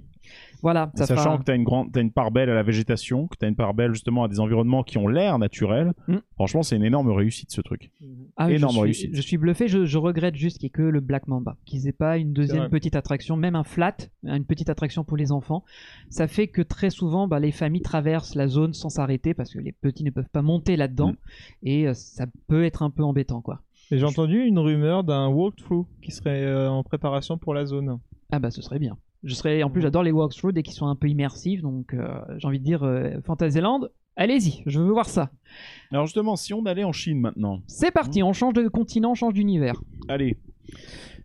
Voilà, ça Sachant fera- que tu as une grande, t'as une part belle à la végétation, que tu as une part belle justement à des environnements qui ont l'air naturels. Mm. Franchement, c'est une énorme réussite ce truc. Ah, je énorme suis- réussite. Je suis bluffé, je, je regrette juste qu'il n'y ait que le Black Mamba, qu'ils aient pas une deuxième vrai. petite attraction, même un flat, une petite attraction pour les enfants. Ça fait que très souvent, bah, les familles traversent la zone sans s'arrêter parce que les petits ne peuvent pas monter là-dedans Mm. et euh, ça peut être un peu embêtant, quoi. Et j'ai entendu une rumeur d'un walkthrough qui serait euh, en préparation pour la zone. Ah bah ce serait bien. Je serais, en Mm. plus, j'adore les walkthroughs dès qu'ils sont un peu immersifs. Donc, euh, j'ai envie de dire euh, Fantasyland, allez-y, je veux voir ça. Alors justement, si on allait en Chine maintenant, C'est parti, Mm. on change de continent, on change d'univers. allez.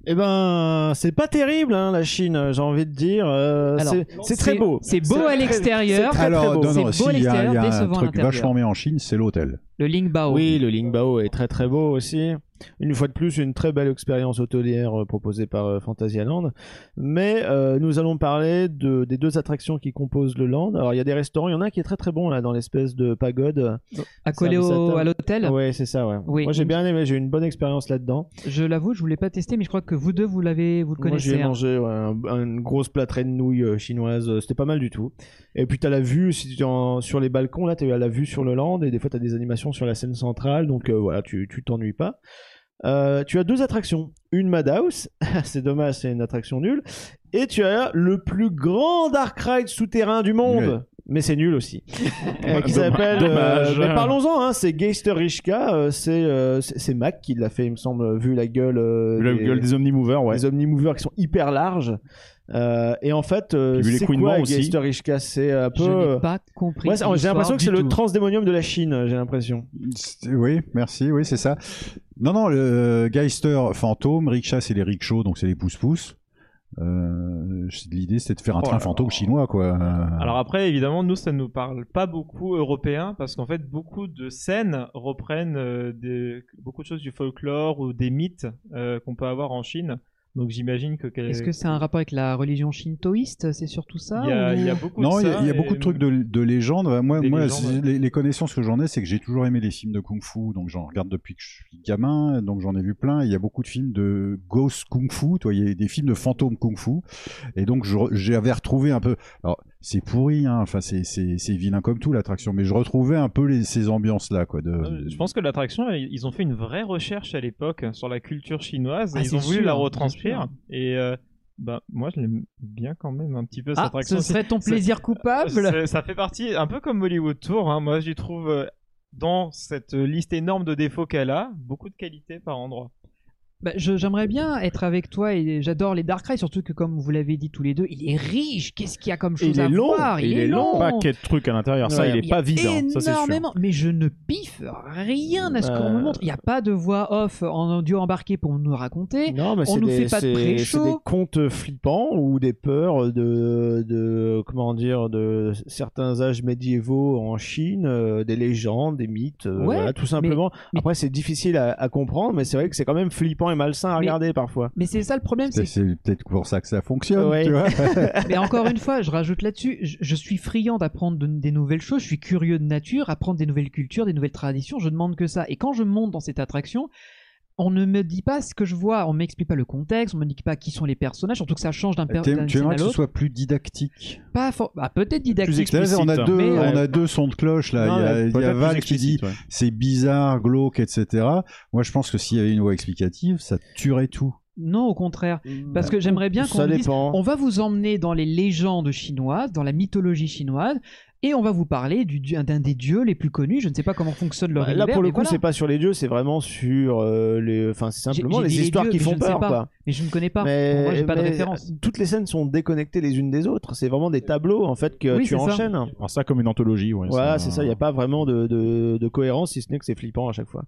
Eh ben, c'est pas terrible, hein, la Chine, j'ai envie de dire. euh, Alors, c'est- c'est très beau. C'est beau à l'extérieur. très, très beau. non, non, C'est beau s'il à y a, il y a l'extérieur, un décevant à truc l'intérieur. vachement bien en Chine, c'est l'hôtel. Le Lingbao. Oui, le Lingbao est très très beau aussi. Une fois de plus, une très belle expérience hôtelière euh, proposée par euh, Phantasialand. Mais euh, nous allons parler de, des deux attractions qui composent le land. Alors, il y a des restaurants, il y en a un qui est très très bon là, dans l'espèce de pagode. accolé Service à au, table. à l'hôtel. Ouais, c'est ça, ouais. Oui. Moi, j'ai bien aimé, j'ai eu une bonne expérience là-dedans. Je l'avoue, je voulais pas tester, mais je crois que vous deux, vous l'avez, vous le Moi, j'ai connaissez. hein. mangé ouais, un- une grosse plâtrée de nouilles euh, chinoises. euh, C'était pas mal du tout. Et puis, t'as la vue, si tu es en- sur les balcons, là, t'as la vue sur le land. Et des fois, t'as des animations sur la scène centrale. Donc, euh, voilà, tu tu t'ennuies pas. Euh, tu as deux attractions. Une Madhouse, c'est dommage, c'est une attraction nulle. Et tu as le plus grand dark ride souterrain du monde. Ouais. Mais c'est nul aussi. Euh, Dommage. qui s'appelle. euh, Dommage. mais parlons-en, hein, c'est Geister Rishka. euh, c'est euh, c'est c'est Mac qui l'a fait, il me semble, vu la gueule. euh, La des- gueule des omnimovers, ouais. les omnimovers qui sont hyper larges. Euh, et en fait, euh, Puis vu les c'est couinements quoi aussi. Geister Ishka C'est un Je peu. euh, n'ai pas compris. Ouais, c'est- j'ai l'impression que c'est le train transdémonium de la Chine, j'ai l'impression. C'est- Oui, merci, oui, c'est ça. Non, non, le euh, Geister fantôme, Riksha, c'est les rickshaws, donc c'est les pousse-pousse. Euh, c'est- L'idée, c'était de faire un Oh train là fantôme là. chinois, quoi. Alors après, évidemment, nous, ça ne nous parle pas beaucoup européens parce qu'en fait, beaucoup de scènes reprennent euh, des- beaucoup de choses du folklore ou des mythes euh, qu'on peut avoir en Chine. Donc j'imagine que... Est-ce que c'est un rapport avec la religion shintoïste C'est surtout ça il y, a, ou- il y a beaucoup non, de il y a- ça il y, a et- beaucoup de trucs de, de légende. Moi, Des moi légendes, c'est- ouais. les, les connaissances que j'en ai, c'est que j'ai toujours aimé les films de kung-fu, donc j'en regarde depuis que je suis gamin, donc j'en ai vu plein. Il y a beaucoup de films de ghost kung-fu, toi, il y a des films de fantômes kung-fu, et donc je re- j'avais retrouvé un peu. Alors, c'est pourri, hein, enfin, c'est- c'est c'est vilain comme tout l'attraction, mais je retrouvais un peu les- ces ambiances-là, quoi. De, Euh, Je pense que l'attraction, ils ont fait une vraie recherche à l'époque sur la culture chinoise. Ah, ils ont c'est voulu sûr, la bien retranscrire. sûr. Et euh, bah, moi, je l'aime bien quand même un petit peu cette Ah, attraction. ce aussi. serait ton c'est- plaisir coupable C'est- Ça fait partie, un peu comme Hollywood Tour. hein. Moi, j'y trouve euh, dans cette liste énorme de défauts qu'elle a, beaucoup de qualités par endroit. Bah, je- J'aimerais bien être avec toi et j'adore les Dark Ride, surtout que comme vous l'avez dit tous les deux, il est riche. Qu'est-ce qu'il y a comme chose Il est à long, voir il est long. Pas qu'un truc à l'intérieur, ça Ouais. il Il est y a pas vide, hein, ça c'est sûr. énormément, mais je ne piffe rien à ce qu'on Euh, me montre. Il n'y a pas de voix off en audio embarqué pour nous raconter. Non, mais On c'est nous des, fait pas de c'est- pré-show. c'est des contes flippants ou des peurs de, de comment dire de certains âges médiévaux en Chine, euh, des légendes, des mythes, euh, Ouais, voilà, tout mais- simplement. mais- Après, c'est difficile à, à comprendre, mais c'est vrai que c'est quand même flippant et malsain à Mais- regarder parfois. Mais c'est ça le problème, C'est- c'est C'est peut-être pour ça que ça fonctionne, Ouais. tu vois. Mais encore une fois, je rajoute là-dessus, je, je suis friand d'apprendre de- des nouvelles choses, je suis curieux de nature, apprendre des nouvelles cultures, des nouvelles traditions, je demande que ça. Et quand je monte dans cette attraction, on ne me dit pas ce que je vois, on m'explique pas le contexte, on me dit pas qui sont les personnages, surtout que ça change d'un per- T'aimes- d'un tu scène aimerais à que ce l'autre. soit plus didactique. Pas for- bah, peut-être didactique. Plus explicite, on a hein. deux, Mais, on euh, ouais. a deux sons de cloche là. Non, il y a, il y a peut-être plus Val qui dit explicite, ouais. c'est bizarre, glauque, etc. Moi, je pense que s'il y avait une voix explicative, ça tuerait tout. Non, au contraire. Parce que j'aimerais bien qu'on Bah, Ça me dise dépend. on va vous emmener dans les légendes chinoises, dans la mythologie chinoise, et on va vous parler du dieu- d'un des dieux les plus connus. Je ne sais pas comment fonctionne leur Bah, là, univers, pour le mais coup, voilà. c'est pas sur les dieux, c'est vraiment sur euh, les. Enfin, c'est simplement J'ai- j'ai les dit les histoires dieux, qui mais je font ne sais peur, pas. quoi. Mais je ne connais pas. Mais- Pour moi, j'ai pas de mais euh, référence. Toutes les scènes sont déconnectées les unes des autres. C'est vraiment Euh, des tableaux en fait que Oui, tu c'est ça. enchaînes. Alors ça comme une anthologie, ouais. Voilà, c'est ça, il n'y a pas vraiment de, de, de cohérence, si ce n'est que c'est flippant à chaque fois.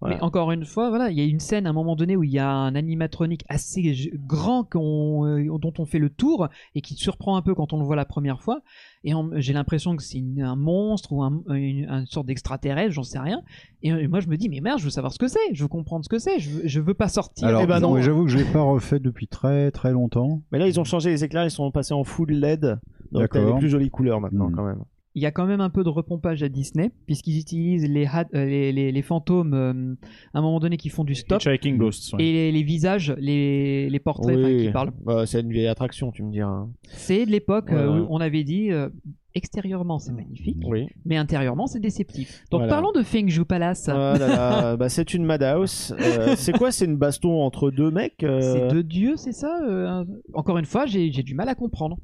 Voilà. Mais encore une fois, voilà, il y a une scène à un moment donné où il y a un animatronique assez g- grand qu'on, euh, dont on fait le tour et qui te surprend un peu quand on le voit la première fois. Et on- j'ai l'impression que c'est une- un monstre ou un, une, une sorte d'extraterrestre, j'en sais rien. Et euh, moi, je me dis, mais merde, je veux savoir ce que c'est, je veux comprendre ce que c'est, je, veux- je veux pas sortir. Alors, eh ben non. moi, j'avoue que je l'ai pas refait depuis très très longtemps. Mais là, ils ont changé les éclairs, ils sont passés en full LED. Donc, t'as Mm. D'accord. des plus jolies couleurs maintenant, Mm. quand même. il y a quand même un peu de repompage à Disney, puisqu'ils utilisent les, hat- euh, les, les- les fantômes euh, à un moment donné qui font du stop. Hitchhiking Ghosts. ouais. Et les, les visages, les, les portraits enfin, qui parlent. Bah, c'est une vieille attraction, tu me diras. hein. C'est de l'époque Voilà. euh, où on avait dit euh, extérieurement c'est magnifique, Oui. mais intérieurement c'est déceptif. Donc Voilà. parlons de Feng Shui Palace. Ah là là, bah, c'est une Madhouse. Euh, c'est quoi C'est une baston entre deux mecs euh, C'est deux dieux, c'est ça euh, un- Encore une fois, j'ai j'ai du mal à comprendre.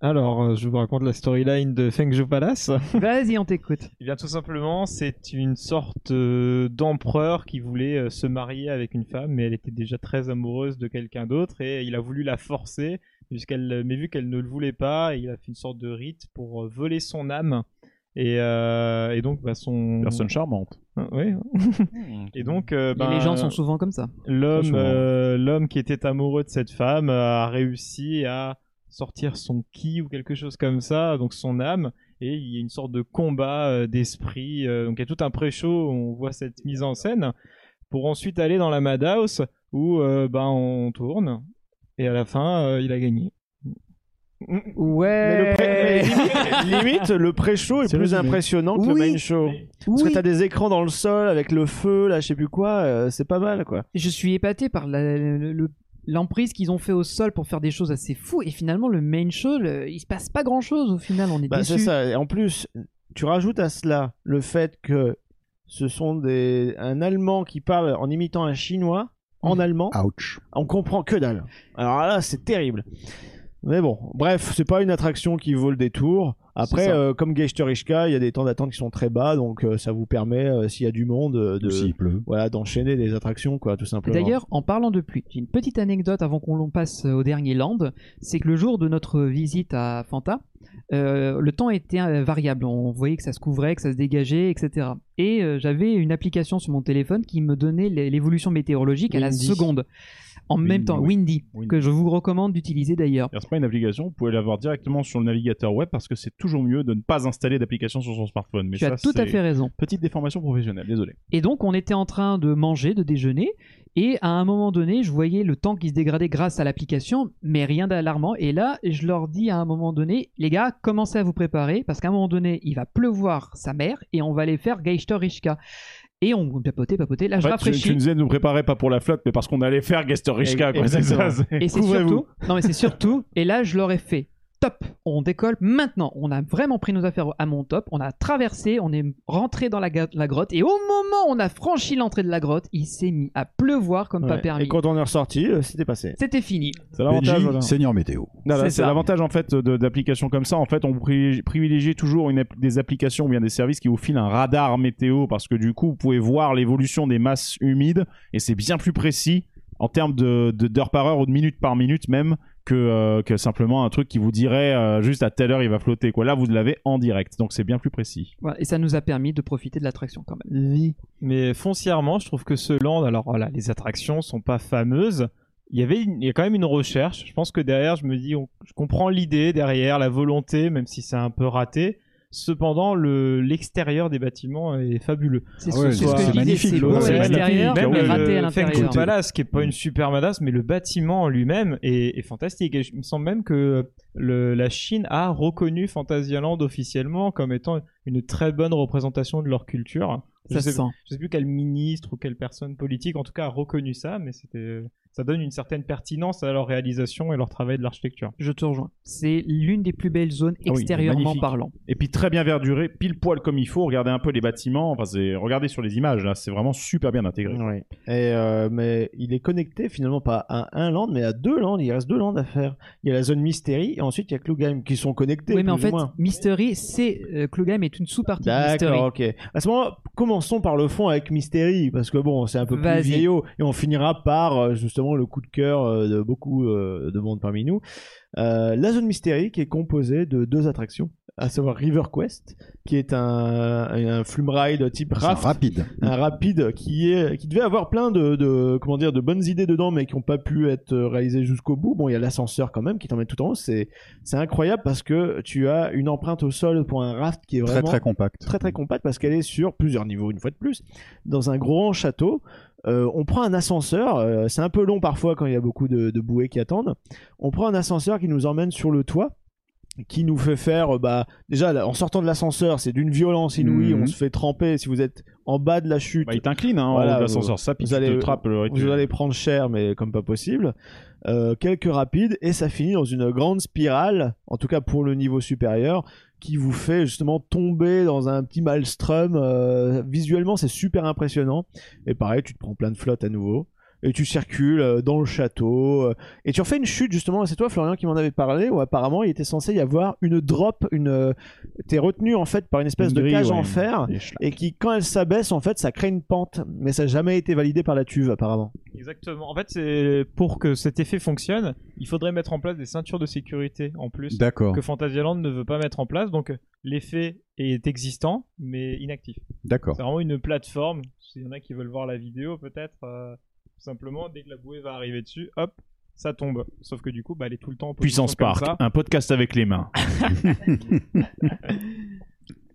Alors, euh, je vous raconte la storyline de Feng Zhou Palace. Vas-y, on t'écoute. Eh bien, tout simplement, c'est une sorte euh, d'empereur qui voulait euh, se marier avec une femme, mais elle était déjà très amoureuse de quelqu'un d'autre et il a voulu la forcer puisqu'elle, mais vu qu'elle ne le voulait pas, il a fait une sorte de rite pour euh, voler son âme. Et, euh, et donc, bah, son. Personne charmante. Ah, ouais. Et donc, euh, Hmm. Les ben, légendes sont souvent comme ça. Très l'homme, souvent. euh, l'homme qui était amoureux de cette femme euh, a réussi à sortir son ki ou quelque chose comme ça, donc son âme. Et il y a une sorte de combat euh, d'esprit. euh, donc il y a tout un pré-show où on voit cette mise en scène pour ensuite aller dans la madhouse où euh, ben on tourne et à la fin euh, il a gagné. Mais le Ouais. pré- mais limite, limite, le pré-show est, C'est plus le dîner. impressionnant que le Euh. Oui. main show. Parce que Oui. t'as des écrans dans le sol avec le feu, là, je sais plus quoi, euh, c'est pas mal, quoi. Je suis épaté par la- le- le- l'emprise qu'ils ont fait au sol pour faire des choses assez fous. Et finalement, le main show, le- il se passe pas grand chose au final. On est Bah, c'est déçus. ça. Et en plus, tu rajoutes à cela le fait que ce sont des un Allemand qui parle en imitant un Chinois en Mhm. allemand. Ouch. On comprend que dalle. Alors là, c'est terrible. Mais bon, bref, c'est pas une attraction qui vaut le détour. Après, C'est ça. euh, comme Geisterishka, il y a des temps d'attente qui sont très bas, donc euh, ça vous permet, euh, s'il y a du monde, euh, de S'il pleut. voilà d'enchaîner des attractions, quoi, tout simplement. D'ailleurs, en parlant de pluie, j'ai une petite anecdote avant qu'on l'on passe euh, au dernier land. C'est que le jour de notre visite à Fanta, euh, le temps était euh, variable. On voyait que ça se couvrait, que ça se dégageait, etc. Et euh, j'avais une application sur mon téléphone qui me donnait l'é- l'évolution météorologique à la Windy. seconde. En même Windy, temps, oui. Windy, Windy. que je vous recommande d'utiliser d'ailleurs. Alors, c'est pas une application, vous pouvez l'avoir directement sur le navigateur web parce que c'est toujours mieux de ne pas installer d'application sur son smartphone. Mais Tu as ça, tout à c'est fait raison. Petite déformation professionnelle, désolé. Et donc, on était en train de manger, de déjeuner, et à un moment donné, je voyais le temps qui se dégradait grâce à l'application, mais rien d'alarmant. Et là, je leur dis à un moment donné, les gars, commencez à vous préparer, parce qu'à un moment donné, il va pleuvoir sa mère, et on va aller faire Geisterishka. Et on papotait, papotait, là, je En fait, tu, rafraîchis. tu nous disais de nous préparer pas pour la flotte, mais parce qu'on allait faire Gestorichka. Et- quoi, c'est ça, exactement. c'est- Et c'est Couvrez-vous. surtout, non mais c'est surtout, et là je l'aurais fait. Top, on décolle maintenant. On a vraiment pris nos affaires à mon top. On a traversé, on est rentré dans la, ga- la grotte. Et au moment où on a franchi l'entrée de la grotte, il s'est mis à pleuvoir comme pas Ouais. permis. Et quand on est ressorti, euh, c'était passé. C'était fini. C'est l'avantage. Benji, voilà. seigneur météo. Non, C'est là, C'est ça. l'avantage en fait de- d'applications comme ça. En fait, on privilégie, privilégie toujours une, app- des applications ou bien des services qui vous filent un radar météo parce que du coup, vous pouvez voir l'évolution des masses humides et c'est bien plus précis en termes de de- d'heures par heure ou de minutes par minute même que, euh, que simplement un truc qui vous dirait euh, juste à telle heure il va flotter. Quoi. Là, vous l'avez en direct, donc c'est bien plus précis. Voilà, et ça nous a permis de profiter de l'attraction quand même. Mais foncièrement, je trouve que ce land, alors voilà, les attractions sont pas fameuses. Il y avait, une- il y a quand même une recherche. Je pense que derrière, je me dis, on- je comprends l'idée derrière, la volonté, même si c'est un peu raté. Cependant, le l'extérieur des bâtiments est fabuleux. C'est Ah ouais, ce- c'est ce c'est que je disais, magnifique, C'est le beau à hôtel, l'extérieur, Même mais le- raté à le l'intérieur. Fengkou Palace, qui est pas une super madasse, mais le bâtiment en lui-même est, est fantastique. Et je- il me semble même que le- la Chine a reconnu Fantasyland officiellement comme étant une très bonne représentation de leur culture. Je Ça se sais, sent. je sais plus quel ministre ou quelle personne politique, en tout cas, a reconnu ça, mais c'était, ça donne une certaine pertinence à leur réalisation et leur travail de l'architecture. Je te rejoins. C'est l'une des plus belles Ah zones oui, extérieurement magnifique. parlant. Et puis très bien verduré, pile poil comme il faut. Regardez un peu les bâtiments, enfin, c'est- regardez sur les images, là, c'est vraiment super bien intégré. Ouais. Et euh, mais il est connecté finalement pas à un land, mais à deux landes. Il reste deux landes à faire. Il y a la zone Mystery et ensuite il y a Klugheim qui sont connectés. Oui, mais en plus ou fait, moins. Mystery, c'est. euh, Klugheim est une sous-partie de Mystery. D'accord, ok. À ce moment, commençons par le fond avec Mystery, parce que bon, c'est un peu plus Vas-y. vieillot, et on finira par euh, justement le coup de cœur euh, de beaucoup euh, de monde parmi nous. Euh, la zone Mystery, qui est composée de deux attractions, à savoir River Quest, qui est un, un flume ride type C'est raft, rapide. un rapide qui est qui devait avoir plein de, de- comment dire de bonnes idées dedans mais qui n'ont pas pu être réalisées jusqu'au bout bon il y a l'ascenseur quand même qui t'emmène tout en haut c'est c'est incroyable parce que tu as une empreinte au sol pour un raft qui est Très vraiment très compact. très très compacte parce qu'elle est sur plusieurs niveaux une fois de plus dans un grand château Euh, on prend un ascenseur euh, c'est un peu long parfois quand il y a beaucoup de, de bouées qui attendent on prend un ascenseur qui nous emmène sur le toit qui nous fait faire euh, bah déjà là, en sortant de l'ascenseur c'est d'une violence inouïe Mhm. on se fait tremper si vous êtes en bas de la chute Bah, il t'incline hein, en Voilà, haut de l'ascenseur, ça, puis vous tu allez- te trappes le vous allez prendre cher, mais comme pas possible. Euh, quelques rapides, et ça finit dans une grande spirale, en tout cas pour le niveau supérieur, qui vous fait justement tomber dans un petit maelstrom. Euh, visuellement, c'est super impressionnant. Et pareil, tu te prends plein de flottes à nouveau. et tu circules euh, dans le château euh, et tu refais une chute justement. C'est toi Florian qui m'en avait parlé où apparemment il était censé y avoir une drop, une euh, t'es retenu en fait par une espèce Une de grille, cage ouais. en fer Et je- et qui quand elle s'abaisse en fait ça crée une pente, mais ça n'a jamais été validé par la tuve apparemment. Exactement. En fait, c'est pour que cet effet fonctionne, il faudrait mettre en place des ceintures de sécurité en plus D'accord, que Fantasyland ne veut pas mettre en place. Donc l'effet est existant mais inactif. d'accord. C'est vraiment une plateforme. S'il y en a qui veulent voir la vidéo, peut-être euh, tout simplement dès que la bouée va arriver dessus, hop, ça tombe. Sauf que du coup, bah, elle est tout le temps en position Puissance comme Park, ça. un podcast avec les mains.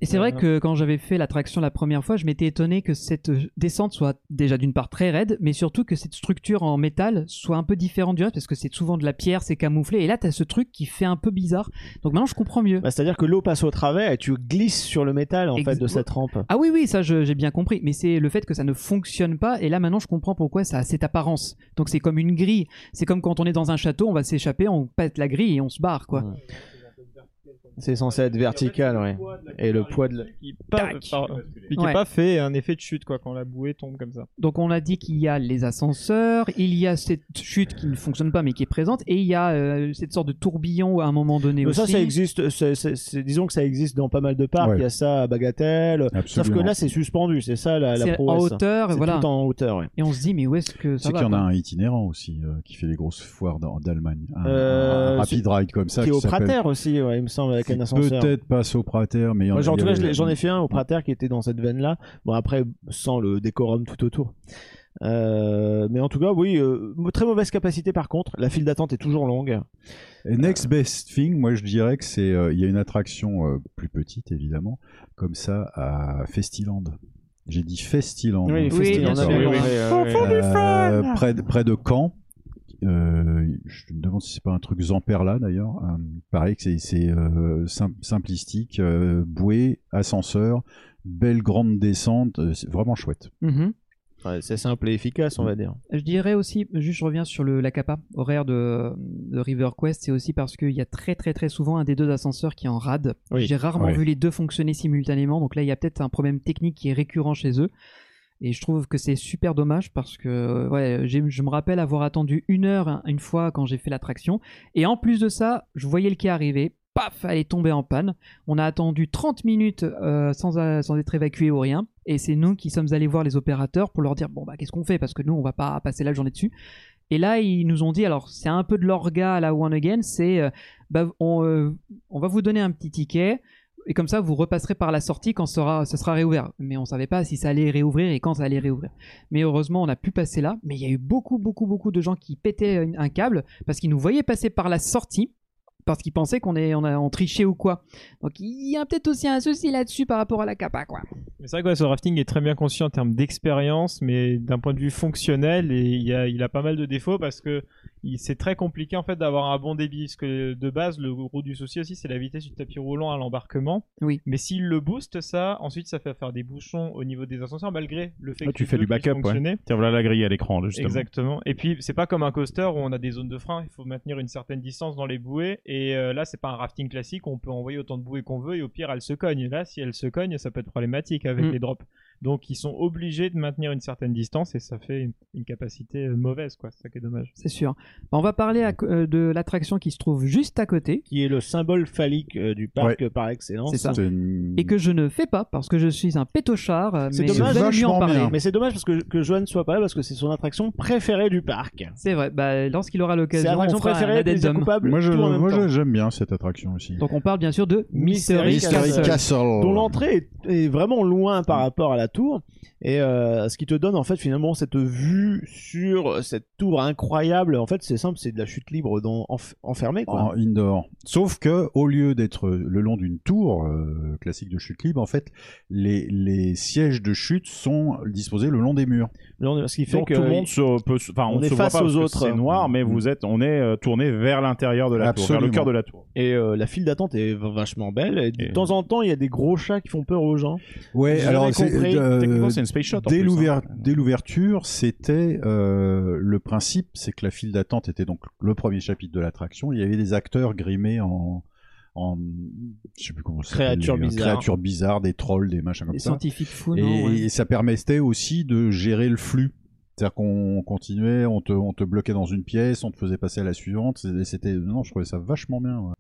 Et c'est vrai que quand j'avais fait l'attraction la première fois, je m'étais étonné que cette euh, descente soit déjà d'une part très raide, mais surtout que cette structure en métal soit un peu différente du reste, parce que c'est souvent de la pierre, c'est camouflé, et là t'as ce truc qui fait un peu bizarre. Donc maintenant je comprends mieux. Bah, C'est-à-dire que l'eau passe au travers et tu glisses sur le métal en Ex- fait de cette rampe. Ah oui, oui, ça je- j'ai bien compris, mais c'est le fait que ça ne fonctionne pas, et là maintenant je comprends pourquoi ça a cette apparence. Donc c'est comme une grille, c'est comme quand on est dans un château, on va s'échapper, on pète la grille et on se barre, quoi. Ouais. C'est censé être vertical, ouais. Et le poids de la- qui pas, Tac. par- qui Ouais. pas fait un effet de chute quoi quand la bouée tombe comme ça. Donc on a dit qu'il y a les ascenseurs, il y a cette chute qui ne fonctionne pas mais qui est présente, et il y a euh, cette sorte de tourbillon à un moment donné Mais aussi. ça, ça existe. c'est- c'est- c'est- disons que ça existe dans pas mal de parcs. Ouais. Il y a ça à Bagatelle. Sauf Absolument. que là, c'est suspendu. C'est ça la, la C'est en prouesse. hauteur, C'est voilà. tout en hauteur. ouais. Et on se dit mais où est-ce que ça c'est va qu'il y en a quoi un itinérant aussi euh, qui fait des grosses foires dans- d'Allemagne. Un, Euh, un rapid ride comme ça. Qui est au s'appelle- Prater aussi, ouais, il me semble, avec un ascenseur. Peut-être pas au Prater, mais il y en Moi, a. genre, en tout il y cas, je avait- l'ai- j'en ai fait un au Prater qui était dans cette veine-là. Bon, après, sans le décorum tout autour. Euh, mais en tout cas, oui, euh, très mauvaise capacité par contre. La file d'attente est toujours longue. Et Next best thing, moi je dirais que c'est euh, il y a une attraction euh, plus petite évidemment, comme ça à Festiland. J'ai dit Festiland. les Oui, bien festivals, on a sûr. bien Oui, compris, oui. ouais, ouais. Euh, près, de, près de Caen. Euh, je me demande si c'est pas un truc Zamperla d'ailleurs. Euh, pareil que c'est- c'est euh, sim- simplistique, euh, bouée, ascenseur, belle grande descente, euh, c'est vraiment chouette. Mhm. Ouais, c'est simple et efficace, on va dire. Je dirais aussi, juste je reviens sur le, la capa horaire de, de River Quest, c'est aussi parce qu'il y a très très très souvent un des deux ascenseurs qui est en rade. Oui. J'ai rarement Ouais. vu les deux fonctionner simultanément, donc là il y a peut-être un problème technique qui est récurrent chez eux. Et je trouve que c'est super dommage parce que ouais, j'ai- je me rappelle avoir attendu une heure hein, une fois quand j'ai fait l'attraction. Et en plus de ça, je voyais le quai arriver. Paf, elle est tombée en panne. On a attendu 30 minutes euh, sans, euh, sans être évacué ou rien. Et c'est nous qui sommes allés voir les opérateurs pour leur dire bon bah qu'est-ce qu'on fait parce que nous on va pas passer la journée dessus. Et là ils nous ont dit alors c'est un peu de l'orga à la one again, c'est euh, bah, on, euh, on va vous donner un petit ticket et comme ça vous repasserez par la sortie quand sera, ça sera réouvert. Mais on savait pas si ça allait réouvrir et quand ça allait réouvrir. Mais heureusement on a pu passer là. Mais il y a eu beaucoup beaucoup beaucoup de gens qui pétaient un- un câble parce qu'ils nous voyaient passer par la sortie parce qu'ils pensaient qu'on est on a on trichait ou quoi. Donc il y a peut-être aussi un souci là-dessus par rapport à la capa quoi. Mais c'est vrai que ouais, ce rafting est très bien conçu en termes d'expérience, mais d'un point de vue fonctionnel, et il, y a, il a pas mal de défauts parce que il- c'est très compliqué en fait d'avoir un bon débit. Parce que de base, le gros du souci aussi, c'est la vitesse du tapis roulant à l'embarquement. Oui. Mais s'il le booste, ça, ensuite, ça fait faire des bouchons au niveau des ascenseurs malgré le fait Ouais, que Ah, tu les fais deux du backup, puissent ouais. fonctionner. Tiens, voilà la grille à l'écran, là, justement. Exactement. Et puis, c'est pas comme un coaster où on a des zones de frein, il faut maintenir une certaine distance dans les bouées. Et euh, là, c'est pas un rafting classique, on peut envoyer autant de bouées qu'on veut et au pire, elles se cognent. Et là, si elles se cognent, ça peut être problématique avec Mm. les drops. Donc, ils sont obligés de maintenir une certaine distance et ça fait une, une capacité euh, mauvaise, quoi. C'est ça qui est dommage. C'est sûr. On va parler à co- euh, de l'attraction qui se trouve juste à côté Qui est le symbole phallique euh, du parc euh, par excellence. C'est ça. C'est une- et que je ne fais pas parce que je suis un pétochard. euh, C'est Mais dommage, vous allez mieux en vachement parler. bien. Mais c'est dommage parce que, que Johan ne soit pas là parce que c'est son attraction préférée du parc. C'est vrai. Bah, lorsqu'il aura C'est l'occasion, on l'attraction fera un préférée des addendum. coupables. Moi je- tout en même moi, temps. je- j'aime bien cette attraction aussi. Donc on parle bien sûr de Mystery Mystery, Mystery Castle. Castle. dont l'entrée est, est vraiment loin par rapport à la tour et euh, ce qui te donne en fait finalement cette vue sur cette tour incroyable en fait c'est simple c'est de la chute libre dans, enf- enfermée quoi Ah en indoor. Sauf que au lieu d'être le long d'une tour euh, classique de chute libre, en fait, les, les sièges de chute sont disposés le long des murs. Mais on- ce qui fait Donc que tout le monde se peut, se- enfin on, on est se voit face pas aux parce que autres. C'est noir, mais Mm. vous êtes, on est euh, tourné vers l'intérieur de la tour, vers le Absolument. cœur de la tour. et euh, la file d'attente est v- vachement belle et de Et- temps en temps il y a des gros chats qui font peur aux gens Ouais, J'ai alors jamais compris. c'est euh, Techniquement, c'est une space shot. en dès plus, l'ouver- hein. dès l'ouverture, c'était euh, le principe, c'est que la file d'attente était donc le premier chapitre de l'attraction. Il y avait des acteurs grimés en en je sais plus comment ça s'appelle, Créatures les- euh, bizarres. créatures bizarres, des trolls, des machins comme Des ça. scientifiques fous, Et, non ouais. et ça permettait aussi de gérer le flux. C'est-à-dire qu'on continuait, on te, on te bloquait dans une pièce, on te faisait passer à la suivante. c'est- C'était non, je trouvais ça vachement bien. ouais.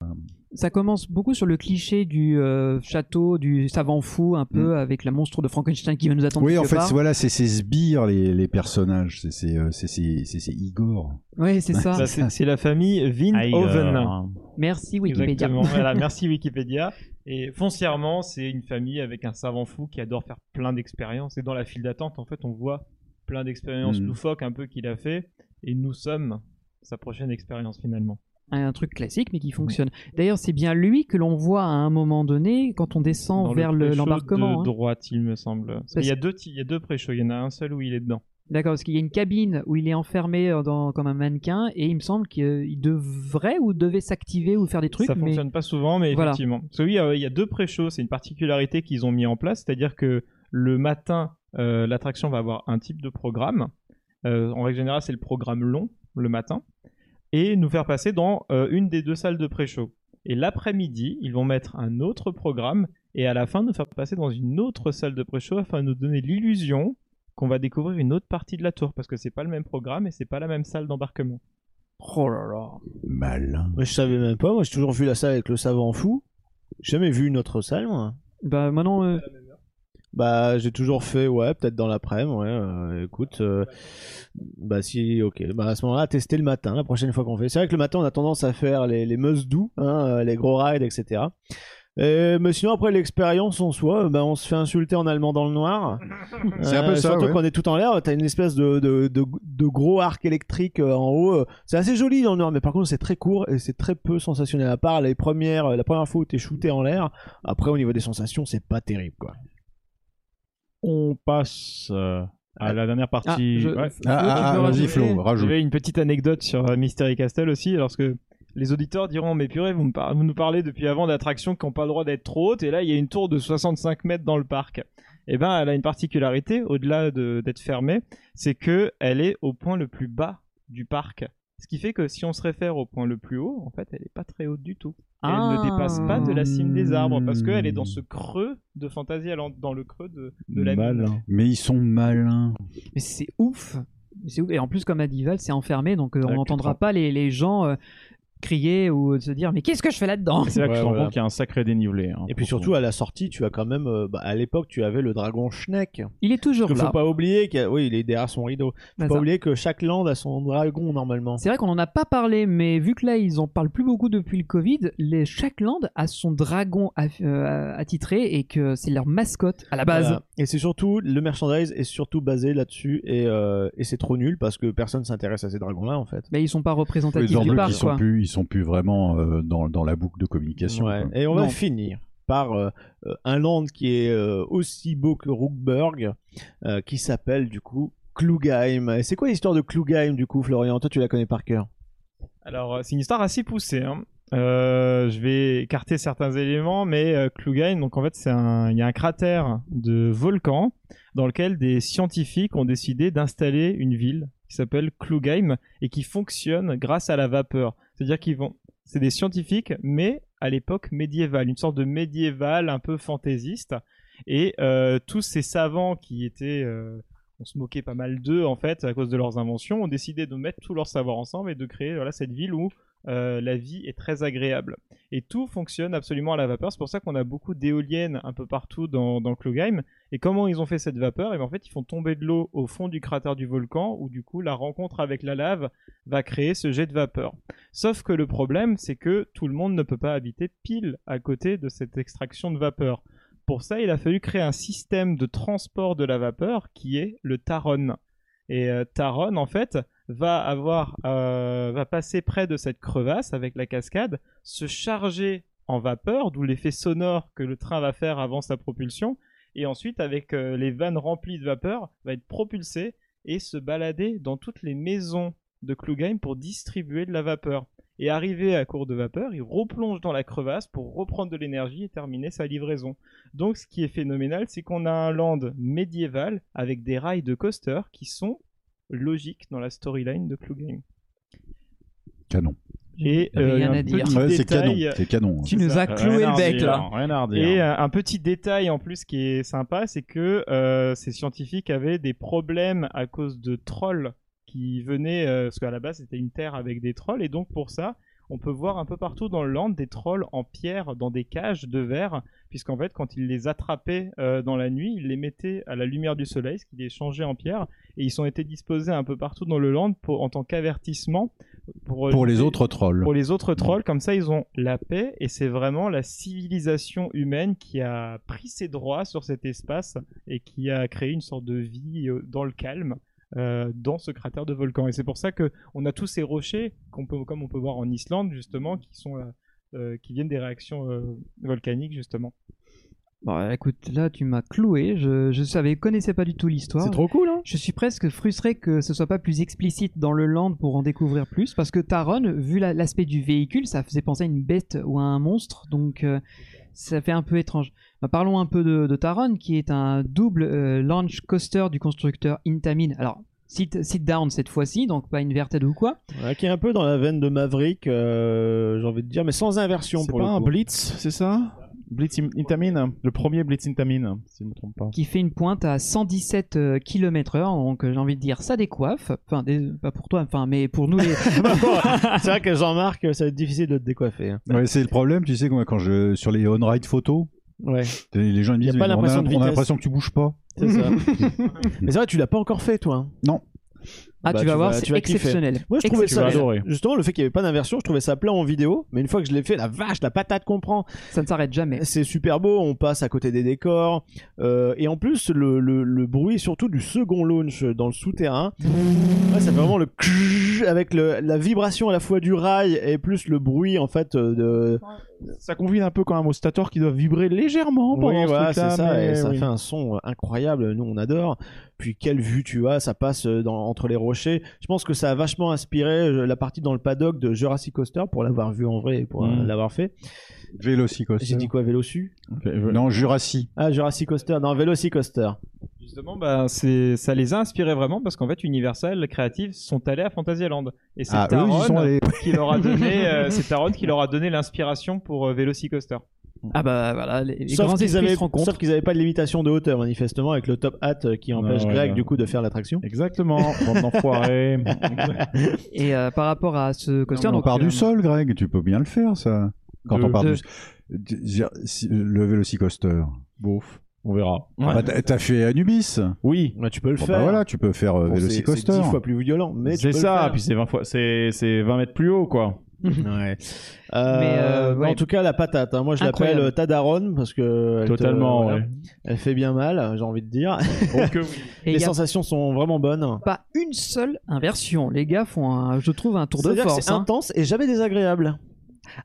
Ça commence beaucoup sur le cliché du euh, château, du savant fou, un peu avec la monstre de Frankenstein qui va nous attendre. Mm. Oui, en quelque fait, part. voilà, c'est ces sbires les, les personnages, c'est ces euh, c'est ces- c'est ces Igor. Ouais, c'est ça. Ça, c'est c'est la famille euh, Vindhoven. Merci Wikipédia. Exactement. voilà, merci Wikipédia. Et foncièrement, c'est une famille avec un savant fou qui adore faire plein d'expériences. Et dans la file d'attente, en fait, on voit plein d'expériences Mhm. loufoques un peu qu'il a fait. Et nous sommes sa prochaine expérience finalement. un truc classique mais qui fonctionne. D'ailleurs, c'est bien lui que l'on voit à un moment donné quand on descend Dans vers le le- pré-show l'embarquement. de hein. droite, il me semble. Parce- Il y a deux, ti- il y a deux pré-shows. Il y en a un seul où il est dedans. D'accord, parce qu'il y a une cabine où il est enfermé euh, dans, comme un mannequin et il me semble qu'il devrait ou devait s'activer ou faire des trucs. ça mais... fonctionne pas souvent, mais Voilà. effectivement. Parce que oui, euh, il y a deux pré-shows. C'est une particularité qu'ils ont mis en place, c'est-à-dire que le matin, euh, l'attraction va avoir un type de programme. Euh, en règle générale, c'est le programme long le matin, et nous faire passer dans euh, une des deux salles de pré-show. Et l'après-midi, ils vont mettre un autre programme et à la fin nous faire passer dans une autre salle de pré-show afin de nous donner l'illusion qu'on va découvrir une autre partie de la tour parce que c'est pas le même programme et c'est pas la même salle d'embarquement. Oh là là. Malin. Moi, je savais même pas. Moi, j'ai toujours vu la salle avec le savant fou. J'ai jamais vu une autre salle, moi. Bah maintenant, euh, Bah, j'ai toujours fait, ouais, peut-être dans l'après-midi, ouais. euh, écoute, euh, bah si, ok. Bah à ce moment-là, tester le matin, la prochaine fois qu'on fait. C'est vrai que le matin, on a tendance à faire les, les must-do, hein, euh, les gros rides, etc. Et, mais sinon, après l'expérience en soi, euh, bah, on se fait insulter en allemand dans le noir. Euh, C'est un peu ça, Surtout ouais. qu'on est tout en l'air, t'as une espèce de, de, de, de gros arc électrique euh, en haut. C'est assez joli dans le noir, mais par contre, c'est très court et c'est très peu sensationnel. À part les premières, euh, la première fois où t'es shooté en l'air, après, au niveau des sensations, c'est pas terrible, quoi. On passe euh, à la dernière ah, partie. je- Ouais. je- Ah, je ah, veux ah, vas-y rajouter- Flo, rajoute. J'avais une petite anecdote sur euh, Mystery Castle aussi, lorsque les auditeurs diront Mais purée, vous, me par- vous nous parlez depuis avant d'attractions qui n'ont pas le droit d'être trop hautes, et là il y a une tour de 65 mètres dans le parc. Eh ben, elle a une particularité, au-delà de- d'être fermée, c'est que elle est au point le plus bas du parc. Ce qui fait que si on se réfère au point le plus haut, en fait, elle n'est pas très haute du tout. Et Elle ne dépasse ah. pas de la cime des arbres parce qu'elle est dans ce creux de Fantasia, elle est en- dans le creux de, de la mine. Malin. Mais ils sont malins. Mais c'est ouf. C'est ouf. Et en plus, comme a dit Val, c'est enfermé, donc euh, on Avec n'entendra le pas les, les gens euh, crier ou euh, se dire mais qu'est-ce que je fais là-dedans C'est là que Ouais, je me rends voilà. compte qu'il y a un sacré dénivelé. hein, Ah. Et puis pour- surtout à la sortie, tu as quand même, euh, bah, à l'époque, tu avais le dragon Schneck. Il est toujours Il là. faut pas oublier qu'il y a- oui, il est derrière son rideau. Faut Bazar. pas oublier que chaque land a son dragon normalement. C'est vrai qu'on n'en a pas parlé, mais vu que là ils en parlent plus beaucoup depuis le Covid, les chaque land a son dragon aff- euh, attitré et que c'est leur mascotte à la base. Voilà. Et c'est surtout le merchandise est surtout basé là-dessus et, euh, et c'est trop nul parce que personne s'intéresse à ces dragons-là en fait. Mais ils sont pas Les représentatifs du Zorbleux qui parc, sont quoi. plus, ils sont plus vraiment euh, dans, dans la boucle de communication. Ouais. quoi. Et on Non. va finir par euh, euh, un land qui est euh, aussi beau que Rookburg, euh, qui s'appelle du coup Klugheim. Et c'est quoi l'histoire de Klugheim du coup, Florian Toi, tu la connais par cœur. Alors, euh, c'est une histoire assez poussée. hein. Euh, je vais écarter certains éléments, mais euh, Klugheim, donc en fait, c'est un- il y a un cratère de volcan dans lequel des scientifiques ont décidé d'installer une ville qui s'appelle Klugheim et qui fonctionne grâce à la vapeur. C'est-à-dire qu'ils vont, c'est des scientifiques, mais à l'époque médiévale, une sorte de médiévale un peu fantaisiste. Et euh, tous ces savants qui étaient euh, on se moquait pas mal d'eux en fait à cause de leurs inventions, ont décidé de mettre tout leur savoir ensemble et de créer voilà, cette ville où euh, la vie est très agréable. Et tout fonctionne absolument à la vapeur, c'est pour ça qu'on a beaucoup d'éoliennes un peu partout dans, dans Klugheim. Et comment ils ont fait cette vapeur Et en fait ils font tomber de l'eau au fond du cratère du volcan où du coup la rencontre avec la lave va créer ce jet de vapeur. Sauf que le problème c'est que tout le monde ne peut pas habiter pile à côté de cette extraction de vapeur. Pour ça, il a fallu créer un système de transport de la vapeur qui est le Taron. Et euh, Taron, en fait, va avoir, euh, va passer près de cette crevasse avec la cascade, se charger en vapeur, d'où l'effet sonore que le train va faire avant sa propulsion, et ensuite, avec euh, les vannes remplies de vapeur, va être propulsé et se balader dans toutes les maisons de Klugheim pour distribuer de la vapeur. Et arrivé à court de vapeur, il replonge dans la crevasse pour reprendre de l'énergie et terminer sa livraison. Donc, ce qui est phénoménal, c'est qu'on a un land médiéval avec des rails de coaster qui sont logiques dans la storyline de Clue Game. Canon. Et euh, Rien un à dire. petit Ouais, c'est détail, canon, c'est canon. Tu c'est nous ça. as cloué Rien à le bec redire, là. Rien à redire. Et euh, un petit détail en plus qui est sympa, c'est que euh, ces scientifiques avaient des problèmes à cause de trolls qui venaient, euh, parce qu'à la base c'était une terre avec des trolls, et donc pour ça, on peut voir un peu partout dans le land des trolls en pierre dans des cages de verre, puisqu'en fait quand ils les attrapaient euh, dans la nuit, ils les mettaient à la lumière du soleil, ce qui les changeait en pierre, et ils ont été disposés un peu partout dans le land pour, en tant qu'avertissement pour, euh, Pour les autres autres trolls. pour les autres trolls, comme ça ils ont la paix et c'est vraiment la civilisation humaine qui a pris ses droits sur cet espace et qui a créé une sorte de vie euh, dans le calme euh, dans ce cratère de volcan. Et c'est pour ça que on a tous ces rochers qu'on peut, comme on peut voir en Islande justement, qui sont euh, euh, qui viennent des réactions euh, volcaniques justement. Bon, écoute, là tu m'as cloué. Je, je savais, connaissais pas du tout l'histoire. C'est trop cool, hein Je suis presque frustré que ce soit pas plus explicite dans le land pour en découvrir plus, parce que Taron, vu la- l'aspect du véhicule, ça faisait penser à une bête ou à un monstre, donc euh, ça fait un peu étrange. Bah, parlons un peu de, de Taron, qui est un double euh, launch coaster du constructeur Intamin. Alors, sit, sit down cette fois-ci, donc pas inverted ou quoi. Voilà, Qui est un peu dans la veine de Maverick, euh, j'ai envie de dire, mais sans inversion C'est pour pas le un coup. Blitz, c'est ça Blitz in- Intamin Le premier Blitz Intamin, si je ne me trompe pas. qui fait une pointe à 117 km/h, donc euh, j'ai envie de dire ça décoiffe. Enfin, dés- pas pour toi, enfin, mais pour nous les. c'est vrai que Jean-Marc, euh, ça va être difficile de te décoiffer. hein. Ouais, c'est le problème, tu sais, quand quand je sur les on-ride photos, Ouais, les gens ils me Y a disent pas mais on a, l'impression de on a vitesse. l'impression que tu bouges pas. c'est ça. mais c'est vrai, tu l'as pas encore fait, toi. hein. Ah, Bah, tu tu vas voir, vas- c'est tu vas kiffer. exceptionnel. Moi, je trouvais Tu vas ça. Exceptionnel. adorer. Justement, le fait qu'il n'y avait pas d'inversion, je trouvais ça plein en vidéo. Mais une fois que je l'ai fait, la vache, la patate qu'on prend. Ça ne s'arrête jamais. C'est super beau, on passe à côté des décors. Euh, et en plus, le, le, le bruit surtout du second launch dans le souterrain, ouais, ça fait vraiment le crrrr avec le, la vibration à la fois du rail et plus le bruit en fait euh, de. Ça convient un peu quand même aux stators qui doivent vibrer légèrement pendant Oui, ce voilà, truc-là, c'est ça, mais et ça oui. fait un son euh, incroyable, nous on adore. Puis quelle vue tu as, ça passe euh, dans, entre les rochers. Je pense que ça a vachement inspiré euh, la partie dans le paddock de Jurassic Coaster pour l'avoir vu en vrai et pour euh, Mm. l'avoir fait. J'ai Vélocicoaster. euh, dit quoi, Vélosu Non, Jurassic. Ah, Jurassic Coaster, non, Vélocicoaster. Justement, bah, c'est, ça les a inspirés vraiment parce qu'en fait Universal Creative sont allés à Fantasyland et c'est Ah, eux, Taron ils sont allés. qui leur a donné, euh, c'est Taron qui leur a donné l'inspiration pour euh, Velocicoaster. Ah bah voilà, les, les sauf grands qu'ils esprits avaient, se rencontrent. sauf qu'ils avaient pas de limitation de hauteur, manifestement, avec le top hat euh, qui empêche ouais, Greg, ouais. du coup, de faire l'attraction. Exactement, bande d'enfoirés. Et euh, par rapport à ce coaster, on donc, part euh, du sol, Greg. Tu peux bien le faire, ça. Quand De- Euh, on part de- du dire, si- le Vélocicoaster. Bouf, on verra. Bah, t'as- T'as fait Anubis. Oui, Bah, tu peux le Bon, faire. bah voilà, tu peux faire euh, Bon, c'est- Vélocicoaster. C'est 10 fois plus violent, mais tu c'est peux le ça, faire. puis c'est 20, fois, c'est, c'est 20 mètres plus haut, quoi. Ouais. Mais, euh, Euh, ouais. En tout cas, la patate. hein. Moi, je l'appelle Incroyable. euh, Tadaron parce que elle te- Totalement, voilà, ouais. elle fait bien mal, j'ai envie de dire. Oh que oui. et il Les y a sensations sont vraiment bonnes. pas une seule inversion. Les gars font, un, je trouve, un tour de C'est-à-dire que force. C'est hein. intense et jamais désagréable.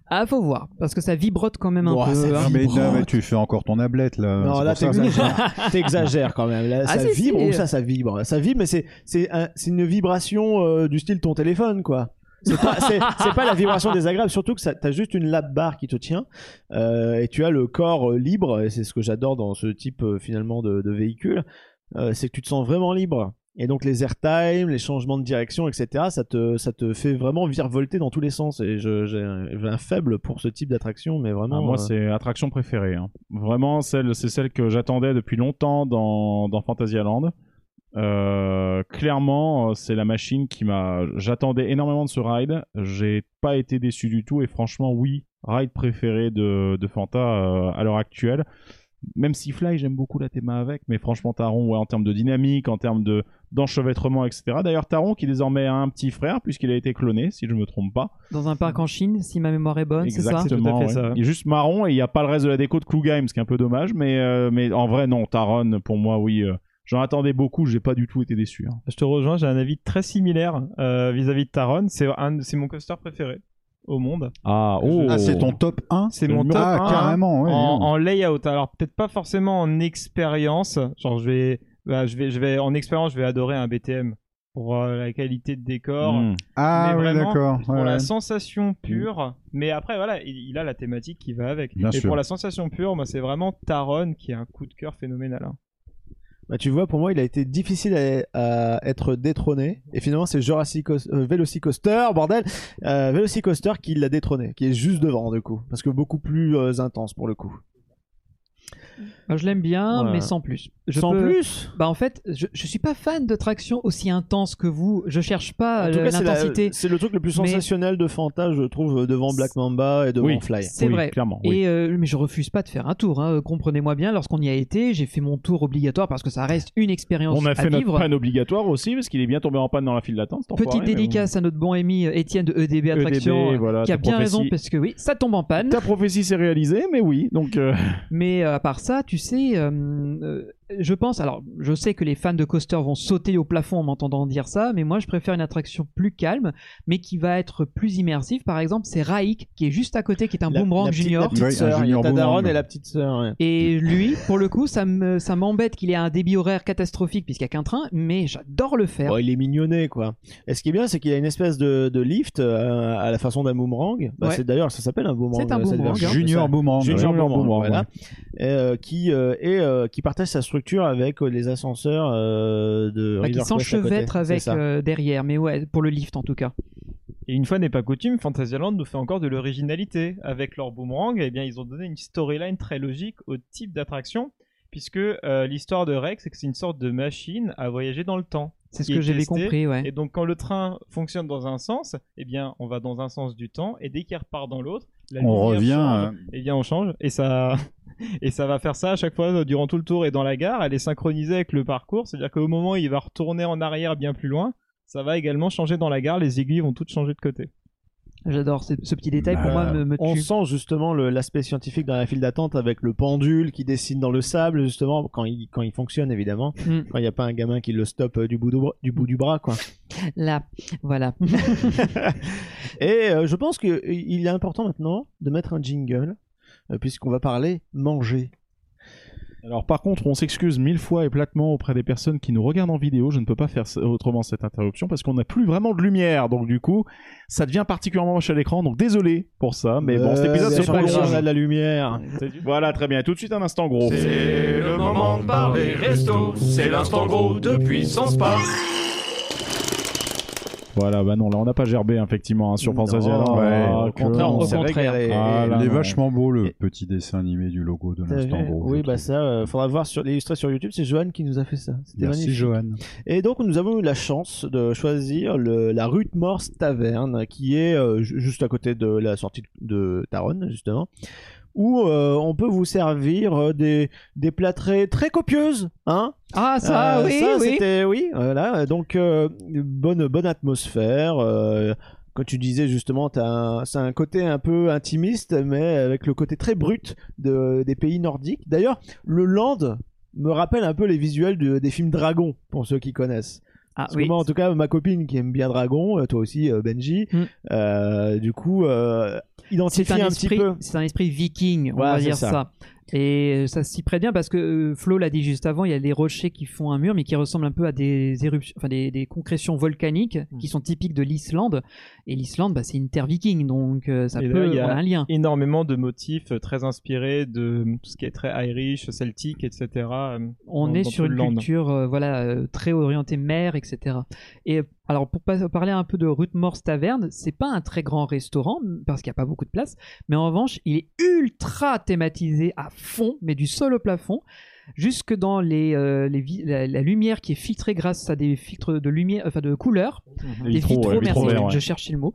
Ah, faut voir, parce que ça vibrote quand même un Ouah, peu. ça hein. Non, mais, non, Vibrante. mais tu fais encore ton ablette là. Non, C'est là, pour ça, ça- t'exagères. t'exagères quand même. Là, Ah, ça si, si. vibre ou ça, ça vibre. Ça vibre, mais c'est c'est un- c'est une vibration euh, du style ton téléphone, quoi. C'est pas, c'est- c'est pas la vibration désagréable, surtout que ça- t'as juste une lap barre qui te tient euh, et tu as le corps euh, libre. Et c'est ce que j'adore dans ce type euh, finalement de, de véhicule, euh, c'est que tu te sens vraiment libre. Et donc les airtime, les changements de direction, etc. Ça te ça te fait vraiment virevolter dans tous les sens. Et je- j'ai un, j'ai un faible pour ce type d'attraction, mais vraiment. Ah, moi, euh, c'est attraction préférée. hein. Vraiment, celle, c'est celle que j'attendais depuis longtemps dans, dans Fantasyland. Euh, clairement, euh, c'est la machine qui m'a. J'attendais énormément de ce ride. J'ai pas été déçu du tout. Et franchement, oui, ride préféré de, de Fanta euh, à l'heure actuelle. Même si Fly, j'aime beaucoup la théma avec. Mais franchement, Taron, ouais, en termes de dynamique, en termes de d'enchevêtrement, etc. D'ailleurs, Taron qui désormais a un petit frère puisqu'il a été cloné, si je me trompe pas. Dans un parc en Chine, si ma mémoire est bonne, c'est ça Exactement. C'est tout à fait ouais. ça. Il est juste marron et il n'y a pas le reste de la déco de Klugheim, ce qui est un peu dommage. Mais, euh, mais en vrai, non, Taron, pour moi, oui. euh, J'en attendais beaucoup, j'ai pas du tout été déçu. hein. Je te rejoins, j'ai un avis très similaire euh, vis-à-vis de Taron. C'est un, c'est mon coaster préféré au monde. Ah, oh Ah, c'est ton top 1 C'est Le mon numéro top Ah, un, carrément, ouais. en, dis donc. en layout. Alors peut-être pas forcément en expérience. Genre je vais, bah, je vais, je vais en expérience, je vais adorer un BTM pour euh, la qualité de décor. Mm. Ah, mais ouais, vraiment, d'accord. Pour ouais, ouais. la sensation pure, mais après voilà, il, il a la thématique qui va avec. Bien et sûr. pour la sensation pure, bah, c'est vraiment Taron qui a un coup de cœur phénoménal. hein. Bah, tu vois, pour moi, il a été difficile à, à être détrôné. Et finalement, c'est Jurassic Cos- euh, Velocicoaster, bordel, euh, Velocicoaster qui l'a détrôné, qui est juste devant, du coup. Parce que beaucoup plus euh, intense, pour le coup. Moi, je l'aime bien, Voilà. mais sans plus. Je Sans peux- plus Bah en fait, je, je suis pas fan de traction aussi intense que vous. Je cherche pas En tout euh, cas, c'est la- l'intensité. c'est le truc le plus Mais- sensationnel de Fanta, je trouve, devant Black Mamba et devant Oui. Fly. C'est Oui, vrai. Clairement. oui. Et euh, mais je refuse pas de faire un tour. hein. Comprenez-moi bien. Lorsqu'on y a été, j'ai fait mon tour obligatoire parce que ça reste une expérience On a à fait notre vivre. panne obligatoire aussi parce qu'il est bien tombé en panne dans la file d'attente. cet enfoiré, Petite mais bon. dédicace à notre bon ami euh, Étienne de EDB, EDB Attraction euh, voilà, qui a ta bien raison prophétie. parce que oui, ça tombe en panne. Ta prophétie s'est réalisée, mais oui. Donc euh, Mais euh, à part ça, tu sais, euh, euh, je pense, alors je sais que les fans de coaster vont sauter au plafond en m'entendant dire ça, mais moi je préfère une attraction plus calme, mais qui va être plus immersive. Par exemple, c'est Raik qui est juste à côté, qui est un La- boomerang la petite- junior. La petite Ouais, un sœur, il y a junior ta boomerang. daronne et la petite sœur. ouais. Et lui, pour le coup, ça me- ça m'embête qu'il ait un débit horaire catastrophique puisqu'il n'y a qu'un train, mais j'adore le faire. Bon, il est mignonné, quoi. Et ce qui est bien, c'est qu'il a une espèce de, de lift euh, à la façon d'un boomerang. Bah, Ouais. c'est d'ailleurs, ça s'appelle un boomerang. C'est un euh, cette boomerang, version. hein. Junior Ça- Boomerang. Junior ouais. Boomerang, Boomerang, voilà. Et, euh, qui euh, et, euh, qui partage sa structure avec euh, les ascenseurs euh, de. Enfin, Bah, qui River Quest à côté. s'enchevêtre C'est avec ça. euh, derrière, mais ouais, pour le lift en tout cas. Et une fois n'est pas coutume, Fantasyland nous fait encore de l'originalité. Avec leur boomerang, eh bien, ils ont donné une storyline très logique au type d'attraction, puisque euh, l'histoire de Rex, c'est que c'est une sorte de machine à voyager dans le temps. C'est ce Qui que est j'avais testé compris, ouais. Et donc, quand le train fonctionne dans un sens, eh bien, on va dans un sens du temps, et dès qu'il repart dans l'autre, la lumière On revient. change, euh, eh bien, on change, et ça, et ça va faire ça à chaque fois euh, durant tout le tour et dans la gare. Elle est synchronisée avec le parcours, c'est-à-dire qu'au moment où il va retourner en arrière bien plus loin, ça va également changer dans la gare. Les aiguilles vont toutes changer de côté. J'adore ce, ce petit détail, pour moi, Bah, me, me On tue. sent justement le- l'aspect scientifique dans la file d'attente avec le pendule qui dessine dans le sable, justement, quand il, quand il fonctionne, évidemment. Mm. Quand il n'y a pas un gamin qui le stoppe euh, du bout, du bras- du bout du bras, quoi. Là, voilà. Et euh, je pense qu'il est important maintenant de mettre un jingle, euh, puisqu'on va parler manger. Alors par contre, on s'excuse mille fois et platement auprès des personnes qui nous regardent en vidéo. Je ne peux pas faire ce- autrement cette interruption parce qu'on n'a plus vraiment de lumière. Donc du coup, ça devient particulièrement moche à l'écran. Donc désolé pour ça, mais bon, cet épisode Euh, c'est c'est pas on a grave. de la lumière. Voilà, très bien. Tout de suite un instant gros. C'est le moment de parler resto, c'est l'instant gros de puissance par. Voilà, bah non, là on n'a pas gerbé hein, effectivement hein, sur Non, Fantasyland. ouais, Ah, au que- contraire, on on s'est s'est régalé. Ah, là, il est non. vachement beau le petit dessin animé du logo de T'as l'instant vu gros. oui, je bah trouve. ça, euh, faudra voir sur l'illustré sur YouTube. C'est Johan qui nous a fait ça. C'était Merci magnifique. Johan. Et donc, nous avons eu la chance de choisir le- la rue de Morse Taverne, qui est euh, ju- juste à côté de la sortie de Taronne, justement, où euh, on peut vous servir euh, des, des plâtrées très copieuses, hein, Ah, ça, Euh, oui, oui. c'était oui. Voilà, donc euh, bonne bonne atmosphère. euh, quand tu disais justement, t'as un- c'est un côté un peu intimiste, mais avec le côté très brut de, des pays nordiques. D'ailleurs, le land me rappelle un peu les visuels de- des films Dragon, pour ceux qui connaissent. Ah, Parce que oui. moi, en tout cas, ma copine qui aime bien Dragon, euh, toi aussi, euh, Benji, Mm. euh, du coup, euh, C'est identifie un, un, petit esprit, peu. c'est un esprit viking, on Voilà, va c'est dire ça. ça. Et euh, ça s'y prête bien parce que euh, Flo l'a dit juste avant, il y a des rochers qui font un mur, mais qui ressemblent un peu à des éruptions, enfin des, des concrétions volcaniques qui sont typiques de l'Islande. Et l'Islande, bah, c'est une terre viking, donc euh, ça Et peut, là, il y a- on a un lien. énormément de motifs euh, très inspirés de euh, tout ce qui est très Irish, celtique, etc. euh, On dans- est dans sur tout une le land. culture euh, voilà euh, très orientée mer, etc. Et alors pour pas- parler un peu de Rutmors Taverne, c'est pas un très grand restaurant parce qu'il n'y a pas beaucoup de place, mais en revanche il est ultra thématisé à fond, mais du sol au plafond, jusque dans les, euh, les vi- la, la lumière qui est filtrée grâce à des filtres de lumière, enfin de couleurs, Les des vitraux, vitraux, ouais, merci, vitraux verts, ouais. je cherchais le mot.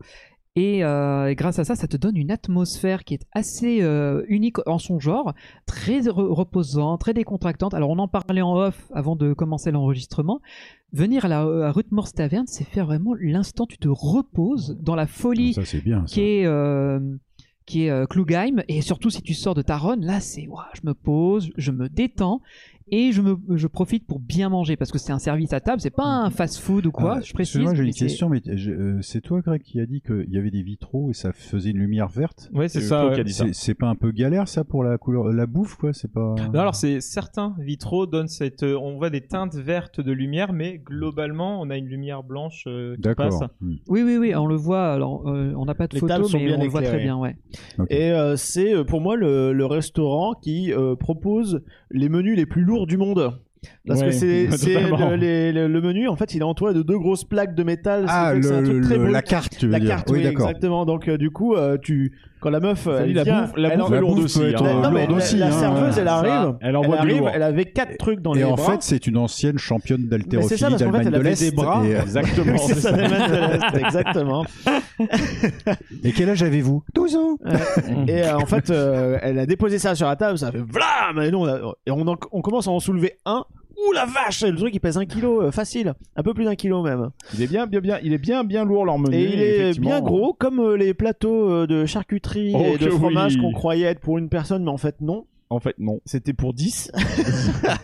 Et euh, grâce à ça, ça te donne une atmosphère qui est assez euh, unique en son genre, très re- reposante, très décontractante. Alors on en parlait en off avant de commencer l'enregistrement. Venir à la euh, à Ruthmore Taverne, c'est faire vraiment l'instant où tu te reposes dans la folie Ça c'est bien. ça. qui est euh, qui est euh, Klugheim et surtout si tu sors de Taronne là c'est ouah, je me pose je me détends et je me je profite pour bien manger parce que c'est un service à table c'est pas un fast food ou quoi Ah, je précise Excuse-moi, j'ai mais une c'est- question, mais je- euh, c'est toi, Greg, qui a dit qu'il y avait des vitraux et ça faisait une lumière verte Ouais, c'est C'est ça. Flo ouais. qui a dit ça. C'est c'est pas un peu galère ça pour la couleur, la bouffe quoi C'est pas. Non, Bah alors c'est certains vitraux donnent cette, euh, on voit des teintes vertes de lumière, mais globalement on a une lumière blanche euh, qui passe. D'accord. Hmm. oui oui oui on le voit alors euh, on n'a pas de Les photo tables mais sont on bien le voit très éclairées. bien ouais Ok. Et euh, c'est euh, pour moi le, le restaurant qui euh, propose les menus les plus lourds du monde. Parce que Ouais, c'est c'est totalement. le, les- le- le menu, en fait, il est entouré de deux grosses plaques de métal. ce qui Ah, fait que c'est le, un truc le- très beau. la carte, tu veux La dire. carte, oui, oui, d'accord. exactement. Donc, euh, du coup, euh, tu, quand la meuf, Ça dit, elle la vient, bouffe- la elle bouffe en- est La lourde bouffe aussi, peut être, hein. euh, non, mais lourde la, aussi, la hein. serveuse, elle arrive. Elle envoie elle du arrive, lourd. elle avait quatre trucs dans Et les en bras. fait, c'est une ancienne championne Mais c'est d'haltérophilie ça, parce qu'en fait, d'Allemagne elle de avait l'Est. des bras. Et, euh, Exactement. Oui, c'est ça, les mains de l'Est, exactement. et quel âge avez-vous 12 ans. Et euh, en fait, euh, elle a déposé ça sur la table, ça fait vlam Et nous, on, a- et on, en- on commence à en soulever un. Ouh la vache Le truc, il pèse un kilo, euh, facile. Un peu plus d'un kilo même. Il est bien, bien, bien, il est bien, bien lourd leur menu. Et il est effectivement. bien gros, comme euh, les plateaux euh, de charcuterie Oh et de que fromage oui. qu'on croyait être pour une personne, mais en fait, non. En fait, non. C'était pour 10.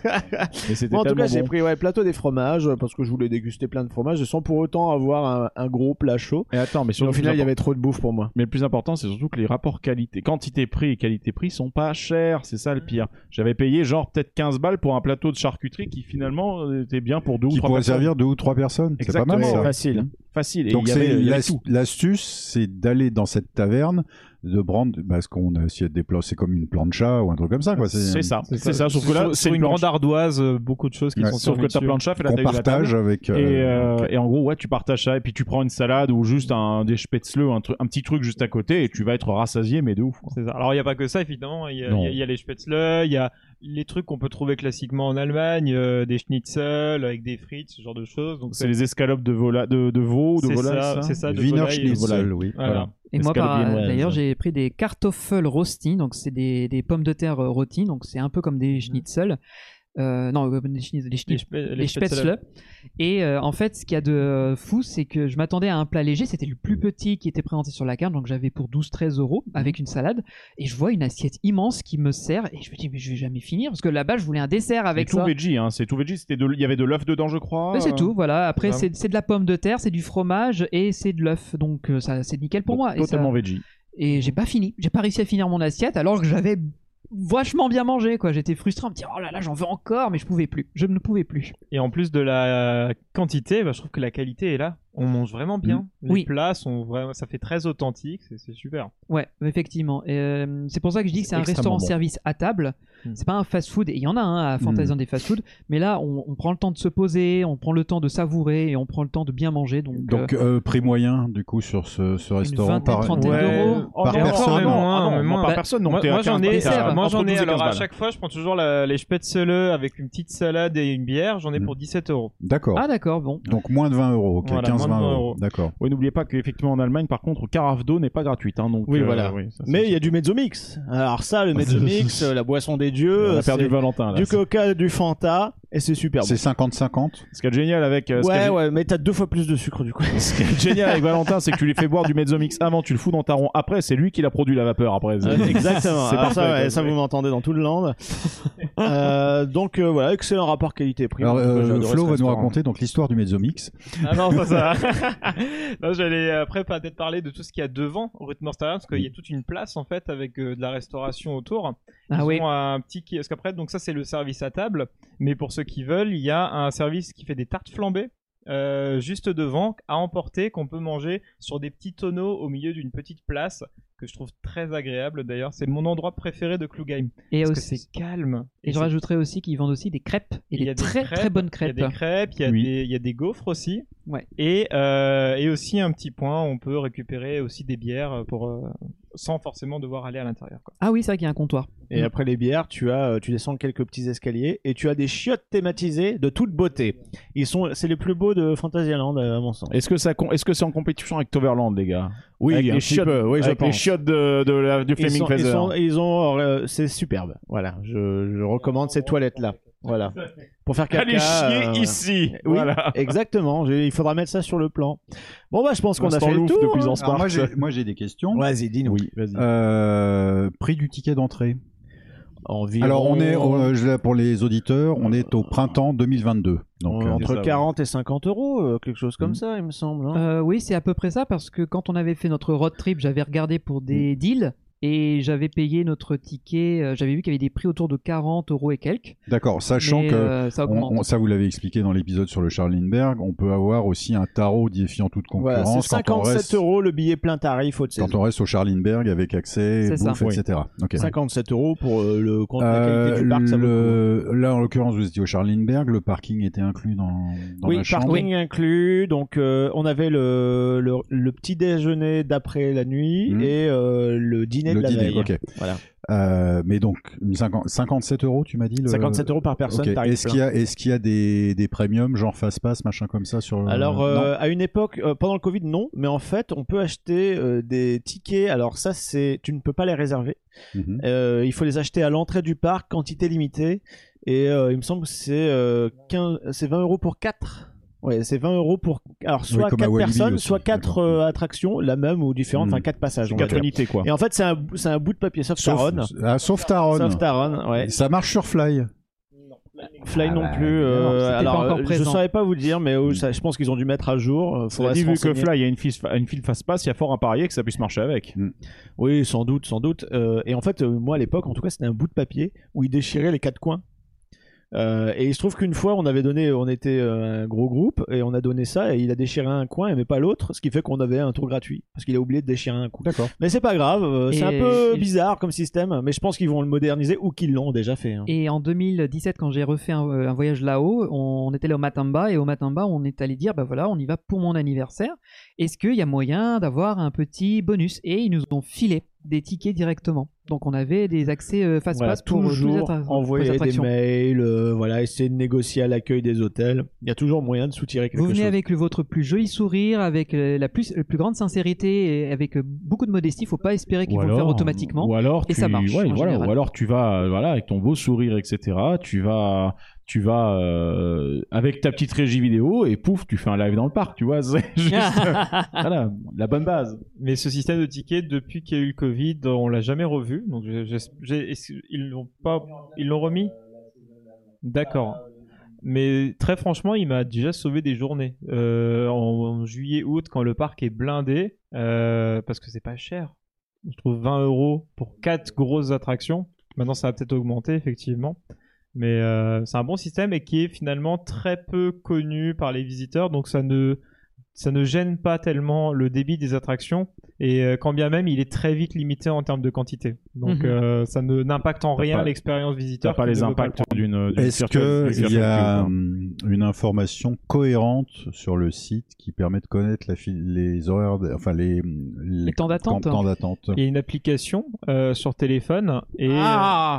Mais c'était Moi, en tout cas, tellement j'ai bon. pris ouais, plateau des fromages euh, parce que je voulais déguster plein de fromages sans pour autant avoir un, un gros plat chaud. Et attends, mais sur Au final, il y avait trop de bouffe pour moi. Mais le plus important, c'est surtout que les rapports qualité, quantité-prix et qualité-prix sont pas chers. C'est ça Mm. le pire. J'avais payé genre peut-être 15 balles pour un plateau de charcuterie qui finalement euh, était bien pour deux ou Qui trois pourrait personnes. servir deux ou trois personnes. C'est pas mal Exactement. ça. Facile. Facile. Et Donc il y c'est avait- il y avait l'as- tout. l'astuce, c'est d'aller dans cette taverne, de prendre, bah, ce qu'on a- si elle déplace, c'est comme une plancha ou un truc comme ça. Quoi. C'est ça. C'est C'est ça. ça. Sauf que là, Sur- c'est sur une planche. grande ardoise, euh, beaucoup de choses qui Ouais. sont Sauf que ta survenues planche fait la Qu'on taille de la table. partage avec. euh, Et, euh, et en gros, ouais, tu partages ça et puis tu prends une salade ou juste un des spätzle, un, truc- un petit truc juste à côté et tu vas être rassasié, mais de ouf. quoi. C'est ça. Alors il n'y a pas que ça, évidemment. Il y, a- Non. il y a- il y a les spätzle, il y a les trucs qu'on peut trouver classiquement en Allemagne, euh, des schnitzel avec des frites, ce genre de choses. Donc C'est les escalopes de, vola, de, de veau, de c'est volaille. ça, c'est ça. de Wiener volaille. euh, Schnitzel, oui. Voilà. Et moi, par- Escalope viennoise. d'ailleurs, j'ai pris des kartoffel rôti, donc c'est des, des pommes de terre euh, rôties, donc c'est un peu comme des schnitzel. Euh, non, comme des schnitzel, des Les, schnitzel. spe- les Les spätzle. Et euh, en fait, ce qu'il y a de euh, fou, c'est que je m'attendais à un plat léger. C'était le plus petit qui était présenté sur la carte. Donc j'avais pour 12-13 euros Mmh. avec une salade. Et je vois une assiette immense qui me sert. Et je me dis, mais je vais jamais finir. Parce que là-bas, je voulais un dessert Avec avec tout ça. veggie, hein, c'est tout veggie. C'était de- il y avait de l'œuf dedans, je crois. Ouais, c'est euh, tout, voilà. Après, vraiment. c'est c'est de la pomme de terre, c'est du fromage et c'est de l'œuf. Donc, euh, ça, c'est nickel pour donc, moi. Et ça- Totalement veggie. et j'ai pas fini. J'ai pas réussi à finir mon assiette alors que j'avais vachement bien mangé quoi. J'étais frustré en me disant oh là là j'en veux encore mais je pouvais plus. Je ne pouvais plus. Et en plus de la quantité, bah, je trouve que la qualité est là. On mange vraiment bien. Les Oui. plats sont vraiment, ça fait très authentique. C'est c'est super. Ouais effectivement. Et, euh, c'est pour ça que je dis que C'est c'est un extrêmement restaurant bon. service à table. Mm. C'est pas un fast food. Et il y en a un à Hmm. Fantasia des fast food. Mais là on, on prend le temps de se poser, on prend le temps de savourer et on prend le temps de bien manger. Donc, Donc euh, prix moyen du coup sur ce, ce restaurant vingtaine, trentaine Ouais. d'euros. Par non, personne. non, non, Moins, ah non, moins, non, par bah, personne. moi, donc t'es à moi, j'en ai, 15, euh, moi entre j'en 12 ai. et 15 Alors à balles. chaque fois, je prends toujours la- les spätzle avec une petite salade et une bière. J'en ai Mm. pour 17 euros. D'accord. ah d'accord bon. Donc moins de 20 euros, ok, Voilà, 15-20 moins de 20 euros. euros. D'accord. Oui, n'oubliez pas qu'effectivement en Allemagne, par contre, carafe d'eau n'est pas gratuite. Hein, donc, Oui, voilà. ça, c'est- Mais il y a du mezzomix. Alors ça, le mezzomix, euh, la boisson des dieux, on euh, a perdu c'est Valentin. Là. du coca, du fanta, et c'est super bon. C'est 50-50 Ce qui est génial avec euh, ce qui est Ouais, ouais, mais t'as deux fois plus de sucre du coup. Ce qui est génial avec Valentin, c'est que tu lui fais boire du Mezzomix avant, tu le fous dans ta ronde après, c'est lui qui l'a produit la vapeur après. Euh, Exactement. C'est Alors parfait, ça, ouais, quoi. ça, vous m'entendez dans tout le land. Euh, donc euh, voilà, excellent rapport qualité-prix. Alors Moi, euh, j'adore ce Flo va nous restaurant. raconter donc l'histoire du Mezzomix. Ah non, ça, ça. non, j'allais euh, après peut-être parler de tout ce qu'il y a devant au rythme Amsterdam, parce qu'il y a toute une place en fait avec euh, de la restauration autour. Ils euh, Ah oui. ont un petit qui- parce qu'après donc ça c'est le service à table, mais pour ceux qui veulent, il y a un service qui fait des tartes flambées. euh, juste devant, à emporter, qu'on peut manger sur des petits tonneaux au milieu d'une petite place, que je trouve très agréable d'ailleurs. C'est mon endroit préféré de Klugheim. Et Parce que aussi. c'est calme. Et je rajouterais aussi qu'ils vendent aussi des crêpes et Il y a des très crêpes, très bonnes crêpes. Il y a des crêpes, il y a, Oui. des, il y a des gaufres aussi. Ouais. Et, euh, et aussi un petit point, on peut récupérer aussi des bières pour, euh, sans forcément devoir aller à l'intérieur. quoi. Ah oui c'est vrai qu'il y a un comptoir. Hein Et après les bières, tu as, euh, tu descends quelques petits escaliers et tu as des chiottes thématisées de toute beauté. Ils sont, c'est les plus beaux de Fantasyland euh, à mon sens. Est-ce que ça, con- est-ce que c'est en compétition avec Toverland, les gars Oui, avec un les petit chiottes- peu, oui, je Avec les pense. chiottes de, de la, du ils Flaming sont, ils Feather. sont- ils ont, euh, c'est superbe. Voilà, je, je recommande ces toilettes là. Voilà, pour faire caca. Allez chier euh, ici. Oui, Voilà. exactement. j'ai- Il faudra mettre ça sur le plan. Bon bah, je pense qu'on a Instant fait le louf tour. de plus en hein. Smart. moi j'ai- moi, j'ai des questions. Vas-y, dis-nous. Oui, vas-y. Euh, prix du ticket d'entrée. Environ- Alors on est on- euh, je l'ai- pour les auditeurs, on est au printemps 2022. Donc Euh, euh, c'est entre ça, 40 et 50 euros, euh, quelque chose comme Mm. ça, il me semble. hein. Mm. Euh, oui, c'est à peu près ça parce que quand on avait fait notre road trip, j'avais regardé pour des deals Et j'avais payé notre ticket, euh, j'avais vu qu'il y avait des prix autour de 40 euros et quelques. D'accord, sachant mais, que euh, ça on- augmente. on- ça vous l'avez expliqué dans l'épisode sur le Charlinberg, on peut avoir aussi un tarot défiant toute Voilà, concurrence c'est quand, on 57 reste, euros le billet plein tarif au quand on reste au Charlinberg avec accès, C'est ça. bouffe, Oui. etc. Ok. 57 euros pour euh, le compte la Euh, qualité du parc, ça vaut le coup. hein. le- Là, en l'occurrence, vous étiez au Charlinberg, le parking était inclus dans, dans oui, la chambre. parking inclus. Donc, euh, on avait le, le, le petit déjeuner d'après la nuit Mhm. et euh, le dîner Le de la dîner, veille. ok. Voilà. Euh, mais donc, une cinquante- 57 euros, tu m'as dit le... 57 euros par personne, Ok. tarif hein. Est-ce plein. qu'il y a, est-ce qu'il y a des, des premiums, genre fast-pass, machin comme ça sur le- Alors, euh, Non. à une époque, euh, pendant le Covid, non, mais en fait, on peut acheter euh, des tickets. Alors, ça, c'est. Tu ne peux pas les réserver. Mhm. Euh, il faut les acheter à l'entrée du parc, quantité limitée. Et euh, il me semble que c'est euh, 15 c'est 20 euros pour 4. Ouais, c'est 20 euros pour. Alors, soit comme à 4 Walibi personnes, aussi, soit 4 d'accord. attractions, la même ou différente, Mhm. enfin 4 passages. on va Quatre dire. unités, quoi. Et en fait, c'est un, c'est un bout de papier, sauf Sauf- Taron. Ah, sauf Taron. Sauf Taron, ouais. Ça marche sur Fly. Fly Ah non bah, plus. euh, évidemment, c'était pas alors, encore euh, je présent. saurais pas vous dire, mais euh, Hmm. ça- je pense qu'ils ont dû mettre à jour. euh, Cela faudrait dit, se vu que renseigner. Fly a une file, une file fast pass, il y a fort à parier que ça puisse marcher avec. Oui, sans doute, sans doute. Euh, et en fait, euh, moi à l'époque, en tout cas, c'était un bout de papier où ils déchiraient les quatre coins. Euh, et il se trouve qu'une fois, on avait donné, on était euh, un gros groupe et on a donné ça et il a déchiré un coin mais pas l'autre, ce qui fait qu'on avait un tour gratuit parce qu'il a oublié de déchirer un coup. D'accord. Mais c'est pas grave, euh, c'est Et- un peu et- bizarre comme système, mais je pense qu'ils vont le moderniser ou qu'ils l'ont déjà fait. hein. Et en 2017, quand j'ai refait un, euh, un voyage là-haut, on, on est allé au Matamba et au Matamba, on est allé dire bah voilà, on y va pour mon anniversaire. Est-ce qu'il y a moyen d'avoir un petit bonus Et ils nous ont filé des tickets directement. Donc on avait des accès euh, fast Voilà, pass pour euh, tous les toujours attra- pour les envoyer des attractions. mails, euh, voilà, essayer de négocier à l'accueil des hôtels. Il y a toujours moyen de soutirer quelque Vous venez chose. avec le- votre plus joli sourire, avec euh, la plus, la plus grande sincérité et avec euh, beaucoup de modestie. Faut pas espérer qu'ils Ou vont le faire alors- automatiquement. Ou alors, et tu, ça marche, ouais, en voilà, général. ou alors tu vas, euh, voilà, avec ton beau sourire, etc. Tu vas, tu vas euh, avec ta petite régie vidéo et pouf, tu fais un live dans le parc, tu vois. C'est juste, euh, voilà, la bonne base. Mais ce système de tickets, depuis qu'il y a eu le Covid, on l'a jamais revu. Donc je- je- j'ai- est-ce- ils l'ont pas, ils l'ont remis. D'accord. Mais très franchement, il m'a déjà sauvé des journées. Euh, en, en juillet, août, quand le parc est blindé, euh, parce que c'est pas cher. Je trouve 20 euros pour quatre grosses attractions. Maintenant, ça va peut-être augmenter effectivement. Mais euh, c'est un bon système et qui est finalement très peu connu par les visiteurs, donc ça ne ça ne gêne pas tellement le débit des attractions et euh, quand bien même il est très vite limité en termes de quantité. Donc Mhm. euh, ça ne n'impacte en T'as rien pas- l'expérience T'as visiteur. pas qui les ne veut impacts le d'une. d'une Est-ce virtuelle- d'une qu'il y virtuelle a queue, hum, une information cohérente sur le site qui permet de connaître la file- les horaires, de- enfin les, les, temps d'attente. hein. temps d'attente prendre. Il y a une application euh, sur téléphone et euh, Ah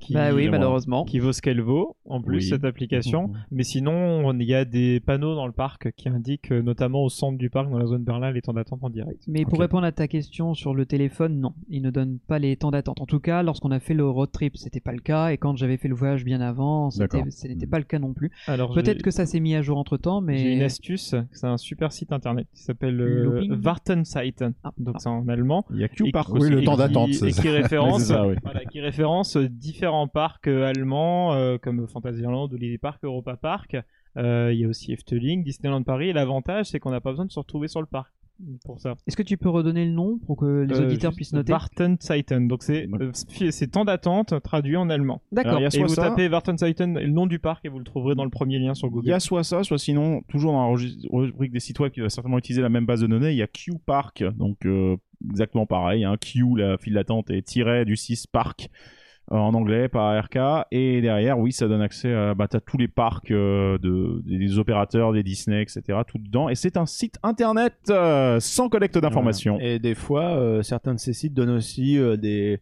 qui, bah oui, malheureusement. qui vaut ce qu'elle vaut en plus Oui. cette quoi. Mhm. application. Mais sinon, on- il y a des panneaux dans le parc qui indiquent euh, notamment au centre du parc dans la zone Berlin les temps d'attente en direct. Mais pour Ok. répondre à ta question sur le téléphone, non, il ne donne pas les temps d'attente. En tout cas, lorsqu'on a fait le road trip, c'était pas le cas, et quand j'avais fait le voyage bien avant, c'était- D'accord. Hmm. ce n'était pas le cas non plus. Alors j'ai- Peut-être que ça s'est mis à jour entre temps, J'ai une mais astuce, c'est un super site internet qui s'appelle euh, Looping Wartenseiten, Ah, donc ah. c'est en allemand. Il y a Q Et- Park oui, aussi. le et temps qui- d'attente, et c'est qui ça. Ouais, c'est référence ça, oui. voilà, qui référence différents parcs euh, allemands euh, comme Fantasyland ou les parcs Europa Park. Euh, il y a aussi Efteling, Disneyland Paris. Et l'avantage, c'est qu'on n'a pas besoin de se retrouver sur le parc pour ça. est-ce que tu peux redonner le nom pour que les Euh, auditeurs juste puissent noter Wartenzeiten. Donc c'est euh, c'est temps d'attente traduit en allemand. D'accord. Alors, il y a Et soit vous ça, tapez Wartenzeiten, le nom du parc, et vous le trouverez dans le premier lien sur il Google. y a soit ça, soit sinon, toujours dans la regi- rubrique des sites web qui va certainement utiliser la même base de données, il y a Q Park, donc euh, exactement pareil, hein, Q, la file d'attente, et tiret du 6 Park euh, en anglais par RK, et derrière, oui, ça donne accès à bah, t'as tous les parcs euh, de, des, des opérateurs, des Disney, etc., tout dedans, et c'est un site internet euh, sans collecte d'informations. Et des fois, euh, certains de ces sites donnent aussi euh, des,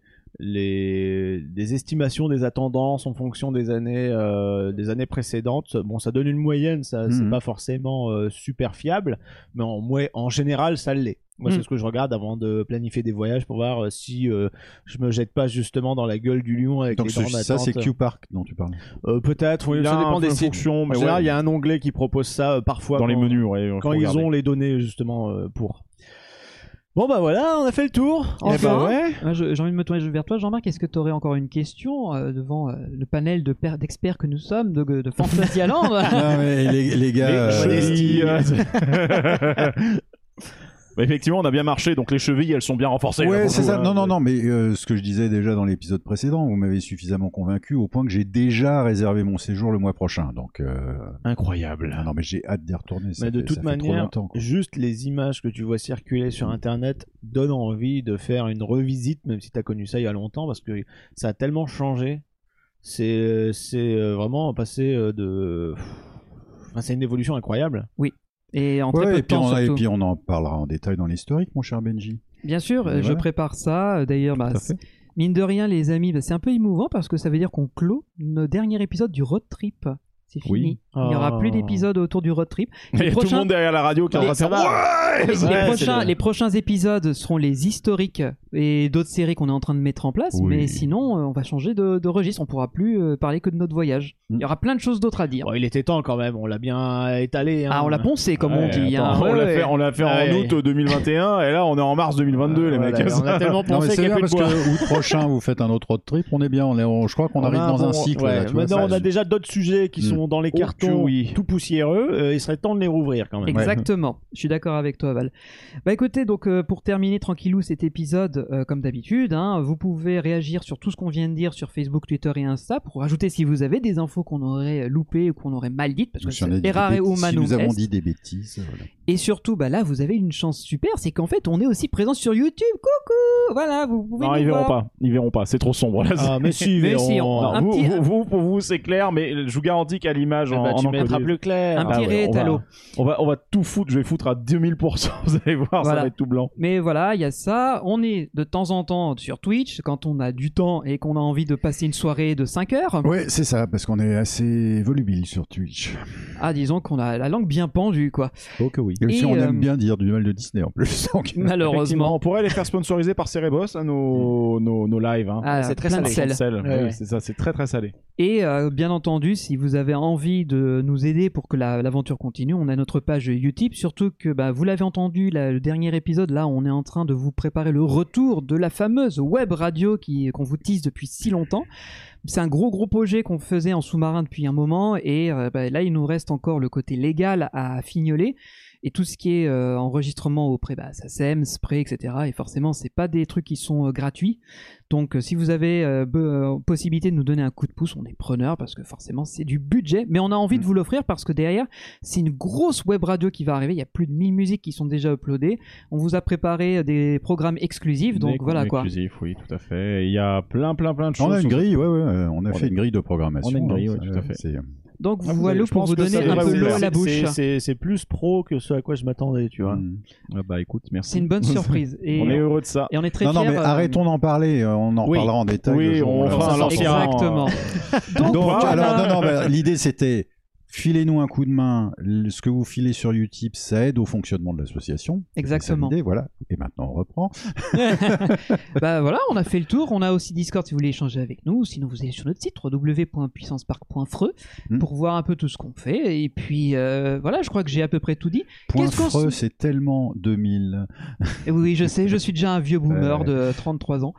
les, des estimations des attendances en fonction des années, euh, des années précédentes. Bon, ça donne une moyenne, ça c'est Mhm. pas forcément euh, super fiable, mais en, moi- en général, ça l'est. Moi, c'est Mhm. ce que je regarde avant de planifier des voyages pour voir euh, si euh, je me jette pas justement dans la gueule du lion avec Donc les ce- temps ça, c'est d'attente. Q Park dont tu parles. Euh, Peut-être, oui, Il ça a un dépend peu des en sites. fonction, en mais général, ouais, il y a un onglet qui propose ça euh, parfois dans les quand- menus, ouais, faut quand ils regarder. ont les données justement euh, pour. Bon bah voilà, on a fait le tour. Eh ben Enfin. Moi, je- J'ai envie de me tourner vers toi, Jean-Marc. Est-ce que tu aurais encore une question euh, devant euh, le panel de per- d'experts que nous sommes de, de Fantasyland non, mais euh, les, les gars, Les euh, chevilles. Bah, effectivement, on a bien marché, donc les chevilles, elles sont bien renforcées. là, Ouais, pour c'est le coup, ça. hein. Non, non, non, mais euh, ce que je disais déjà dans l'épisode précédent, vous m'avez suffisamment convaincu au point que j'ai déjà réservé mon séjour le mois prochain. Donc, euh, Incroyable. ah non, mais j'ai hâte d'y retourner. Ça Mais de fait- toute ça fait trop manière, longtemps, quoi. juste les images que tu vois circuler sur Internet donnent envie de faire une revisite, même si tu as connu ça il y a longtemps, parce que ça a tellement changé. C'est c'est euh, vraiment passé euh, de. Enfin, c'est une évolution incroyable. Et en très peu Ouais, et, de puis temps on a- et surtout. puis on en parlera en détail dans l'historique, mon cher Benji. Bien sûr, euh, je Voilà. prépare ça. Euh, D'ailleurs, bah, Tout à fait. mine de rien, les amis, bah, c'est un peu émouvant parce que ça veut dire qu'on clôt le dernier épisode du road trip. C'est fini. Oui. Oh. Il n'y aura Ah. plus d'épisode autour du road trip. Il y a tout le prochains- monde derrière la radio qui est en Les- train de faire. Ouais, Les, Ouais, prochains, c'est le- les prochains épisodes seront les historiques et d'autres séries qu'on est en train de mettre en place. Oui. Mais sinon, euh, on va changer de, de registre. On pourra plus euh, parler que de notre voyage. Mm. Il y aura plein de choses d'autres à dire. Bon, il était temps quand même, on l'a bien étalé. hein. Ah, on l'a poncé, comme on Ouais, dit. attends, hein. on Ouais, l'a ouais. fait, on l'a fait Ouais, en ouais. août 2021 et là on est en mars 2022 les Voilà, mecs. On a tellement Non, mais pensé c'est qu'il n'y a bien plus de parce bois. que août prochain, vous faites un autre road trip. On est bien. On est, on- je crois qu'on On arrive a un dans un bon- cycle. ouais, là, tu vois, maintenant, ça- on a déjà d'autres sujets qui Mm. sont dans les Oh, que cartons, oui. tout poussiéreux. euh, il serait temps de les rouvrir quand même. Exactement, je suis d'accord avec toi Val. Bah écoutez, donc euh, pour terminer tranquillou cet épisode, euh, comme d'habitude, hein, vous pouvez réagir sur tout ce qu'on vient de dire sur Facebook, Twitter et Insta pour ajouter si vous avez des infos qu'on aurait euh, loupées ou qu'on aurait mal dites, parce que Si on a dit c'est des errare bêtises- si humanum nous avons est. dit des bêtises. voilà. Et surtout, bah là, vous avez une chance super, c'est qu'en fait, on est aussi présent sur YouTube. Coucou Voilà, vous pouvez non, nous ils verront voir. pas, ils verront pas, c'est trop sombre là. Ah, mais si, Mais mais si, on- on- Non, un vous, petit- vous- vous, pour vous c'est clair, mais je vous garantis qu'à Eh l'image Ah en, ben, bah, en tu encodé- Ah mettras plus clair. Un ouais, petit on va- réétalo. on va on va tout foutre, je vais foutre à 2000%, vous allez voir, ça Voilà. va être tout blanc. Mais voilà, il y a ça. On est de temps en temps sur Twitch quand on a du temps et qu'on a envie de passer une soirée de 5 heures. Ouais, c'est ça, parce qu'on est assez volubile sur Twitch. Ah, disons qu'on a la langue bien pendue, quoi. Oh que oui. Et aussi, Et, on euh, aime bien dire du mal de Disney en plus. donc- Effectivement, Malheureusement. on pourrait les faire sponsoriser par Cerebos hein, nos, nos, nos lives. Hein. Ah, C'est très plein de salé. sel. Sel, Ouais, oui, ouais. c'est ça, c'est très très salé. Et euh, bien entendu, si vous avez envie de nous aider pour que la- l'aventure continue, on a notre page Utip. Surtout que bah, vous l'avez entendu, là, le dernier épisode, là, on est en train de vous préparer le retour de la fameuse web radio qui qu'on vous tease depuis si longtemps. C'est un gros gros projet qu'on faisait en sous-marin depuis un moment, et euh, bah, là, il nous reste encore le côté légal à fignoler. Et tout ce qui est euh, enregistrement auprès, bah, SACEM, spray, etc. Et forcément, c'est pas des trucs qui sont euh, gratuits. Donc euh, si vous avez euh, be- euh, possibilité de nous donner un coup de pouce, on est preneur parce que forcément c'est du budget, mais on a Mm. envie de vous l'offrir parce que derrière c'est une grosse web radio qui va arriver, il y a plus de 1000 musiques qui sont déjà uploadées, on vous a préparé euh, des programmes exclusifs, donc Des voilà contenus quoi. exclusifs, oui, tout à fait. Et Il y a plein plein plein de choses. On a une sur- grille, ouais, ouais, euh, on a On fait a- une grille de programmation. on a une grille, hein, ouais, ça, tout à fait. c'est- Donc Ah, vous voilà avez- je pour pense vous que ça donner va un vous peu l'eau plaire. à la bouche. C'est- C'est c'est plus pro que ce à quoi je m'attendais, tu vois. Mm. Ah bah écoute, merci. C'est une bonne surprise et euh, On est heureux de ça. et on est très Non, non, mais fiers, euh, arrêtons d'en parler, euh, on en Oui. reparlera en détail. Oui, le jour où on la- fera un lancement. Exactement. Donc, Donc, Voilà. alors, non, non, bah, l'idée c'était filez-nous un coup de main. Le- Ce que vous filez sur Utip, ça aide au fonctionnement de l'association. C'est ça Exactement. l'idée, voilà. Et maintenant, on reprend. bah voilà, on a fait le tour. On a aussi Discord si vous voulez échanger avec nous. Sinon, vous allez sur notre site www.puissancepark.freux Mm. pour voir un peu tout ce qu'on fait. Et puis euh, voilà, je crois que j'ai à peu près tout dit. Point Qu'est-ce qu'on Freux, se- c'est tellement 2000. Et oui, je sais, je suis déjà un vieux boomer Ouais. de 33 ans.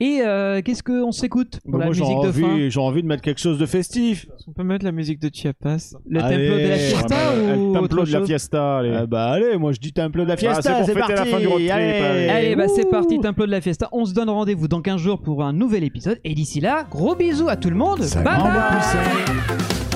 Et euh, qu'est-ce qu'on s'écoute pour Bah, la moi, j'ai musique de fin envie, j'ai envie de mettre quelque chose de festif. On peut mettre la musique de Chiapas. Le Allez, tempo de la on fiesta Ah bah, le ou Templo autre de la chose fiesta, allez. Ah bah allez, moi je dis temple de la Ah, c'est fiesta, pour c'est fêter parti. la fin du road trip, allez. Allez, bah c'est Ouh. parti, Templo de la Fiesta. On se donne rendez-vous dans 15 jours pour un nouvel épisode. Et d'ici là, gros bisous à tout le monde. Ça bye bye m'embrasse.